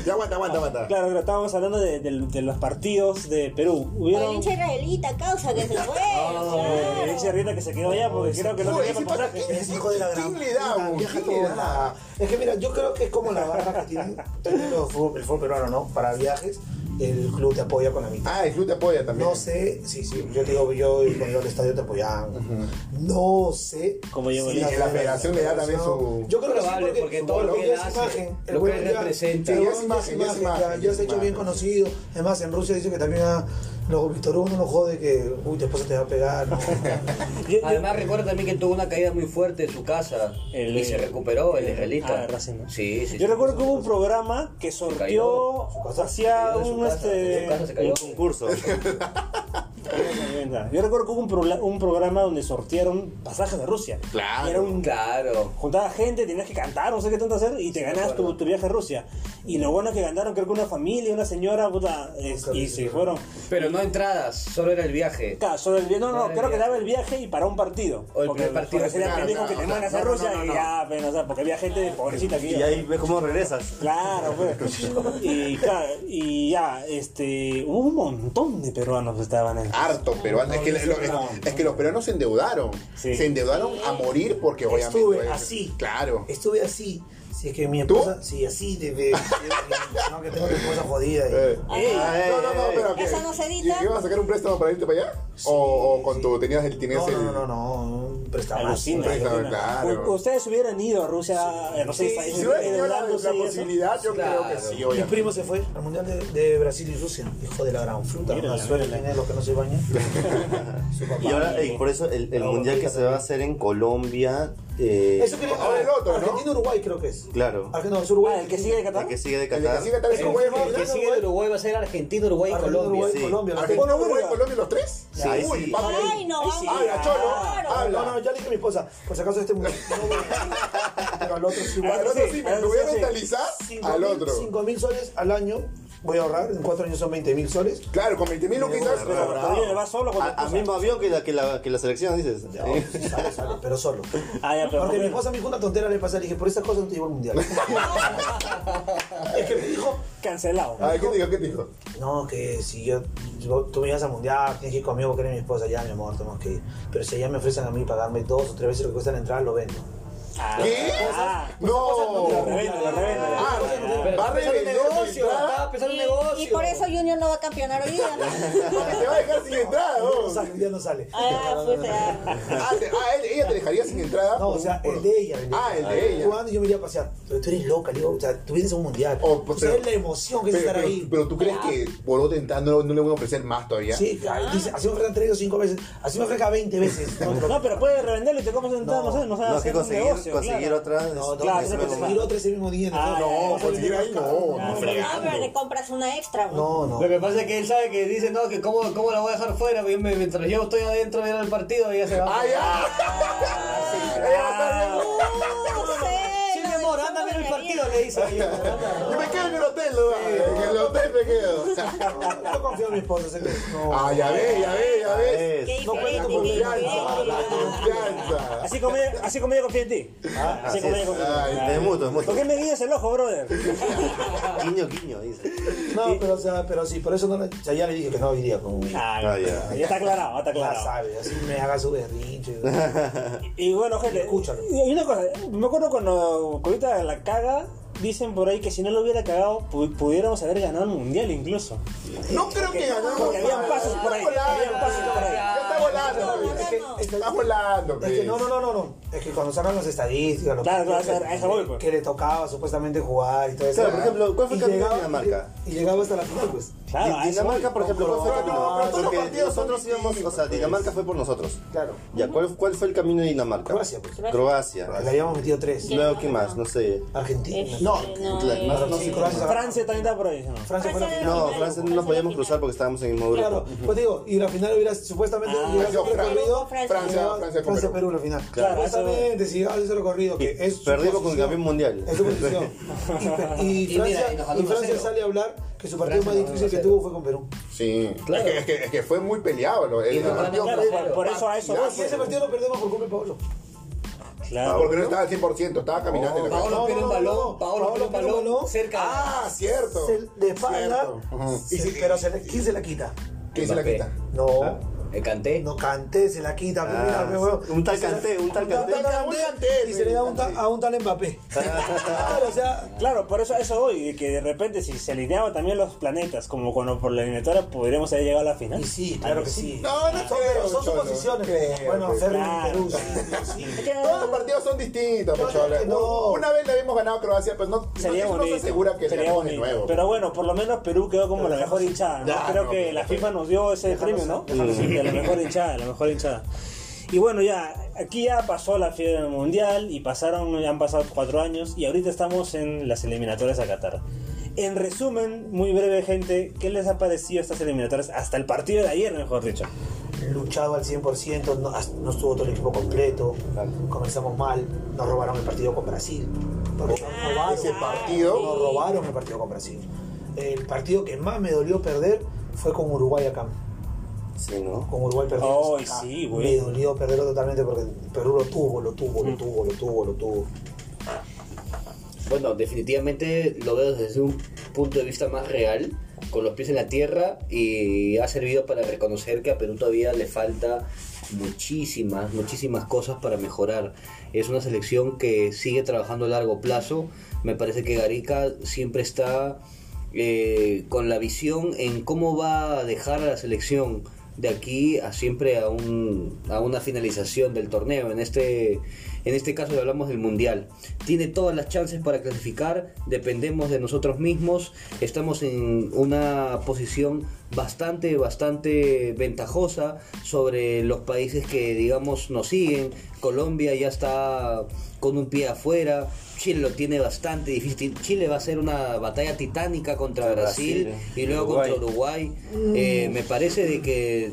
Ya aguanta, aguanta, aguanta. Claro, pero estábamos hablando de, de- de los partidos de Perú. Oye, Hubieron. hincha israelita, causa que se fue. Ah, Ah, El claro. hincha Rieta que se quedó allá porque creo que no Uy, tenía ese para pata, pasaje. ¿quién Es hijo de la gran. ¿Quién le da, puta, güey? vieja ¿Quién le da? huevona. Es que mira, yo creo que es como la barra que tienen tienen los fútbol, el fútbol peruano, ¿no? Para viajes, el club te apoya con la mitad. Ah, el club te apoya también. No sé, sí, sí, yo te digo, yo cuando iba al estadio te apoyaban. No sé. Como yo si digo, que la federación le da también su- Yo creo que sí, Probable, porque, porque su- todo lo porque que él ya es hace, imagen. lo que huevón él ya- representa. sí, Ya ya es es imagen, ya es imagen, ya- imagen, ya es se ha hecho bien imagen. conocido. Además, en Rusia dice que también ah, los Víctor Hugo no lo jode que, uy, tu esposa te va a [laughs] pegar. ¿no? Yo- yo- Además, recuerda también que tuvo una caída muy fuerte en su casa El- y se recuperó el israelita. Ah, Racing, ¿no? Sí, sí. Yo sí. recuerdo que hubo un programa que sorteó cayó. Su casa hacía se cayó de su un casa, de este su casa se cayó. Un concurso. yo recuerdo que hubo un, prola- un programa donde sortearon pasajes de Rusia. Claro. Y Era un Claro. juntaba gente, tenías que cantar, no sé qué tanto hacer, y te ganabas tu, tu viaje a Rusia. Y lo bueno es que ganaron, creo que una familia, una señora, puta, es- y se fueron. Pero no entradas, solo era el viaje. Claro, solo el, no, no, Daba el creo que viaje. daba el viaje y para un partido. O el porque, primer partido. porque sería Claro, pendejo claro, que te claro. mandas a No, no, Rusia no, y no. ya, pero, o sea, porque había gente pobrecita que Y iba. ahí ves cómo regresas. Claro, [laughs] pues. Y, claro, y ya, este, hubo un montón de peruanos que estaban en Harto peruano. Es que, lo- es, es que los peruanos se endeudaron. Sí. Se endeudaron a morir porque obviamente. Estuve pues, así. Claro. Estuve así. Si es que mi ¿Tú? esposa, sí, así, de, de- de- no, que tengo mi esposa jodida. y- Eh. Ey. no, no, no, pero. Esa ¿qué? no se edita. ¿Y- ¿Ibas a sacar un préstamo para irte para allá? o, o con sí. tu. Tenías el. Tenías No, el no, no, no, no, Ah, prestamos. Alucina, Claro, alucina. claro. U- Ustedes hubieran ido a Rusia, eh, no sé, Sí, países si hubiera tenido la, endeudándose la y eso. posibilidad, yo creo que Claro. sí, Mi obviamente. primo se fue al mundial de, de Brasil y Rusia, hijo de la gran fruta. Mira, Una la suerte mierda. tiene los que no se bañan. Su papá. Y ahora, eh, por eso, el, el No, mundial que se va a hacer en Colombia. eh, Eso creo Ahora el otro, ¿no? Argentina-Uruguay creo que es. Claro. Argentina, es Uruguay. Ah, el que sigue de Qatar. el que sigue de El de Qatar. Cacique tal vez Eh, como es, eh, ¿no? Que sigue de Uruguay va a ser Argentina, Uruguay y Argentina, Colombia. Uruguay, sí. Colombia. los Argentina, tres. Uruguay, Colombia, los tres. Sí, Uy, sí. papi. Ay, no, vamos. Habla, Cholo, Claro. habla. No, no, ya le dije a mi esposa, por si acaso este mundial. No, voy a- pero al otro sí voy a- Al Ahora otro sí, sí, me ahora lo voy a sí, sí. mentalizar Cinco al mil- otro. cinco mil soles al año voy a ahorrar, en cuatro años son 20 mil soles. Claro, con 20 mil lo quizás. Pero Ah, Rodríguez va solo con A, la a esposa. mismo avión que la, que la, que la selección, dices. Ya, bueno, sí, sale, sale, pero solo. Ah, ya, pero Porque mi bueno. esposa me dijo una tontera le pasé, le dije, por esas cosas no te llevo al mundial. es que me dijo, Cancelado. A ver, ¿qué te dijo? ¿Qué te dijo? no, que si yo, yo- tú me ibas al mundial, tienes que ir conmigo, que eres mi esposa, ya mi amor, tenemos que ir. Pero si allá me ofrecen a mí pagarme dos o tres veces lo que cuesta la entrada, lo vendo. Ah, ¿Qué? ah, No. Lo reventa, lo reventa. Ah, va a Estaba pensando en revender tu negocio, entrada. estaba pensando en Y, negocio. y por eso Junior no va a campeonar hoy día. Porque te va a dejar sin entrada, No vos. sale, ya no sale. [laughs] Ah, pues, ah. Ah, te- ah, él- ella te dejaría sin entrada. No, o por- sea, por- el de ella. Ah, el de ella. Jugando yo me iría a pasear. Pero tú eres loca, le digo, o sea, tú vienes a un mundial. Oh, pues, o sea, pero- es la emoción que es Pero, estar pero- ahí. pero tú crees que por otra entrada no, no le van a ofrecer más todavía. Sí, claro, dice, así me ofrecen tres o cinco veces, así me ofrecen 20 veces. No, pero- No, pero puedes revenderlo y te compras entrada, no, No. sé, no sabes No, es hacer que un conseguir, negocio, conseguir claro. otra. es- No, Claro, claro, eso no, que te conseguir pasa. otro ese mismo día. No, Ah, ya, No, ya, conseguir ahí no. no, Ah, pero le fregando. compras una extra. güey. no. no. Lo que pasa es que él sabe que dice, no, que cómo, cómo la voy a dejar fuera, porque yo me- mientras yo estoy adentro viendo el partido, ella se va. ¡Ah, ya! Ella va a estar Ah, bien. No sé, Sí, mi lo amor, del anda a ver el campo de partido, le dice. Yo me quedo en el hotel, ¿no? En el hotel me me [laughs] quedo. Yo confío en mi esposa, sé que no. Ah, ya ves, ya ves, ya ves. Qué diferente, No cuento qué con diferente. Confianza, confianza. Así como, ella- así como yo confío en ti. Ah. Así como yo confío en ti. Ay, Es mutuo, es ¿Por mutuo. qué me guías el ojo, [laughs] brother? Guiño, guiño, dice. No, pero, o sea, pero sí, por eso no le, o sea, ya le dije que no iría con ella. Ah, ya. Ya está aclarado, está Ya aclarado. sabe, así me haga su berrinche. Y bueno, gente, Escúchalo. Y una cosa, me acuerdo cuando Cubita la caga, dicen por ahí que si no lo hubiera cagado, pu- pudiéramos haber ganado el mundial incluso. No creo que ganamos. Porque habían pasos por ahí, habían pasos por ahí. Ya está volando. Es que- es que- Está volando. Es que pues. no, no, no, no, no. Es que cuando sacan las estadísticas, lo Claro, que, claro, claro, a eso voy, que- pues. que le tocaba supuestamente jugar y todo eso. Claro, por ejemplo, ¿cuál fue Y el campeón llegaba- de Dinamarca? Y, y llegaba hasta la final, pues. Claro, a eso voy. Dinamarca, por ejemplo, ¿cuál fue el No, camino? no, pero todos los Porque partidos son nosotros íbamos, o sea, distintos, Dinamarca fue por nosotros. Claro. Ya, ¿cuál, cuál fue el camino de Dinamarca? Croacia, pues. Croacia. Le habíamos metido tres. Luego, ¿qué más? No sé. Argentina. No, No, la- eh, más- no sí, sé. Croacia. Francia también está por ahí. ¿no? Francia fue la Francia final. No, Claro. Francia no nos podíamos cruzar porque estábamos en el mismo Claro, grupo. pues digo, y la final hubiera supuestamente Ah, hubiera sido Francia, recorrido Francia, Francia, Francia con Francia, Perú. Perú la final. Claro, Supuestamente, si llegabas a ese recorrido, que Y es su perdimos posición, con el campeón mundial. Es su posición. Y, y Y mira, Francia, y nos y ganó Francia 1-0. sale a hablar que su partido más Francia nos ganó difícil que 1-0. tuvo fue con Perú. Sí. Es, que, es, que, es que fue muy peleado. lo- el- Y nos ganó, Claro, por, por eso a eso Y ese voy. partido lo perdemos por culpa de Paolo. Ah, Claro. Porque no estaba al 100%, estaba caminando en la Paolo calle. pierde un balón, Paolo pierde un balón cerca. Ah, cierto. Se- de espalda. Cierto. Ajá. Y se- pero se le- ¿quién se la quita? ¿Ah? ¿Quién se la Mbappé. quita? No, Eh, Canté. no canté, se la quita. pues, Ah, mira, pues, huevón. un tal Y se la- Kanté, un tal Kanté. Un Kanté, Y se le da un ta- a un tal Mbappé. [laughs] Claro, o sea. Claro, por eso a eso voy, de que de repente si se alineaban también los planetas, como cuando por la eliminatoria podríamos haber llegado a la final. Y sí, claro Ah, que sí. No, no Son, creo, pero son Cholo. suposiciones. Creo, bueno, creo. Ferri Claro. Perú. sí, sí. Todos los partidos son distintos, pues, Cholo. No. Una vez le habíamos ganado a Croacia, pero no, Sería no, no bonito. se asegura que le sería ganemos de bonito. nuevo. Pero bueno, por lo menos Perú quedó como la mejor hinchada. ¿no? Ya, Creo no, que pero- la FIFA nos dio ese premio, ¿no? Sí, la mejor hinchada, la mejor hinchada. Y bueno, ya, aquí ya pasó la fiebre mundial y pasaron, ya han pasado cuatro años y ahorita estamos en las eliminatorias a Qatar. En resumen, muy breve gente, ¿qué les ha parecido estas eliminatorias? Hasta el partido de ayer, mejor dicho. Luchado al 100%, no, as- no estuvo todo el equipo completo. Comenzamos mal, nos robaron el partido con Brasil. Porque nos robaron, Ese partido. Nos robaron el partido con Brasil. El partido que más me dolió perder fue con Uruguay acá. [laughs] Sí, ¿no? Con Uruguay perdimos. Ay, acá. sí, güey. Me dolió perderlo totalmente porque Perú lo tuvo, lo tuvo, lo tuvo, lo tuvo, lo tuvo. Bueno, definitivamente lo veo desde un punto de vista más real, con los pies en la tierra y ha servido para reconocer que a Perú todavía le falta muchísimas, muchísimas cosas para mejorar. Es una selección que sigue trabajando a largo plazo. Me parece que Garica siempre está eh, con la visión en cómo va a dejar a la selección de aquí a siempre a, un, a una finalización del torneo. En este, en este caso ya hablamos del Mundial. Tiene todas las chances para clasificar, dependemos de nosotros mismos, estamos en una posición bastante, bastante ventajosa sobre los países que digamos nos siguen. Colombia ya está con un pie afuera, Chile lo tiene bastante difícil. Chile va a ser una batalla titánica contra Brasil, Brasil, y luego Uruguay. contra Uruguay. Eh, me parece de que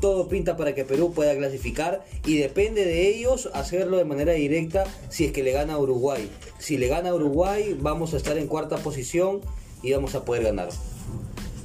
todo pinta para que Perú pueda clasificar y depende de ellos hacerlo de manera directa si es que le gana a Uruguay. Si le gana a Uruguay vamos a estar en cuarta posición y vamos a poder ganar.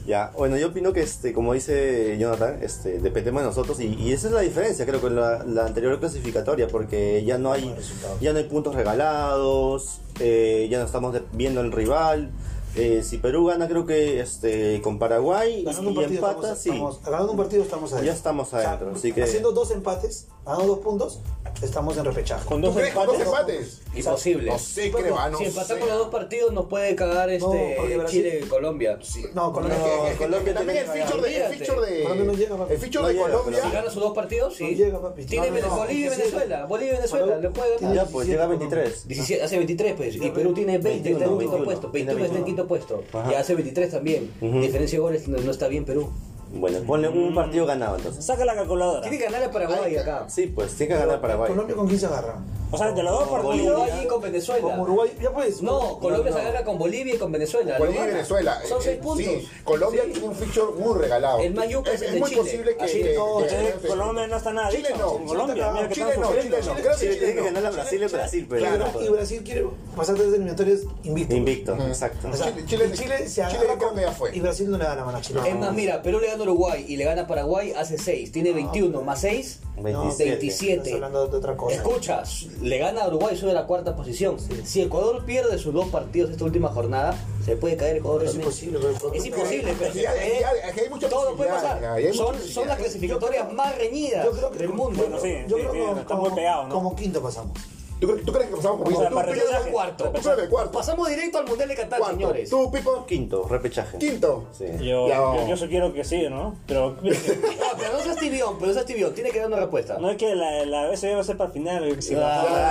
Ya, bueno, yo opino que, este, como dice Jonathan, este, dependemos de nosotros y, y esa es la diferencia, creo, con la, la anterior clasificatoria, porque ya no hay, ya no hay puntos regalados, eh, ya no estamos de- viendo el rival. Eh, si Perú gana, creo que este, con Paraguay y, Ganando un y partido empata, estamos, sí. estamos- ganando un partido estamos adentro. Ya estamos adentro, así que- Haciendo dos empates, ganando dos puntos, estamos en repechaje. Con ¿Tú dos crees con dos empates. empates? Imposible. No sé, creo. ah, no si empatamos sé. los dos partidos nos puede cagar este porque Brasil- Chile y Colombia. No, con Es que- es que- Colombia es que también el tiene- feature de, el olvídate. feature de, Colombia no llega, papi. el feature No de llega, Si Colombia gana sus dos partidos, sí. No llega, papi. Tiene No, no, no. Bolivia y Venezuela. Bolivia y Venezuela. Le juegan. Ya, pues llega a 23. 17, hace 23 pues, y Perú tiene 20, está en 21, quinto puesto, 21 está en quinto puesto, y hace 23 también, diferencia de goles no, no está bien Perú. Bueno, ponle un Mm. partido ganado entonces. Saca la calculadora. Tiene que ganar a Paraguay acá. Sí, pues tiene que ganar Paraguay. Colombia con quién se agarra. O sea, de los dos partidos. Uruguay y con Venezuela. Como Uruguay, ya pues. No, Colombia se agarra con Bolivia y con Venezuela. Bolivia y lo gana. Venezuela. Son Eh, seis eh, puntos. Sí, Colombia tiene un feature muy regalado. El más yuca es, es el es de muy Chile. posible que. Así que- No, que- Chile- que- Colombia no está nada Chile dicho. no, Con Colombia, mira que Chile están no, sufriendo. Chile no, creo Si que le tiene Chile que no. ganar a Brasil es Brasil, pero. Claro, y Brasil quiere pasar tres eliminatorias invicto. Invicto, exacto. O sea, Chile- Chile- y Chile se Chile agarra creo con- que ya fue. Y Brasil no le da la mano a Chile. Es más, mira, Perú le gana a Uruguay y le gana a Paraguay, hace 6. Tiene 21 más 6, No, 27. Estás hablando de otra cosa. Escucha, le gana a Uruguay, sube a la cuarta posición. Si Ecuador pierde sus dos partidos esta última jornada, se puede caer Ecuador. Pero es también. imposible, pero- Es imposible, pero- Y hay- y hay- hay muchas todo puede posibilidades, pasar. hay muchas Son, son las posibilidades. clasificatorias más reñidas Yo creo que del mundo. Bueno, sí, Yo sí, creo sí, que como, está muy pegado, ¿no? como quinto pasamos. ¿Tú crees- tú crees que pasamos por O sea, Tú, para Pipo, repechaje. al cuarto. Repechaje. Pasamos de cuarto. Pasamos directo al Mundial de Qatar, Cuarto. señores. Tú, Pipo, Quinto, repechaje. quinto. Sí. Yo, Ya, yo, vamos. yo sugiero que sí, ¿no? Pero [laughs] Ah, pero no seas tibión, pero no seas tibión. Tiene que dar una respuesta. no es que la, la BCB va a ser para el final. Si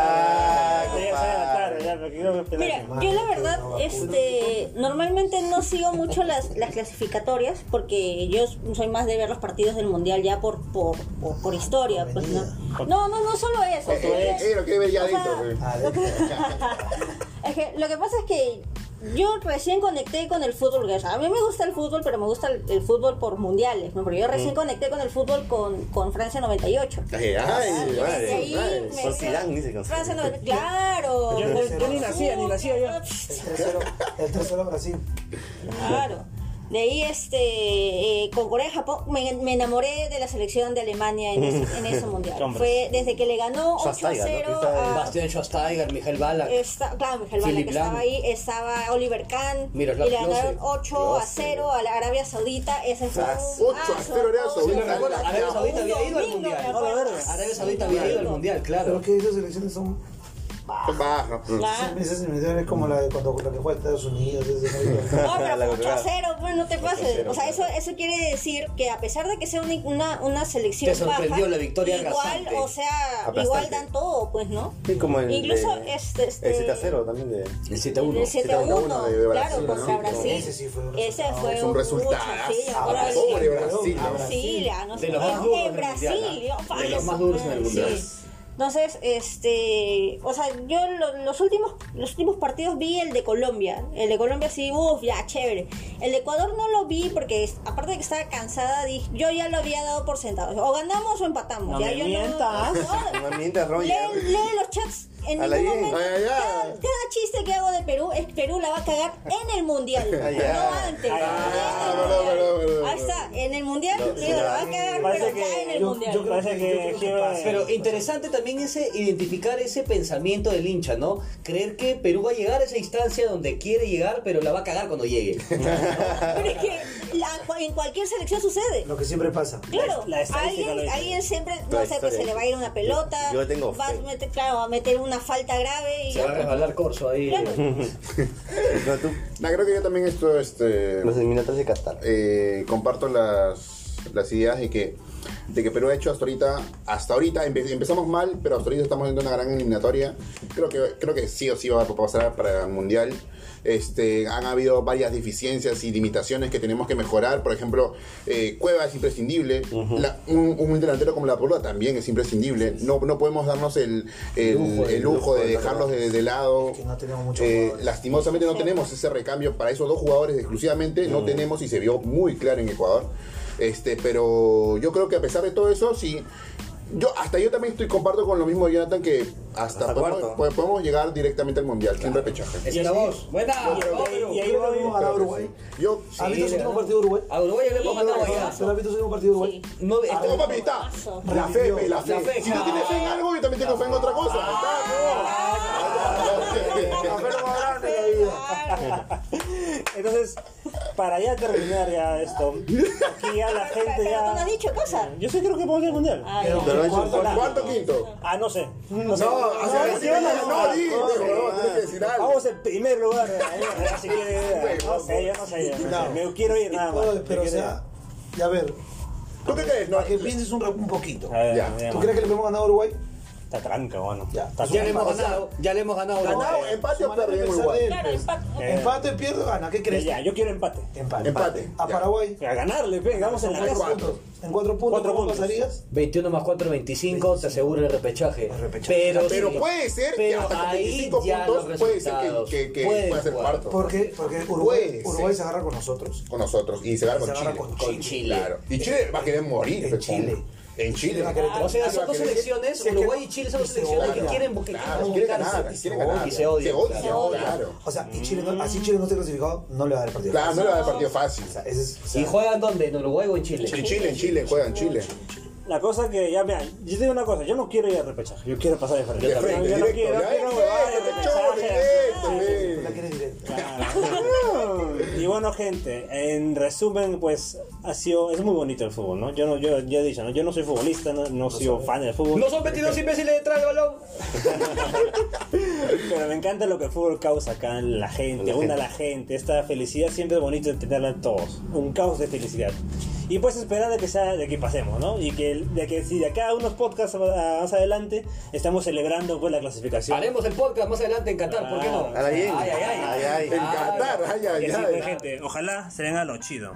Ah, ya se va a la tarde, ya, pero quiero que Mira, yo la verdad, este, normalmente no sigo mucho las, las clasificatorias porque yo soy más de ver los partidos del mundial ya por por, por, por historia, pues no. No, no, no solo eso. Eh, eh, eh, lo que ve ya O sea, adentro. güey. Ah, lo que- [laughs] es que lo que pasa es que yo recién conecté con el fútbol. o sea, a mí me gusta el fútbol, pero me gusta el, el fútbol por mundiales. ¿no? Porque yo recién conecté con el fútbol con, con Francia 98. Ay, ay, Desde madre, ahí madre. me- Con Zidane, dice, con Francia Zidane. 98, Claro. Yo- yo- yo ni nacía, ni nacía yo. El tercero, el tercero Brasil. Claro. De ahí, este, eh, con Corea y Japón, me, me enamoré de la selección de Alemania en ese, en ese mundial. Qué hombre. Fue desde que le ganó 8 a ah, Schweinsteiger, ¿no? 0 Que está- a. Bastian Schweinsteiger, Michael Ballack. Esta, claro, Miguel Bala, Philip que estaba Lahm. ahí, estaba Oliver Kahn, Miroslav y le ganaron Klose. 8 a 0 a la Arabia Saudita. Ese fue un 8 a 0 Arabia asco, Sí, Saudita. me recuerdo, Arabia Saudita había ido al Domingo, Mundial. me acuerdo. Arabia Saudita había ido al Mundial, Pero claro. que esas elecciones son. Baja. Claro. Esas elecciones como la de cuando la que juega Estados Unidos. esas- [laughs] No, pero La 8 a verdad. 0, pues no te pases. O sea, eso, eso quiere decir que a pesar de que sea una, una, una selección Te sorprendió baja, la victoria igual, rasante. o sea, Aplastante. igual dan todo, pues, ¿no? Sí, como el. Incluso de- este- este- El 7 a 0 también de. El El 7-1. 7 a 1, 1 de Brasil, claro, ¿no? contra Brasil. Ese sí fue un Ese resultado. fue Es un un resultado. mucho, sí, Ah, ahora sobre sí. Brasil, Ah, ¿no? Brasil. Sí, la- no De sé, los más en duros del mundial, Brasil, ¿no? yo, De los más ah, duros en el sí. mundial. Entonces, este, o sea, yo lo- los últimos los últimos partidos vi el de Colombia, el de Colombia sí, uff, ya chévere. El de Ecuador no lo vi porque es- aparte de que estaba cansada, dije, yo ya lo había dado por sentado, o ganamos o empatamos, No ya me yo mientas. no, no No mientas, Ron, ya. lee, lee los chats en A la ningún bien. momento. Ay, ay, Cada, ay. cada chiste que hago de Perú es Perú la va a cagar en el mundial, Ay, no ay. antes. Ay, ay, en el ay, mundial. ay, ay, ay. Ahí está, en el mundial digo, la va a cagar, Parece pero ya que- en el yo- mundial. yo creo Parece que- yo que creo que Gio- pasa. Pero interesante también ese identificar ese pensamiento del hincha, ¿no? Creer que Perú va a llegar a esa instancia donde quiere llegar, pero la va a cagar cuando llegue. [laughs] Pero es que la- en cualquier selección sucede. Lo que siempre pasa. Claro, La estadística alguien, lo dice. alguien siempre, La no sé, que historia se le va a ir una pelota, Yo- yo tengo va a fe. meter, claro, va a meter una falta grave y [laughs] Se va [laughs] [laughs] a resbalar Corso ahí. Claro. No, tú. Nah, creo que yo también esto, este, Los eliminatorios de Qatar. eh, comparto las, las ideas de que, de que Perú ha hecho hasta ahorita, hasta ahorita empe- empezamos mal, pero hasta ahorita estamos haciendo una gran eliminatoria. Creo que, creo que sí o sí va a pasar para el Mundial. Este, han habido varias deficiencias y limitaciones que tenemos que mejorar. Por ejemplo, eh, Cueva es imprescindible. La- un, un delantero como la Pulga también es imprescindible. No, no podemos darnos el, el- el lujo, de dejarlos de, de lado. que no tenemos muchos Eh, jugadores. lastimosamente no tenemos ese recambio para esos dos jugadores exclusivamente, Mm. no tenemos y se vio muy claro en Ecuador. Este, pero yo creo que a pesar de todo eso, sí. Yo, hasta yo también estoy comparto con lo mismo de Jonathan que hasta, Hasta podemos, cuarto. po- podemos llegar directamente al mundial, sin repechaje. Esta voz. Buena. vamos, Perú. Y ahí Creo que voy. vamos a ganar Uruguay. Yo ¿Has visto su le último ganamos. partido de Uruguay? A Uruguay ya le hemos mandado allá. ¿Solo has visto su último partido de Uruguay? Sí. No, este, Ah, este esta- no, papi, está. La fe, pe, la fe. La fe, Si tú tienes fe en algo, yo también tengo fe en otra cosa. Ah, [laughs] Está, no. [laughs] Entonces, para ya terminar ya esto, aquí ya la Pero, gente tú no has ya. dicho cosa. Yo sí creo que podemos ir al mundial. Ah, ya. Pero eso- ¿Cuánto quinto? Ah, no sé. No, sé. No, o sea, No, sí, yo no, no, di, no, digo, sé. no, tienes que decir algo. Vamos en primer lugar. eh, Así que, no sé, yo no sé. yo no sé. Me quiero ir nada más. Oye, Me Pero quiero o ir. sea, ya ver, ¿Tú qué crees? No, para que pienses un, un poquito. A ver, Ya. me ¿Tú llama. crees que le podemos ganar a Uruguay? Está tranca, bueno. Ya. Está Ya le tranca. hemos ganado, ya le hemos ganado. Ganado, Uruguay. eh, empate o su manera de perdemos pensar igual. de él, Claro, pues. impacto. Eh, Empate, pierde, gana. ¿Qué crees? Ya, yo quiero empate. Empate. Empate. A Ya. Paraguay. A ganarle, pe, vamos en En la cuatro casa. puntos. En cuatro puntos. Cuatro ¿cómo puntos. pasarías? 21 más 4, 25, te asegura el repechaje. El repechaje. Pero, Pero sí, puede ser que pero hasta con ahí 25 ya puntos los puede ser que, resultados que, que pueden pueda ser jugar. cuarto Porque, porque Uruguay, Puede Uruguay ser. se agarra con nosotros. con nosotros y se gana Se con agarra Chile. con Con Chile. Claro. Y Chile va a querer morir. En pues, Chile. con- En Chile. va a querer- O Ah, sea, Claro, son dos que- selecciones, que- Uruguay y Chile son dos que- selecciones que claro, quieren porque Claro, quieren quiere buscarse. ganar, quiere ganar. Y se odian, Se odia, claro. claro. O sea, y Chile no- así Chile no esté clasificado, no le va a dar el partido. Claro, no O le va a dar partido fácil. sea, ese es- o sea, ¿Y juegan dónde? ¿En Uruguay o en Chile? En Chile, en Chile, juega en Chile. La cosa que ya me. Yo te digo una cosa, yo no quiero ir a repechaje, yo quiero pasar de frente. De frente, yo no directo. quiero, no Ya, quiero eh, huevadas de repechaje, repechaje. directo, la eh. quieres directo. Y bueno, gente, en resumen, pues ha sido. Es muy bonito el fútbol, ¿no? Yo no, yo, yo he dicho, ¿no? Yo no soy futbolista, no, no soy fan del fútbol. No son 22 imbéciles detrás del balón. Pero me encanta lo que el fútbol causa acá en la gente, La una gente. a la gente. Esta felicidad siempre es bonito de tenerla en todos. Un caos de felicidad. Y pues esperar de que sea, de que pasemos, ¿no? Y que, el- de que si de acá a unos podcasts a- a- más adelante estamos celebrando pues la clasificación. Haremos el podcast más adelante en Qatar, ¿por qué no? Ahora bien. Ay, ay, ay. Ay, En Ah, Qatar, ay, Y ay, así, pues, ay. gente, ojalá se venga lo chido.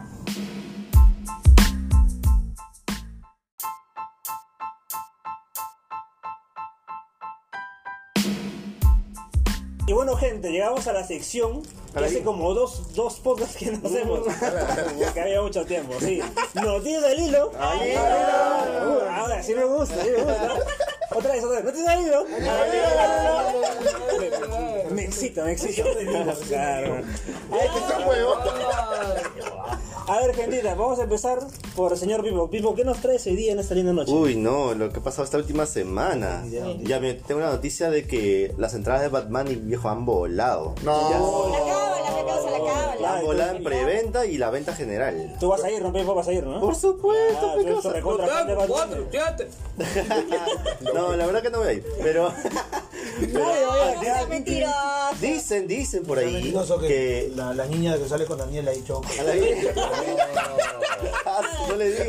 Y bueno, gente, llegamos a la sección que hace como dos, dos podcasts que no Uh, [laughs] hacemos. Porque había mucho tiempo, sí. Noticias del hilo. Al hilo. Uh, Ahora sí me gusta, sí me gusta. Otra vez, otra vez. Noticias del hilo. Me- Me excita, me [laughs] excita. Claro. Ay, que está huevón. A ver, gentita, vamos a empezar por el señor Pipo. Pipo, ¿qué nos traes hoy día en esta linda noche? Uy, no, lo que ha pasado esta última semana. Ya me tengo una noticia de que las entradas de Batman y viejo han volado. No. La cábala, la cábala, la cábala. Ay, Han volado tú- en preventa y la venta general. Tú vas a ir, ¿no, Pipo? Vas a ir, ¿no? Por supuesto, Ah, pe tú- tú cosa. recontra- Cuatro, siete. No, la verdad que no voy a ir. Pero Ay, ay, No ay, seas ay. mentiroso. dicen, dicen por Está ahí mentiroso que, que la, la niña que sale con Daniel ha dicho. A la Virgen. Ah, No le digas.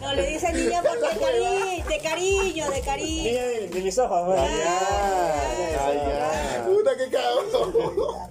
No le dice [laughs] niña porque de cariño, de cariño, de cariño. Niña de- de mis ojos, ¿no? Ah. Ay, Puta, qué cagado.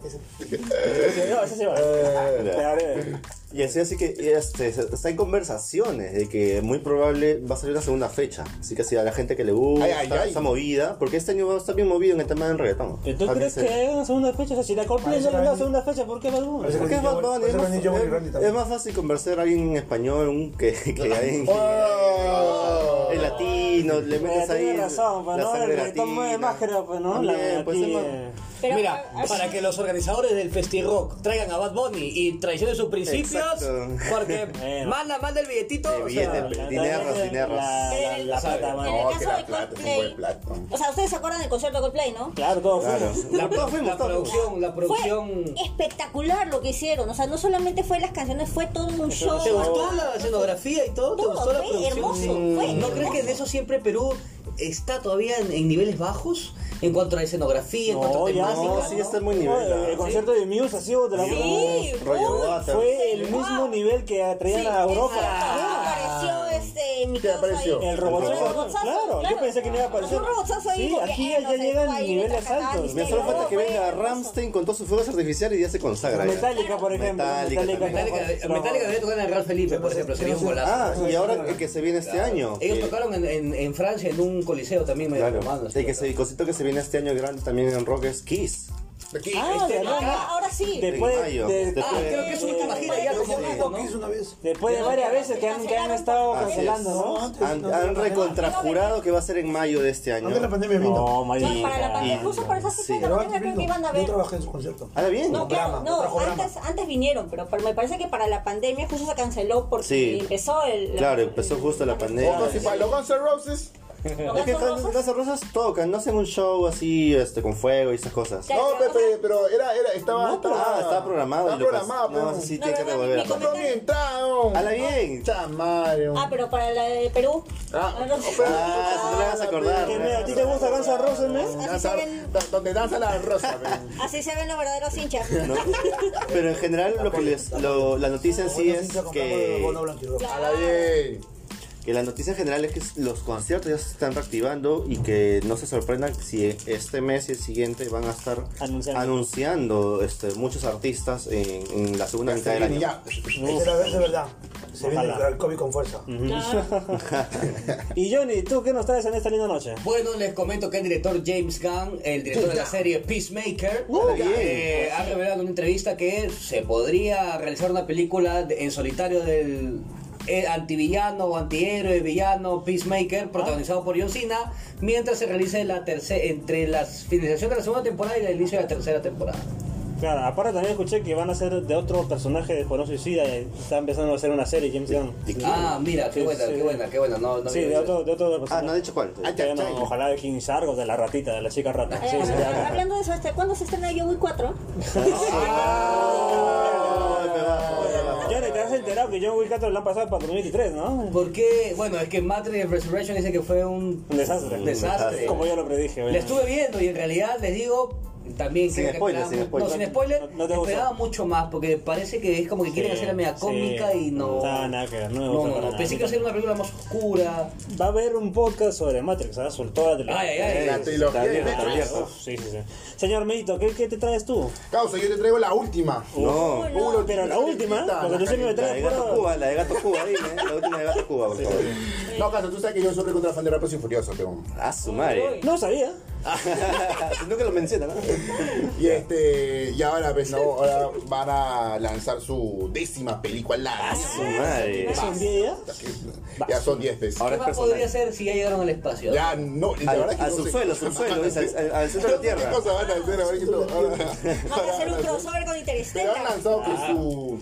Ese- No, ese se va. Eh, ya. A ver, Y así, así que este, se- está en conversaciones de que muy probable va a salir una segunda fecha. Así que si a la gente que le gusta Ay, ay, ay. esa movida, porque este año va a estar bien movido en el tema del reggaetón. ¿Pero ¿Tú También crees se- que hay una segunda fecha? O sea, si la Coldplay Parece ya le que da hay- segunda fecha, ¿por qué va Parece alguna? que- Porque es Bad Bunny, Ese es más, Benny Giovanni Randy es- también. es más fácil conversar a alguien en español un que, que alguien Oh. en latino. Le metes ahí Tienes razón, pues, la ¿no? El sangre reggaetón mueve latina. más, creo, pues, ¿no? La- También, pues, es aquí, más- eh, Pero, Mira, para que los organizadores del Festirock traigan a Bad Bunny y traicionen sus principios, Exacto. [laughs] porque Bueno. manda, manda el billetito. El o sea, billete, pe. la- Dinerros, la- dinerros. la- la- la plata, mano. No, En el Oh, que caso la de Ah, plata es un Coldplay. buen plato. o sea, ustedes se acuerdan del concierto de Coldplay, ¿no? Claro, todo Claro. fuimos. La, Todos fuimos, la todos fuimos. producción, la Fue producción. espectacular lo que hicieron. O sea, no solamente fue las canciones, fue todo un show. ¿Te gustó la escenografía y todo? ¿Te Todo, gustó la fue producción? hermoso, Sí. fue ¿No hermoso. crees que en eso siempre Perú está todavía en, en niveles bajos? En cuanto a escenografía, en cuanto No, a ya, temática. no, sí está muy nivel, No, el- ¿sí? El concierto de Muse ha sido de la Sí, Roger uy, Waters. Fue el mismo nivel que atraían sí, a Europa. exacto. Apareció este mi ¿Qué causa apareció? ahí. El robotazo. El robotazo, claro, yo claro. pensé que no iba a aparecer. Un robotazo ahí Sí, porque, aquí eh, ya, no ya sé, llegan fue ahí, niveles taca, taca, altos. Me viste, solo falta que No, venga fue hermoso. Ramstein con todos sus fuegos artificiales y ya se consagra. ya. Metallica, por ejemplo. Metallica también. Metallica, Metallica debería tocar en el Real Felipe, por ejemplo, sería un golazo. Ah, y ahora el que se viene este año. Ellos que- tocaron en, en, en Francia, en un coliseo también medio Claro. romano. El que se, el cosito que se viene este año grande también en rock es Kiss. Aquí. este, Ah, de Ah, verdad. ahora sí. Después En de, mayo. de- Después- Ah, creo que es su última gira ya como grupo, Lo ¿no? que hizo una vez. después de varias veces que han, que han estado Así es. cancelando, ¿no? antes, Han, antes de han la recontrajurado que va a ser en mayo de este año. pandemia. Antes de la pandemia vino. No, para la pandemia, Y- justo para esa fecha sí. de la Pero pandemia antes creo vino. que iban a Yo ver. trabajé en su concierto. Ahora Ah, bien. No, claro, programa, no, trajo Brahma. antes, antes vinieron, pero, pero me parece que para la pandemia justo se canceló porque Sí. empezó el... Claro, empezó justo la pandemia. Otro, si para los Guns N' Roses. los Es que Gatos Rosas. las rosas tocan, no hacen un show así este, con fuego y esas cosas. Ya, No, pero- Pepe, pero era, era, estaba. No, pero- ah, estaba programado. Estaba y lo pas- programado, No, pero. sí, No, tiene que no, no, revolver. mi Compró mi entrada. ¡Hala bien! Chamario. Ah, pero para la de Perú. Ah, no, pero- Ah, se te vas a acordar. Que, mira, ¿A ti te gusta Guns N' Roses, no? Así Danza- se, ven, da- Donde danza la rosa. [laughs] pe. así se ven los verdaderos hinchas. Eh, ¿no? Pero en general lo que les, lo- la noticia en sí Bueno, es Cintia, compramos el que bono blanquirrojo. Hala bien. que la noticia en general es que los conciertos ya se están reactivando y que no se sorprendan si este mes y el siguiente van a estar Anunciando. anunciando, este, muchos artistas en, en la segunda mitad del año. Ya. Es la- es de verdad. Se Ojalá. viene el COVID con fuerza. Y Johnny, ¿tú qué nos traes en esta linda noche? Bueno, les comento que el director James Gunn, el director de la serie Peacemaker, Uh, eh, ha revelado en una entrevista que se podría realizar una película de- en solitario del eh, antivillano o antihéroe villano Peacemaker, Ah. protagonizado por John Cena, mientras se realice la tercera entre la finalización de la segunda temporada y el inicio de la tercera temporada. Claro, aparte también escuché que van a ser de otro personaje de Escuadrón Suicida. eh, Está empezando a hacer una serie, James Gunn. Ah, mira, qué Sí, buena, sí. qué buena, qué buena. No, no Sí, había de visto. otro, de otro Ah, personaje. no ha dicho cuál. Ah, Todavía ya, no, ya. ojalá de King Sargos, de la ratita, de la chica rata. Eh, Sí, sí, ya. [laughs] hablando de eso, este, ¿cuándo se estrena Yo Voy 4? Ay, me bajo, me bajo. Johnny, te has enterado que John Wick 4 lo han pasado para 2023, ¿no? ¿Por qué? Bueno, es que Matrix Resurrection dice que fue un, Un desastre. un desastre. Como yo lo predije. La bueno. estuve viendo y en realidad les digo también que Sin creo que spoiler, esperaba- sin spoiler. No, sin spoiler, No- no te gustó. esperaba mucho más porque parece que es como que quieren Sí, hacer la media sí. cómica y no. Nada, nada que ver, no me No, gustó no, para no, nada. pensé que iba a ser una película más oscura. Va a haber un podcast sobre Matrix, ¿ah? Soltó la televisión. Ay, ay, ay. La trilogía de Está abierto, Netflix. está abierto. Sí, sí, sí. Señor Medito, ¿qué, qué te traes tú? Causa, yo te traigo la última. No. No, Uy, Pero la última, calientita, porque la tú siempre me La de calientita. traes Gato puro... Cuba, la de Gato Cuba, dime, ¿eh? la última de Gato Cuba, por favor. No, Causa, tú sabes que yo soy recontra fan de Rápidos y Furiosos, peón. A su [laughs] madre. No sabía. Sino que lo menciona, ¿no? Y este, y ahora, pues, no, ahora van a lanzar su décima película. A su madre. ¿Son 10 días? Ya son 10 veces. Ahora ¿Qué es más podría personal. ser si ya llegaron al espacio? Ya no, la verdad es que Al no sé. subsuelo, subsuelo, dice, al- al- al centro de la ¿Qué tierra. cosa van a hacer? Ahora que no- ahora- Van a hacer un ahora- crossover con Pero han Interstellar. lanzado que su.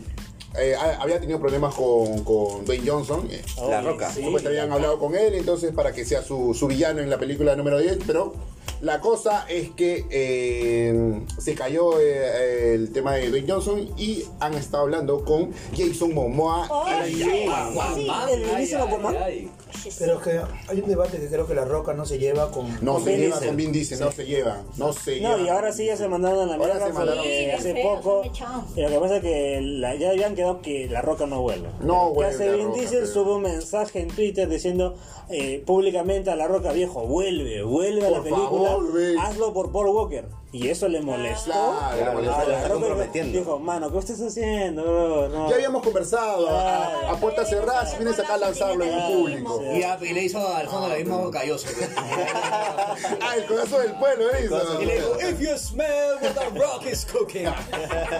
eh, ha- había tenido problemas con, con Dwayne Johnson. eh, La Ay, Roca. sí. Supuestamente habían hablado con él, entonces para que sea su, su villano en la película número 10. Pero la cosa es que eh, se cayó eh, el tema de Dwayne Johnson y han estado hablando con Jason Momoa. Oh. Oye, sí. Guamán, el ay, buenísimo ay, Guamán. ay. Sí, sí. Pero es que hay un debate que creo que la roca no se lleva con. No se Vin lleva Diesel. con Vin Diesel, no se lleva. No se No, lleva. y ahora sí ya se mandaron a la Ahora mierda se mandaron. porque Sí, bien hace feo, poco. se me echó. Y lo que pasa es que la- ya habían quedado que la roca no vuelve. No Lo que vuelve hace La Vin Roca, Diesel pero- sube un mensaje en Twitter diciendo eh, públicamente a la roca viejo, vuelve, vuelve a la Por película, favor, ve". hazlo por Paul Walker. Y eso le molestó. Claro, le Claro, molestó. a lo está Roca, comprometiendo. Dijo, mano, ¿qué estás haciendo? bro? No". Ya habíamos conversado a, a puertas cerradas, vienes acá a lanzarlo en público. Y, ya, y le hizo al fondo la misma boca calloso. [laughs] [laughs] Ah, el corazón del pueblo, ¿eh? y le dijo, if you smell what the rock is cooking. [laughs]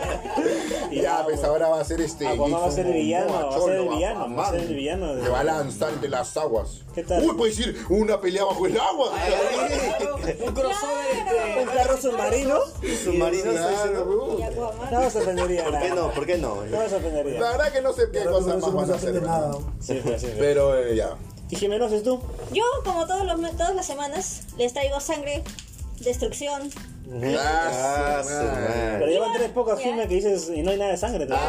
Y Ya, pues ahora va a ser este. Ah, pues, va a Jason ser el villano, Momoa, va a ser el cholo, villano, va a Aquaman, ser el villano de- Que va a lanzar entre las aguas. ¿Qué tal? Uy, puede ir una pelea bajo el agua. Un crossover ¿Un entre... carro submarino? Submarino, estoy Claro, diciendo, bro. Y Aquaman. No me sorprendería. ¿Por qué no? ¿Por qué no? No me sorprendería. La verdad que no sé qué Claro, cosas no se más van puede a hacer hacer. de nada. Sí, pues, sí, pues. Pero eh, ya. ¿Y Jimenos es tú? Yo, como todos los, me- todas las semanas, les traigo sangre, destrucción. Ah, Ah, Ah, su su madre. Pero madre. llevan tres pocas Ya. Jimena que dices y no hay nada de sangre. ¿no? Es que-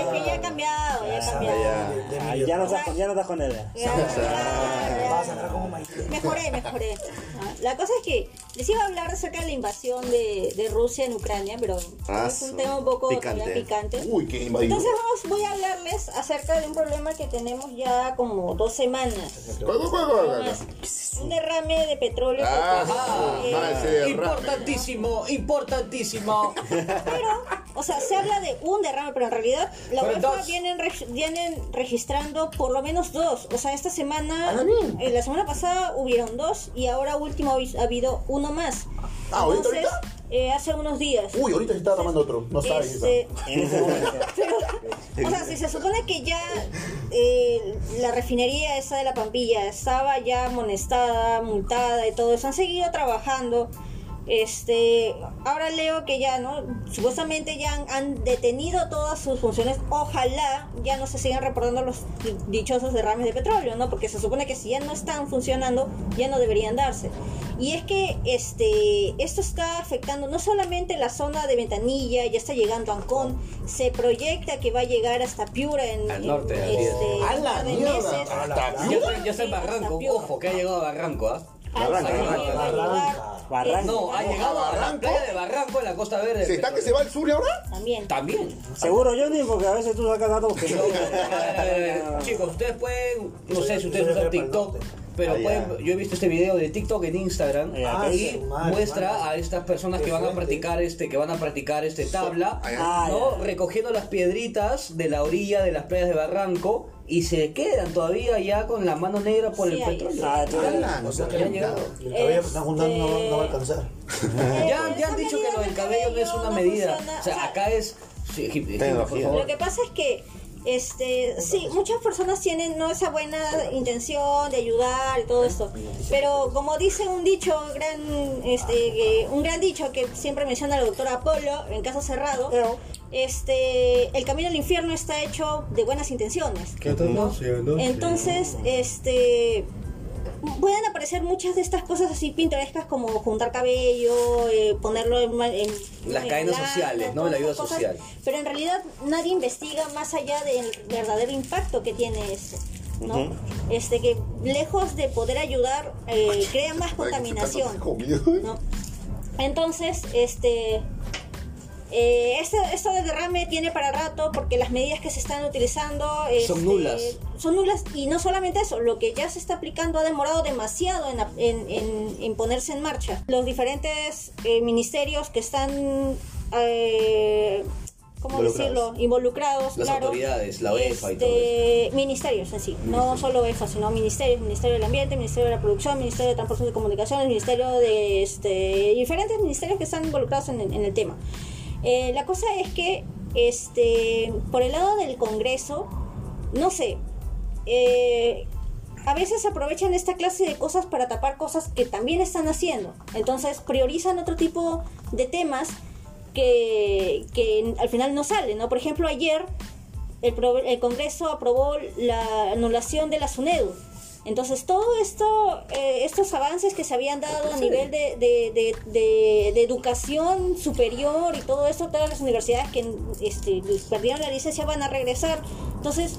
es que ya ha cambiado, ya ha cambiado. Ya. De Ah, mi- ya no estás con, ya no estás con ella. Ya, ya, ya. Vas a sacar como Maite. Mejoré, mejoré. Ah, La cosa es que les iba a hablar acerca de la invasión de, de Rusia en Ucrania, pero Ah, es su- un tema un poco todavía picante. picante. Uy, qué invadido. Entonces vamos, voy a hablarles acerca de un problema que tenemos ya como dos semanas. ¿Cuál, cuál, cuál, cuál, cuál? Un derrame de petróleo. Ah, que- su madre, eh, ese derrame. Importantísimo, importantísimo. Pero, o sea, se habla de un derrame, pero en realidad la Fueron UEFA dos. vienen, reg- vienen registrando por lo menos dos. O sea, esta semana, eh, la semana pasada hubieron dos y ahora último ha habi- ha habido uno más. Ah, ¿ahorita, Entonces, ahorita? eh, hace unos días. Uy, ahorita se está tomando otro. No sabes. esa. Este, En ese momento. pero, o sea, si se supone que ya eh, la refinería esa de la Pampilla estaba ya amonestada, multada y todo eso, han seguido trabajando. Este, ahora leo que ya, ¿no? Supuestamente ya han, han detenido todas sus funciones. Ojalá ya no se sigan reportando los di- dichosos derrames de petróleo, ¿no? Porque se supone que si ya no están funcionando, ya no deberían darse. Y es que este, esto está afectando no solamente la zona de Ventanilla, ya está llegando a Ancón, se proyecta que va a llegar hasta Piura en, Al norte, en, así es. este, ¡A un la par de mierda! meses. ¡Hasta Ya está, ya está en Sí, hasta Barranco, Piura. ojo, que ha llegado a Barranco, ¿ah? Al- Barranca, va a Barranca, llegar Barranca. Barranco. No, ha No, llegado a a la Barranco. playa de Barranco en la Costa Verde. ¿Se está que se va al sur y ahora? También. [laughs] También. Seguro, Johnny, porque a veces tú sacas datos que [laughs] No, a ver, a eh, ver, a ver. Chicos, ustedes pueden, no sé Eso si ustedes es usan para el TikTok, norte. pero Ah, ya. pueden- yo he visto este video de TikTok en Instagram Ah, y su madre, muestra madre. a estas personas Qué que van a fuerte. practicar este, que van a practicar este tabla, Ah, ya. Ah, ¿no? ya. recogiendo las piedritas de la orilla de las playas de Barranco y se quedan todavía ya con la mano negra por Sí, el hay. petróleo. Ah, tú- Ala, O sea que Ya han llegado. El cabello que están juntando no, va- no va a Este- alcanzar. Eh, Ya, ya esa han dicho que medida lo del del cabello no es una no medida. funciona. ¿eh? O sea, acá es. sí, Egip- Egipto, Tecnología. por favor. Lo que pasa es que, este, sí, muchas personas tienen no esa buena intención de ayudar y todo esto, pero como dice un dicho gran, este, que- un gran dicho que siempre menciona la doctora Apolo en caso cerrado, este, el camino al infierno está hecho de buenas intenciones. Entonces, este pueden aparecer muchas de estas cosas así pintorescas como juntar cabello, eh, ponerlo en, ma- en- Las en cadenas latas, sociales, ¿no? todas La ayuda esas cosas. social. Pero en realidad nadie investiga más allá del verdadero impacto que tiene esto. ¿no? Este que lejos de poder ayudar eh, crea más contaminación. ¿no? Entonces, este, eh, este, esto de derrame tiene para rato porque las medidas que se están utilizando Son este, nulas. Son nulas y no solamente eso, lo que ya se está aplicando ha demorado demasiado en, ap- en- en- en ponerse en marcha. Los diferentes eh, ministerios que están... eh, ¿Cómo Involucrados. decirlo? Involucrados, Las claro. autoridades, la OEFA y todo Este, Ministerios en sí, no solo EFA, sino ministerios, Ministerio del Ambiente, Ministerio de la Producción, Ministerio de Transportes y Comunicaciones, Ministerio de este, diferentes ministerios que están involucrados en, en el tema. Eh, la cosa es que este, por el lado del Congreso, no sé, eh, a veces aprovechan esta clase de cosas para tapar cosas que también están haciendo. Entonces priorizan otro tipo de temas que, que al final no salen, ¿no? Por ejemplo, ayer el, pro- el Congreso aprobó la anulación de la SUNEDU. Entonces, todo esto, eh, estos avances que se habían dado a nivel de, de- de- de- de educación superior y todo esto, todas las universidades que este, perdieron la licencia van a regresar. Entonces,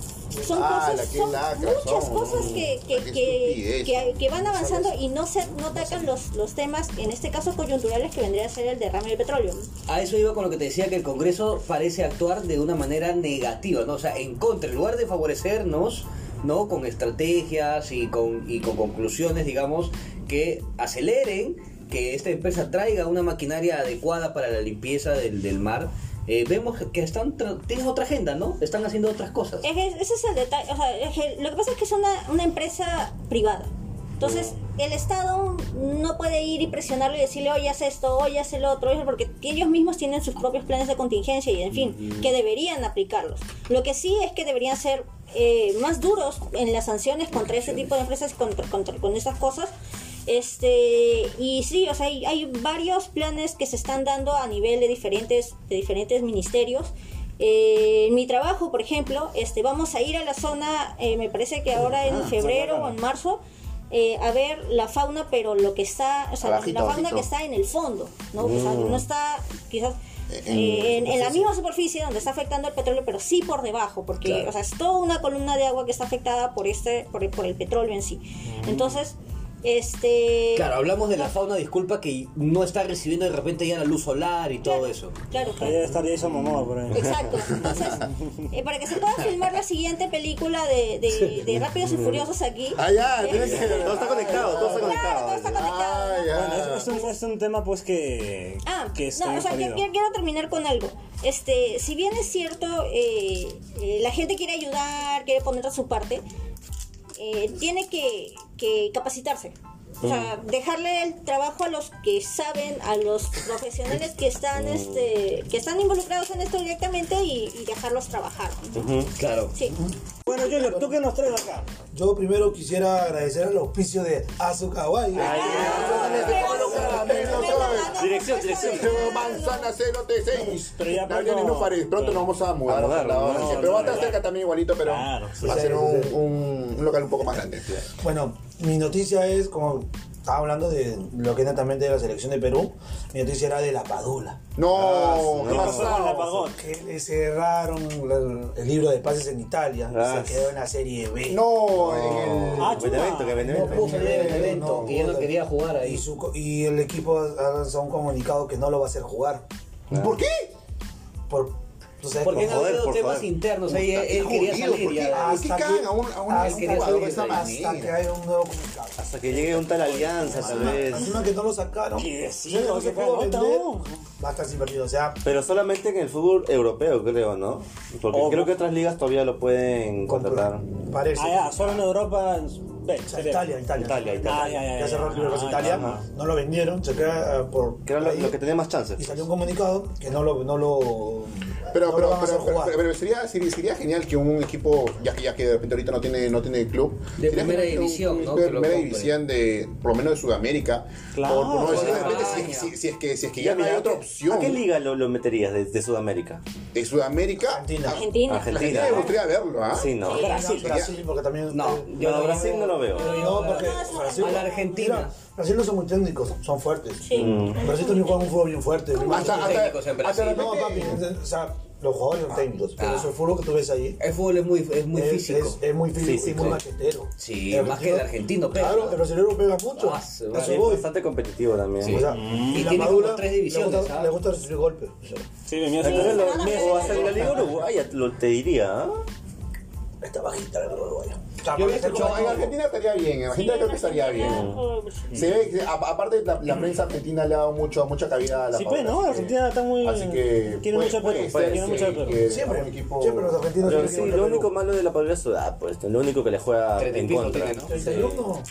son Ah, la cosas, que son lacra muchas son. cosas que, que, La que que, estupidez. que- que van avanzando y no se no atacan los, los temas, en este caso coyunturales, que vendría a ser el derrame del petróleo. A eso iba con lo que te decía que el Congreso parece actuar de una manera negativa, ¿no? O sea, en contra, en lugar de favorecernos, ¿no? Con estrategias y con, y con conclusiones, digamos, que aceleren que esta empresa traiga una maquinaria adecuada para la limpieza del, del mar. eh, vemos que están tra- tienen otra agenda, ¿no? Están haciendo otras cosas. Es que ese es el detalle. O sea, es que lo que pasa es que es una, una empresa privada. Entonces, el Estado no puede ir y presionarle y decirle, oye, haz esto, oye, haz el otro, oye, porque ellos mismos tienen sus propios planes de contingencia y, en fin, que deberían aplicarlos. Lo que sí es que deberían ser eh, más duros en las sanciones contra ese tipo de empresas, contra, contra- con esas cosas. Este, y sí, o sea, hay, hay varios planes que se están dando a nivel de diferentes, de diferentes ministerios. Eh, en mi trabajo, por ejemplo, este, vamos a ir a la zona, eh, me parece que ahora en febrero o en marzo, eh, a ver la fauna, pero lo que está, o sea, Abajito, la fauna abajito. que está en el fondo, ¿no? O sea, no está quizás eh, En- en, en la misma superficie donde está afectando el petróleo, pero sí por debajo, porque Claro. o sea, es toda una columna de agua que está afectada por, este, por, el, por el petróleo en sí. Entonces, este... Claro, hablamos de la fauna, disculpa, que no está recibiendo de repente ya la luz solar y todo eso. Claro, Ahí debe estar Jason Momoa por ahí. Exacto. Entonces, eh, para que se pueda filmar la siguiente película de, de, de Rápidos y Furiosos aquí. Ah, ya, eh, tienes que- Todo está conectado, todo está Claro, todo está conectado. conectado. Ah, ¿no? Bueno, es, es ya. un, es un tema pues que, Ah, que está no, o sea, que- jodido. que- quiero terminar con algo. Este, si bien es cierto, eh, eh, la gente quiere ayudar, quiere poner de su parte, eh, tiene que, que capacitarse. O sea, dejarle el trabajo a los que saben, a los profesionales que están, este, que están involucrados en esto directamente y, y dejarlos trabajar. Claro. Sí. Bueno, Junior, ¿tú qué nos traes acá? Yo primero quisiera agradecer al auspicio de Azukawai. Dirección, dirección. Manzana 036. Pero ya Gabriel pronto- y no pares. Pronto nos vamos a mudar. A mudar, ojalá, no, ahora sí. no, pero va a no, estar no. cerca también igualito, pero Claro, sí, va a sí, ser sí, un, sí. un- un local un poco más grande. Bueno, mi noticia es como estaba hablando de lo que era también de la selección de Perú. Mi noticia era de la Padula. No, ¿qué ¿Qué pasó pasó? con la pagón? Que le cerraron la- el libro de pases en Italia. Ah. Se quedó en la Serie B. No, en el. Ah, Buen evento, que buen No evento. pudo salir en el evento, No, que yo no puta. quería jugar Y, ahí. su co- y el equipo ha ha lanzado un comunicado que no lo va a hacer jugar. ¿Por qué? Por, tú Porque sabes, por han joder, habido por temas joder. internos ahí, él, él quería Jodido, salir ¿por qué? ya. Ah, ¿qué Hasta cagan a un, a un- a un hasta que- jugador de esa hasta, manera? que haya un nuevo comunicado. Hasta que llegue un tal alianza, tal Encima- vez. Encima que no lo sacaron. Y sí, O sea, no se pudo fue, no, vender, no. Va a estar sin partido. O sea, Pero solamente en el fútbol europeo, creo, ¿no? Porque Ojo. creo que otras ligas todavía lo pueden contratar. Parece. Ah, ya, solo en Europa. en- ve, O sea, ve. Italia, Italia. Italia, Italia. Ah, ya, ya, Ya cerró el ya. libro de Ah, ya, Italia. ya. No lo vendieron. Se queda ah, por. Que era lo, ahí, lo que tenía más chances. Y salió un comunicado que no lo. No lo Pero, no lo pero, van a hacer pero, pero, jugar. pero sería, sería, sería genial que un equipo, ya que, ya que de repente ahorita no tiene, no tiene club, De sería primera genial que un- división, un ¿no? club De Que lo primera compre. división, de, por lo menos de Sudamérica. Claro, por, por no decir de España. repente, si, es- si- si es que, si es que ya, no mira, hay otra ¿a qué- ¿A opción qué liga lo, lo meterías de, de Sudamérica? de Sudamérica, Argentina. Argentina. a- la gente Argentina. le gustaría verlo, ¿ah? Sí, no. Sí. Brasil, Brasil, porque también. No, eh, yo No, lo Brasil no lo veo. Yo digo, No, porque no, es Brasil, a la Argentina. Mira, Brasil no son muy técnicos, son fuertes. Sí. Mm. Brasil también juega un fútbol bien fuerte. Hasta, Muchos hasta, técnicos en hasta Brasil. de No, papi, repente- o sea, los jugadores son técnicos, pero Ah. eso el fútbol que tú ves ahí El fútbol es muy, es muy es, físico. Es, es muy físico, y Físico. muy machetero. Sí, más que el argentino pega. Claro, el brasileño pega mucho. Ah, A se su va. Sí, voz. bastante competitivo también. Sí. O sea, Mm. y Y la tiene madura como tres divisiones, Le gusta, ¿ah? le gusta recibir golpes. O sea, Sí, me mira, Entonces, sí. lo- o hasta en la Liga Uruguaya, lo, te diría. ¿ah? está bajita la liga uruguaya. O sea, Yo había parece como- escuchado- en Argentina estaría bien, en Argentina creo que estaría bien. Se ve, que- a- aparte la, la prensa argentina le ha dado mucho, mucha cabida a la Sí, pues, Paula, ¿no? así Argentina está muy- Así que... quiere mucho al Perú, quiere mucho al Perú. Siempre, un equipo... siempre los argentinos Pero tienen sí, que volver lo a Perú. único malo de la palabra es Sudá, pues lo único que le juega Treinta y en pico contra. tiene, ¿no? 31.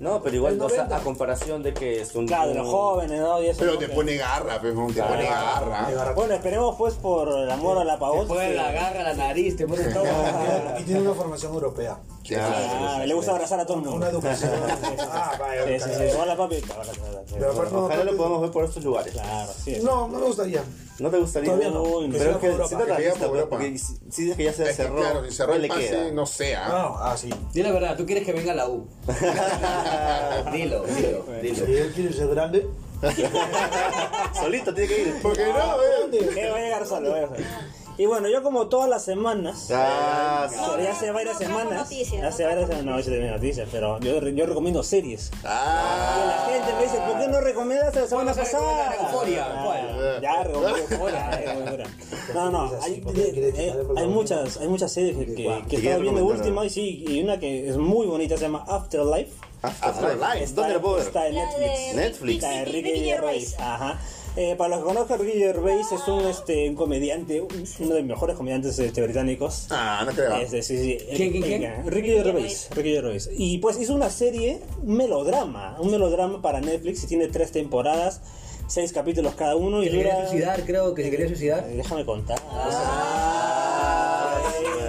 No, pero igual, El o sea, 90. a comparación de que es un. Claro, de los jóvenes, ¿no? Y eso, Pero ¿no? te Que- pone garra, pues, te pone Le garra. agarra- Bueno, esperemos pues por el amor a la pavón. Fue la garra, la nariz, te pones todo. [laughs] Y tiene una formación europea. Ya. Ah, le gusta abrazar a todo el mundo. Una educación. ah, vaya. Sí, sí, educación. sí. Hola, papi. Pero aparte, no, Ojalá lo aparte- podamos ver por estos lugares. Claro, sí. sí. No, no me gustaría. No te gustaría. Todavía no. Uy, Que Pero siga es por que Europa. siendo Que realista, sigue por pues, Europa. porque si, si dices que ya se Es que, cerró, claro, si cerró ¿qué el le pase, queda? no sé, Ah, ¿ah? no, ah, sí. Dile la verdad, tú quieres que venga la U. Dilo, dilo, Si dilo. él quiere ser grande, Solito tiene que [laughs] ir. Porque no, eh. Eh, voy a llegar solo, voy a llegar solo. Y bueno, yo como todas las semanas, Ah, o sea, ya hace varias No, no, no, semanas, noticias, hace no, no, varias no, semanas, no, eso también es noticia, pero yo, yo recomiendo series. Ah. Y la gente me dice, ¿por qué no recomendaste la semana ¿Cuándo se recomienda pasada? Euforia? Ah, ¿Cuál? Ya, recomiendo [laughs] Euforia, eh, Euforia. No, no, hay, eh, eh, hay muchas, hay muchas series que, que, que Si estaba quieres viendo recomendar última algo. y sí, y una que es muy bonita, se llama Afterlife. Afterlife. ¿Dónde lo puedo ver? Está en La Netflix. de Netflix. La de Ricky Ricky Gervais. Ajá. Eh, para los que conozcan, Ricky Gervais es un, este, un comediante, un- uno de los mejores comediantes este, británicos. Ah, no creo. Este, sí, sí. eh, ¿Quién, quién, eh, quién? Ricky Gervais. Ricky Gervais. Y pues hizo una serie, un melodrama, un melodrama para Netflix y tiene tres temporadas, seis capítulos cada uno y Se quería dura... suicidar, creo que se quería suicidar. Eh, Déjame contar.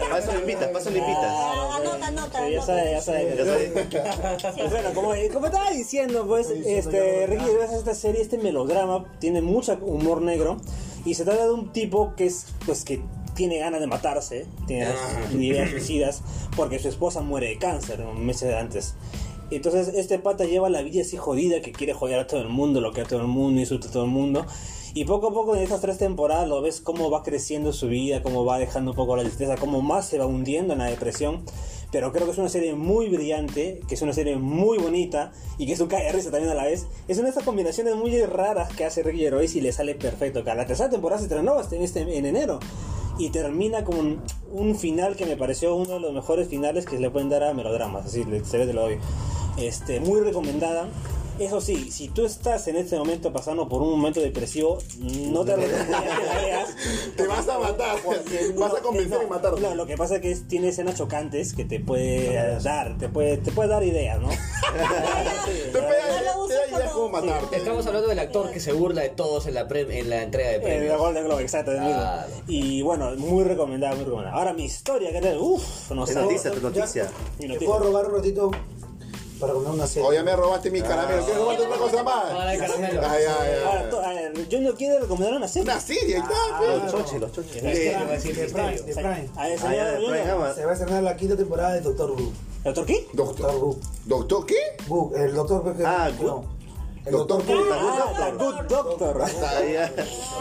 Paso le invitas, paso le invitas. Ah, Anota, anota, sí, ya anota. sabes, ya sabes. Ya sabes. Pues bueno, como, como estaba diciendo, pues, este, Ricky Gervais hace esta serie, este melodrama, tiene mucho humor negro y se trata de un tipo que es, pues, que tiene ganas de matarse, tiene [laughs] ideas suicidas, porque su esposa muere de cáncer ¿no? meses antes. Entonces este pata lleva la vida así jodida que quiere joder a todo el mundo, lo que a todo el mundo, insulta a todo el mundo. Y poco a poco en estas tres temporadas lo ves cómo va creciendo su vida, cómo va dejando un poco la tristeza, cómo más se va hundiendo en la depresión. Pero creo que es una serie muy brillante, que es una serie muy bonita y que es un cae de risa también a la vez. Es una de estas combinaciones muy raras que hace Ricky Gervais y le sale perfecto. Que a la tercera temporada se estrenó este, este- en enero y termina con un, un final que me pareció uno de los mejores finales que se le pueden dar a melodramas. Así, le- se ve, te lo doy. Este, muy recomendada. Eso sí, si tú estás en este momento pasando por un momento depresivo, no te recomendaría que la veas. Te vas a matar, porque vas a convencer No, en matarlo. no, lo que pasa es que es- tiene escenas chocantes que te puede eh, dar, te puede, te puede dar ideas, ¿no? [laughs] Te Sí, pega- No lo te da uses ideas cómo como- matarte. Estamos hablando del actor que se burla de todos en la, pre- en la entrega de En Eh, la premios. Golden Globe, exacto. es mismo. Claro. Y bueno, muy recomendada, muy recomendada. Ahora mi historia, que era, uff, no Te sé. noticia, tu noticia. Mi ¿Te noticia. puedo robar un ratito para comer una serie? O ya me robaste mi caramelo. ¿Quieres robarte otra cosa más? Ahora el caramelo. Ay, ay, Ahora, ay. to- a ver, yo no quiero recomendar una serie. Una serie, ahí está, Los pues. choches, los choches. Misterio, va a De decir Prime, misterio. de Prime. A ver, Ah, señor ya, de Junior. Prime, ah, Se va a estrenar la quinta temporada de Doctor Who. ¿Doctor qué? Doctor Doctor. Gu. ¿Doctor qué? Gu, el doctor creo que. Ah, no. Gu. El Doctor doctor Gu. Gu. Ah, Good Doctor. Ah, ya.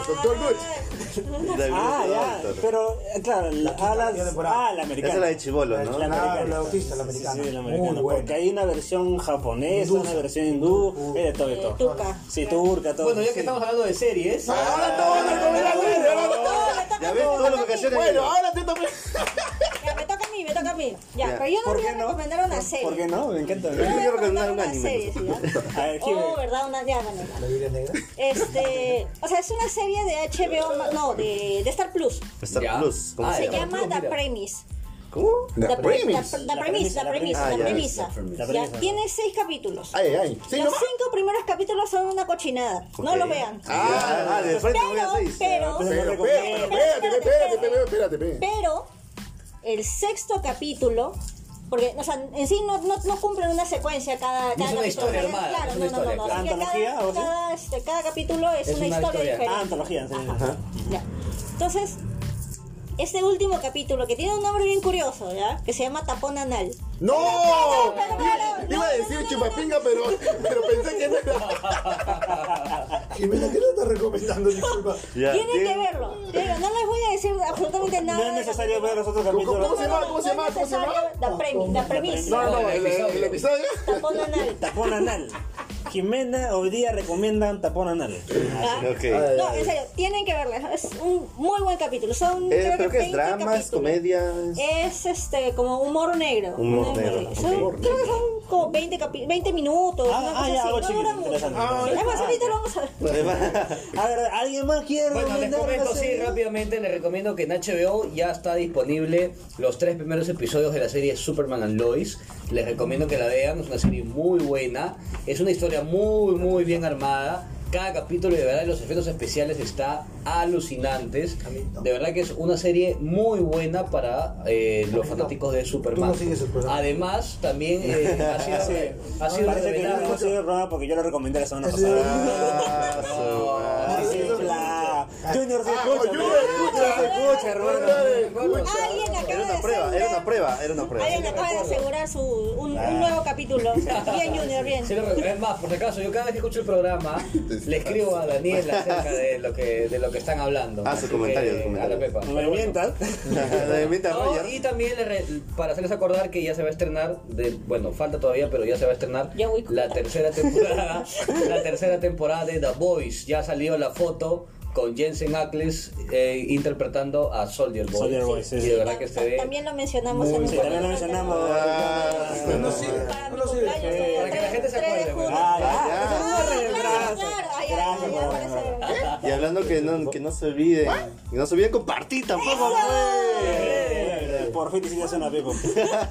Doctor Good. David Ah, ya. Doctor. Pero, eh, claro, la, ah, la, ah, la Esa es la americana. de Chibolo, ¿no? La- americana. la autista, la americana. Sí, sí, la Muy americana. buena. Porque hay una versión japonesa, Hindú. una versión hindú, Hindú. es de todo, de todo. Turca. Sí, Eh, turca, todo. Bueno, ya sí. que estamos hablando de series, Ahora todo lo que me da miedo, ahora todo. Ya ves todo lo que ocasiones. Bueno, ahora te tomé. Ya, me toca a mí, me toca a mí. Ya, Ya. pero yo no ¿Por voy qué a no? recomendar una serie. ¿Por qué no? Me encanta. Yo voy a Yo quiero recomendar recomendar un una anime. serie, sí, ¿ya? A ver, ¿quién ve? Oh, ¿verdad? Una, ya, bueno, ya. La Biblia negra. Este, o sea, es una serie de HBO, ma- no, de, de Star Plus. Star Ya. Plus. ¿Cómo Ah, se Se ya. llama? llama The Premise. ¿Cómo? The pre- Premise. La, la premisa, la premisa, Ah, la ya, premisa. la Ya, premisa. Tiene seis capítulos. Ay, ay, ay. Ah, Sí, Los no más. cinco primeros capítulos son una cochinada. No Ok. lo vean. Ah, ah, de frente voy a Pero, seis. Eh, pero, Pero, espérate, espérate, espérate, espérate, espérate, espérate. Pero el sexto capítulo, porque o sea, en sí no, no, no cumplen una secuencia cada, cada es una capítulo. historia armada, Claro, es una no, no, no, no. historia, Así que ¿Antología o cada, así? cada, este, cada capítulo es, una, historia, Ah, diferente. antología, sí. Ajá. Ya. Entonces, este último capítulo que tiene un nombre bien curioso, ¿ya? Que se llama Tapón Anal. ¡No! Pero, pero, Iba a no, decir no, no, chupapinga, pero, pero pensé que no era. Jimena, ¿qué le estás [laughs] recomendando? Disculpa. Ya. Tienen Tiene- que verlo. Pero no les voy a decir absolutamente nada. No es del necesario capítulo. ver los otros ¿Cómo- capítulos. cómo se llama? ¿Cómo se llama? No ¿Cómo es se llama? necesario, La premi, la premis. No, no, el, el episodio. Tapón anal. Tapón anal. Jimena hoy día recomiendan tapón anal. ¿Ah? Ok. No, en serio, tienen que verla. Es un muy buen capítulo. Son Eh, creo ¿Pero que qué es? 20 ¿Dramas? capítulos. ¿Comedias? Es este como humor negro. Humor negro, Son- humor creo que son como 20, capi- 20 minutos. Ah, una ah, cosa ya, así. algo no chiquito, dura mucho. interesante. Ah, Es más, ah, ahorita ya. lo vamos a ver. A ver, ¿alguien más quiere Bueno, les recomendar una comento sí, serie? rápidamente, les recomiendo que en HBO ya está disponible los tres primeros episodios de la serie Superman and Lois. Les recomiendo que la vean, es una serie muy buena, es una historia muy, muy bien armada. Cada capítulo, de verdad, los efectos especiales está alucinantes. De verdad que es una serie muy buena para eh, los fanáticos de Superman. Tú no sigues el programa. Además, también eh, [laughs] ha sido, ha sido Parece que yo revelado- no soy de programa porque yo lo recomendé la semana pasada. Eh, [laughs] Ah, sí, claro. Junior se Ah, escucha. Junior, Junior se escucha, hermano. Alguien acaba Era de una prueba, era asegurar- una prueba, era una prueba. Alguien acaba de asegurar su, un, Ah. un [laughs] nuevo capítulo. Bien, Junior, bien. Sí, lo recuerdo. es más, por si acaso, yo cada vez que escucho el programa le escribo a Daniel acerca de lo que, de lo que están hablando. Ah, su Así comentario, que, su comentario. a la Pepa. Me mientas. [laughs] La invita a No, Roger. y también le re- para hacerles acordar que ya se va a estrenar, de, bueno, falta todavía, pero ya se va a estrenar Ya voy con- la tercera temporada, [laughs] la tercera temporada de The Voice. Ya salió la foto con Jensen Ackles eh, interpretando a Soldier Boy. Soldier Boy, sí, Y sí. de verdad que se ve. También lo mencionamos en un Sí, también lo mencionamos. Ah, No, no sirve. Para mi No sirve. cumpleaños, el Eh, para que la gente se 3 de acuerde, junio. Ah, ya. ya. Eso es un barrio del Ah, brazo. claro, ay, ay, Gracias ay, por por recomendar. ese- Y hablando que no, que no se olviden, que no se olviden compartir tampoco. pues. Eh, Por fin hiciste una Pepo.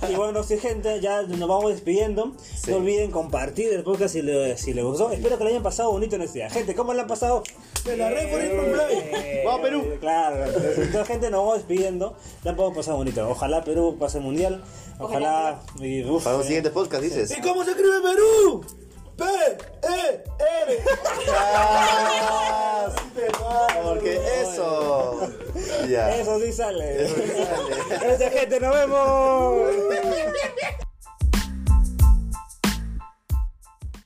Y bueno, sí, gente, ya nos vamos despidiendo. Sí. No olviden compartir el podcast si le, si le gustó. Espero que lo hayan pasado bonito en este día. Gente, ¿cómo lo han pasado? Me la re por el cumpleaños. Vamos Perú. Eh, Claro, entonces gente nos vamos despidiendo. La han pasado bonito. Ojalá Perú pase el mundial. Ojalá. y, uf, Para un eh, siguiente podcast dices. ¿Y cómo se escribe Perú? P, E, R. [laughs] Ah, Porque eso. Ya. [laughs] Eso sí sale. Gracias, gente. Nos vemos.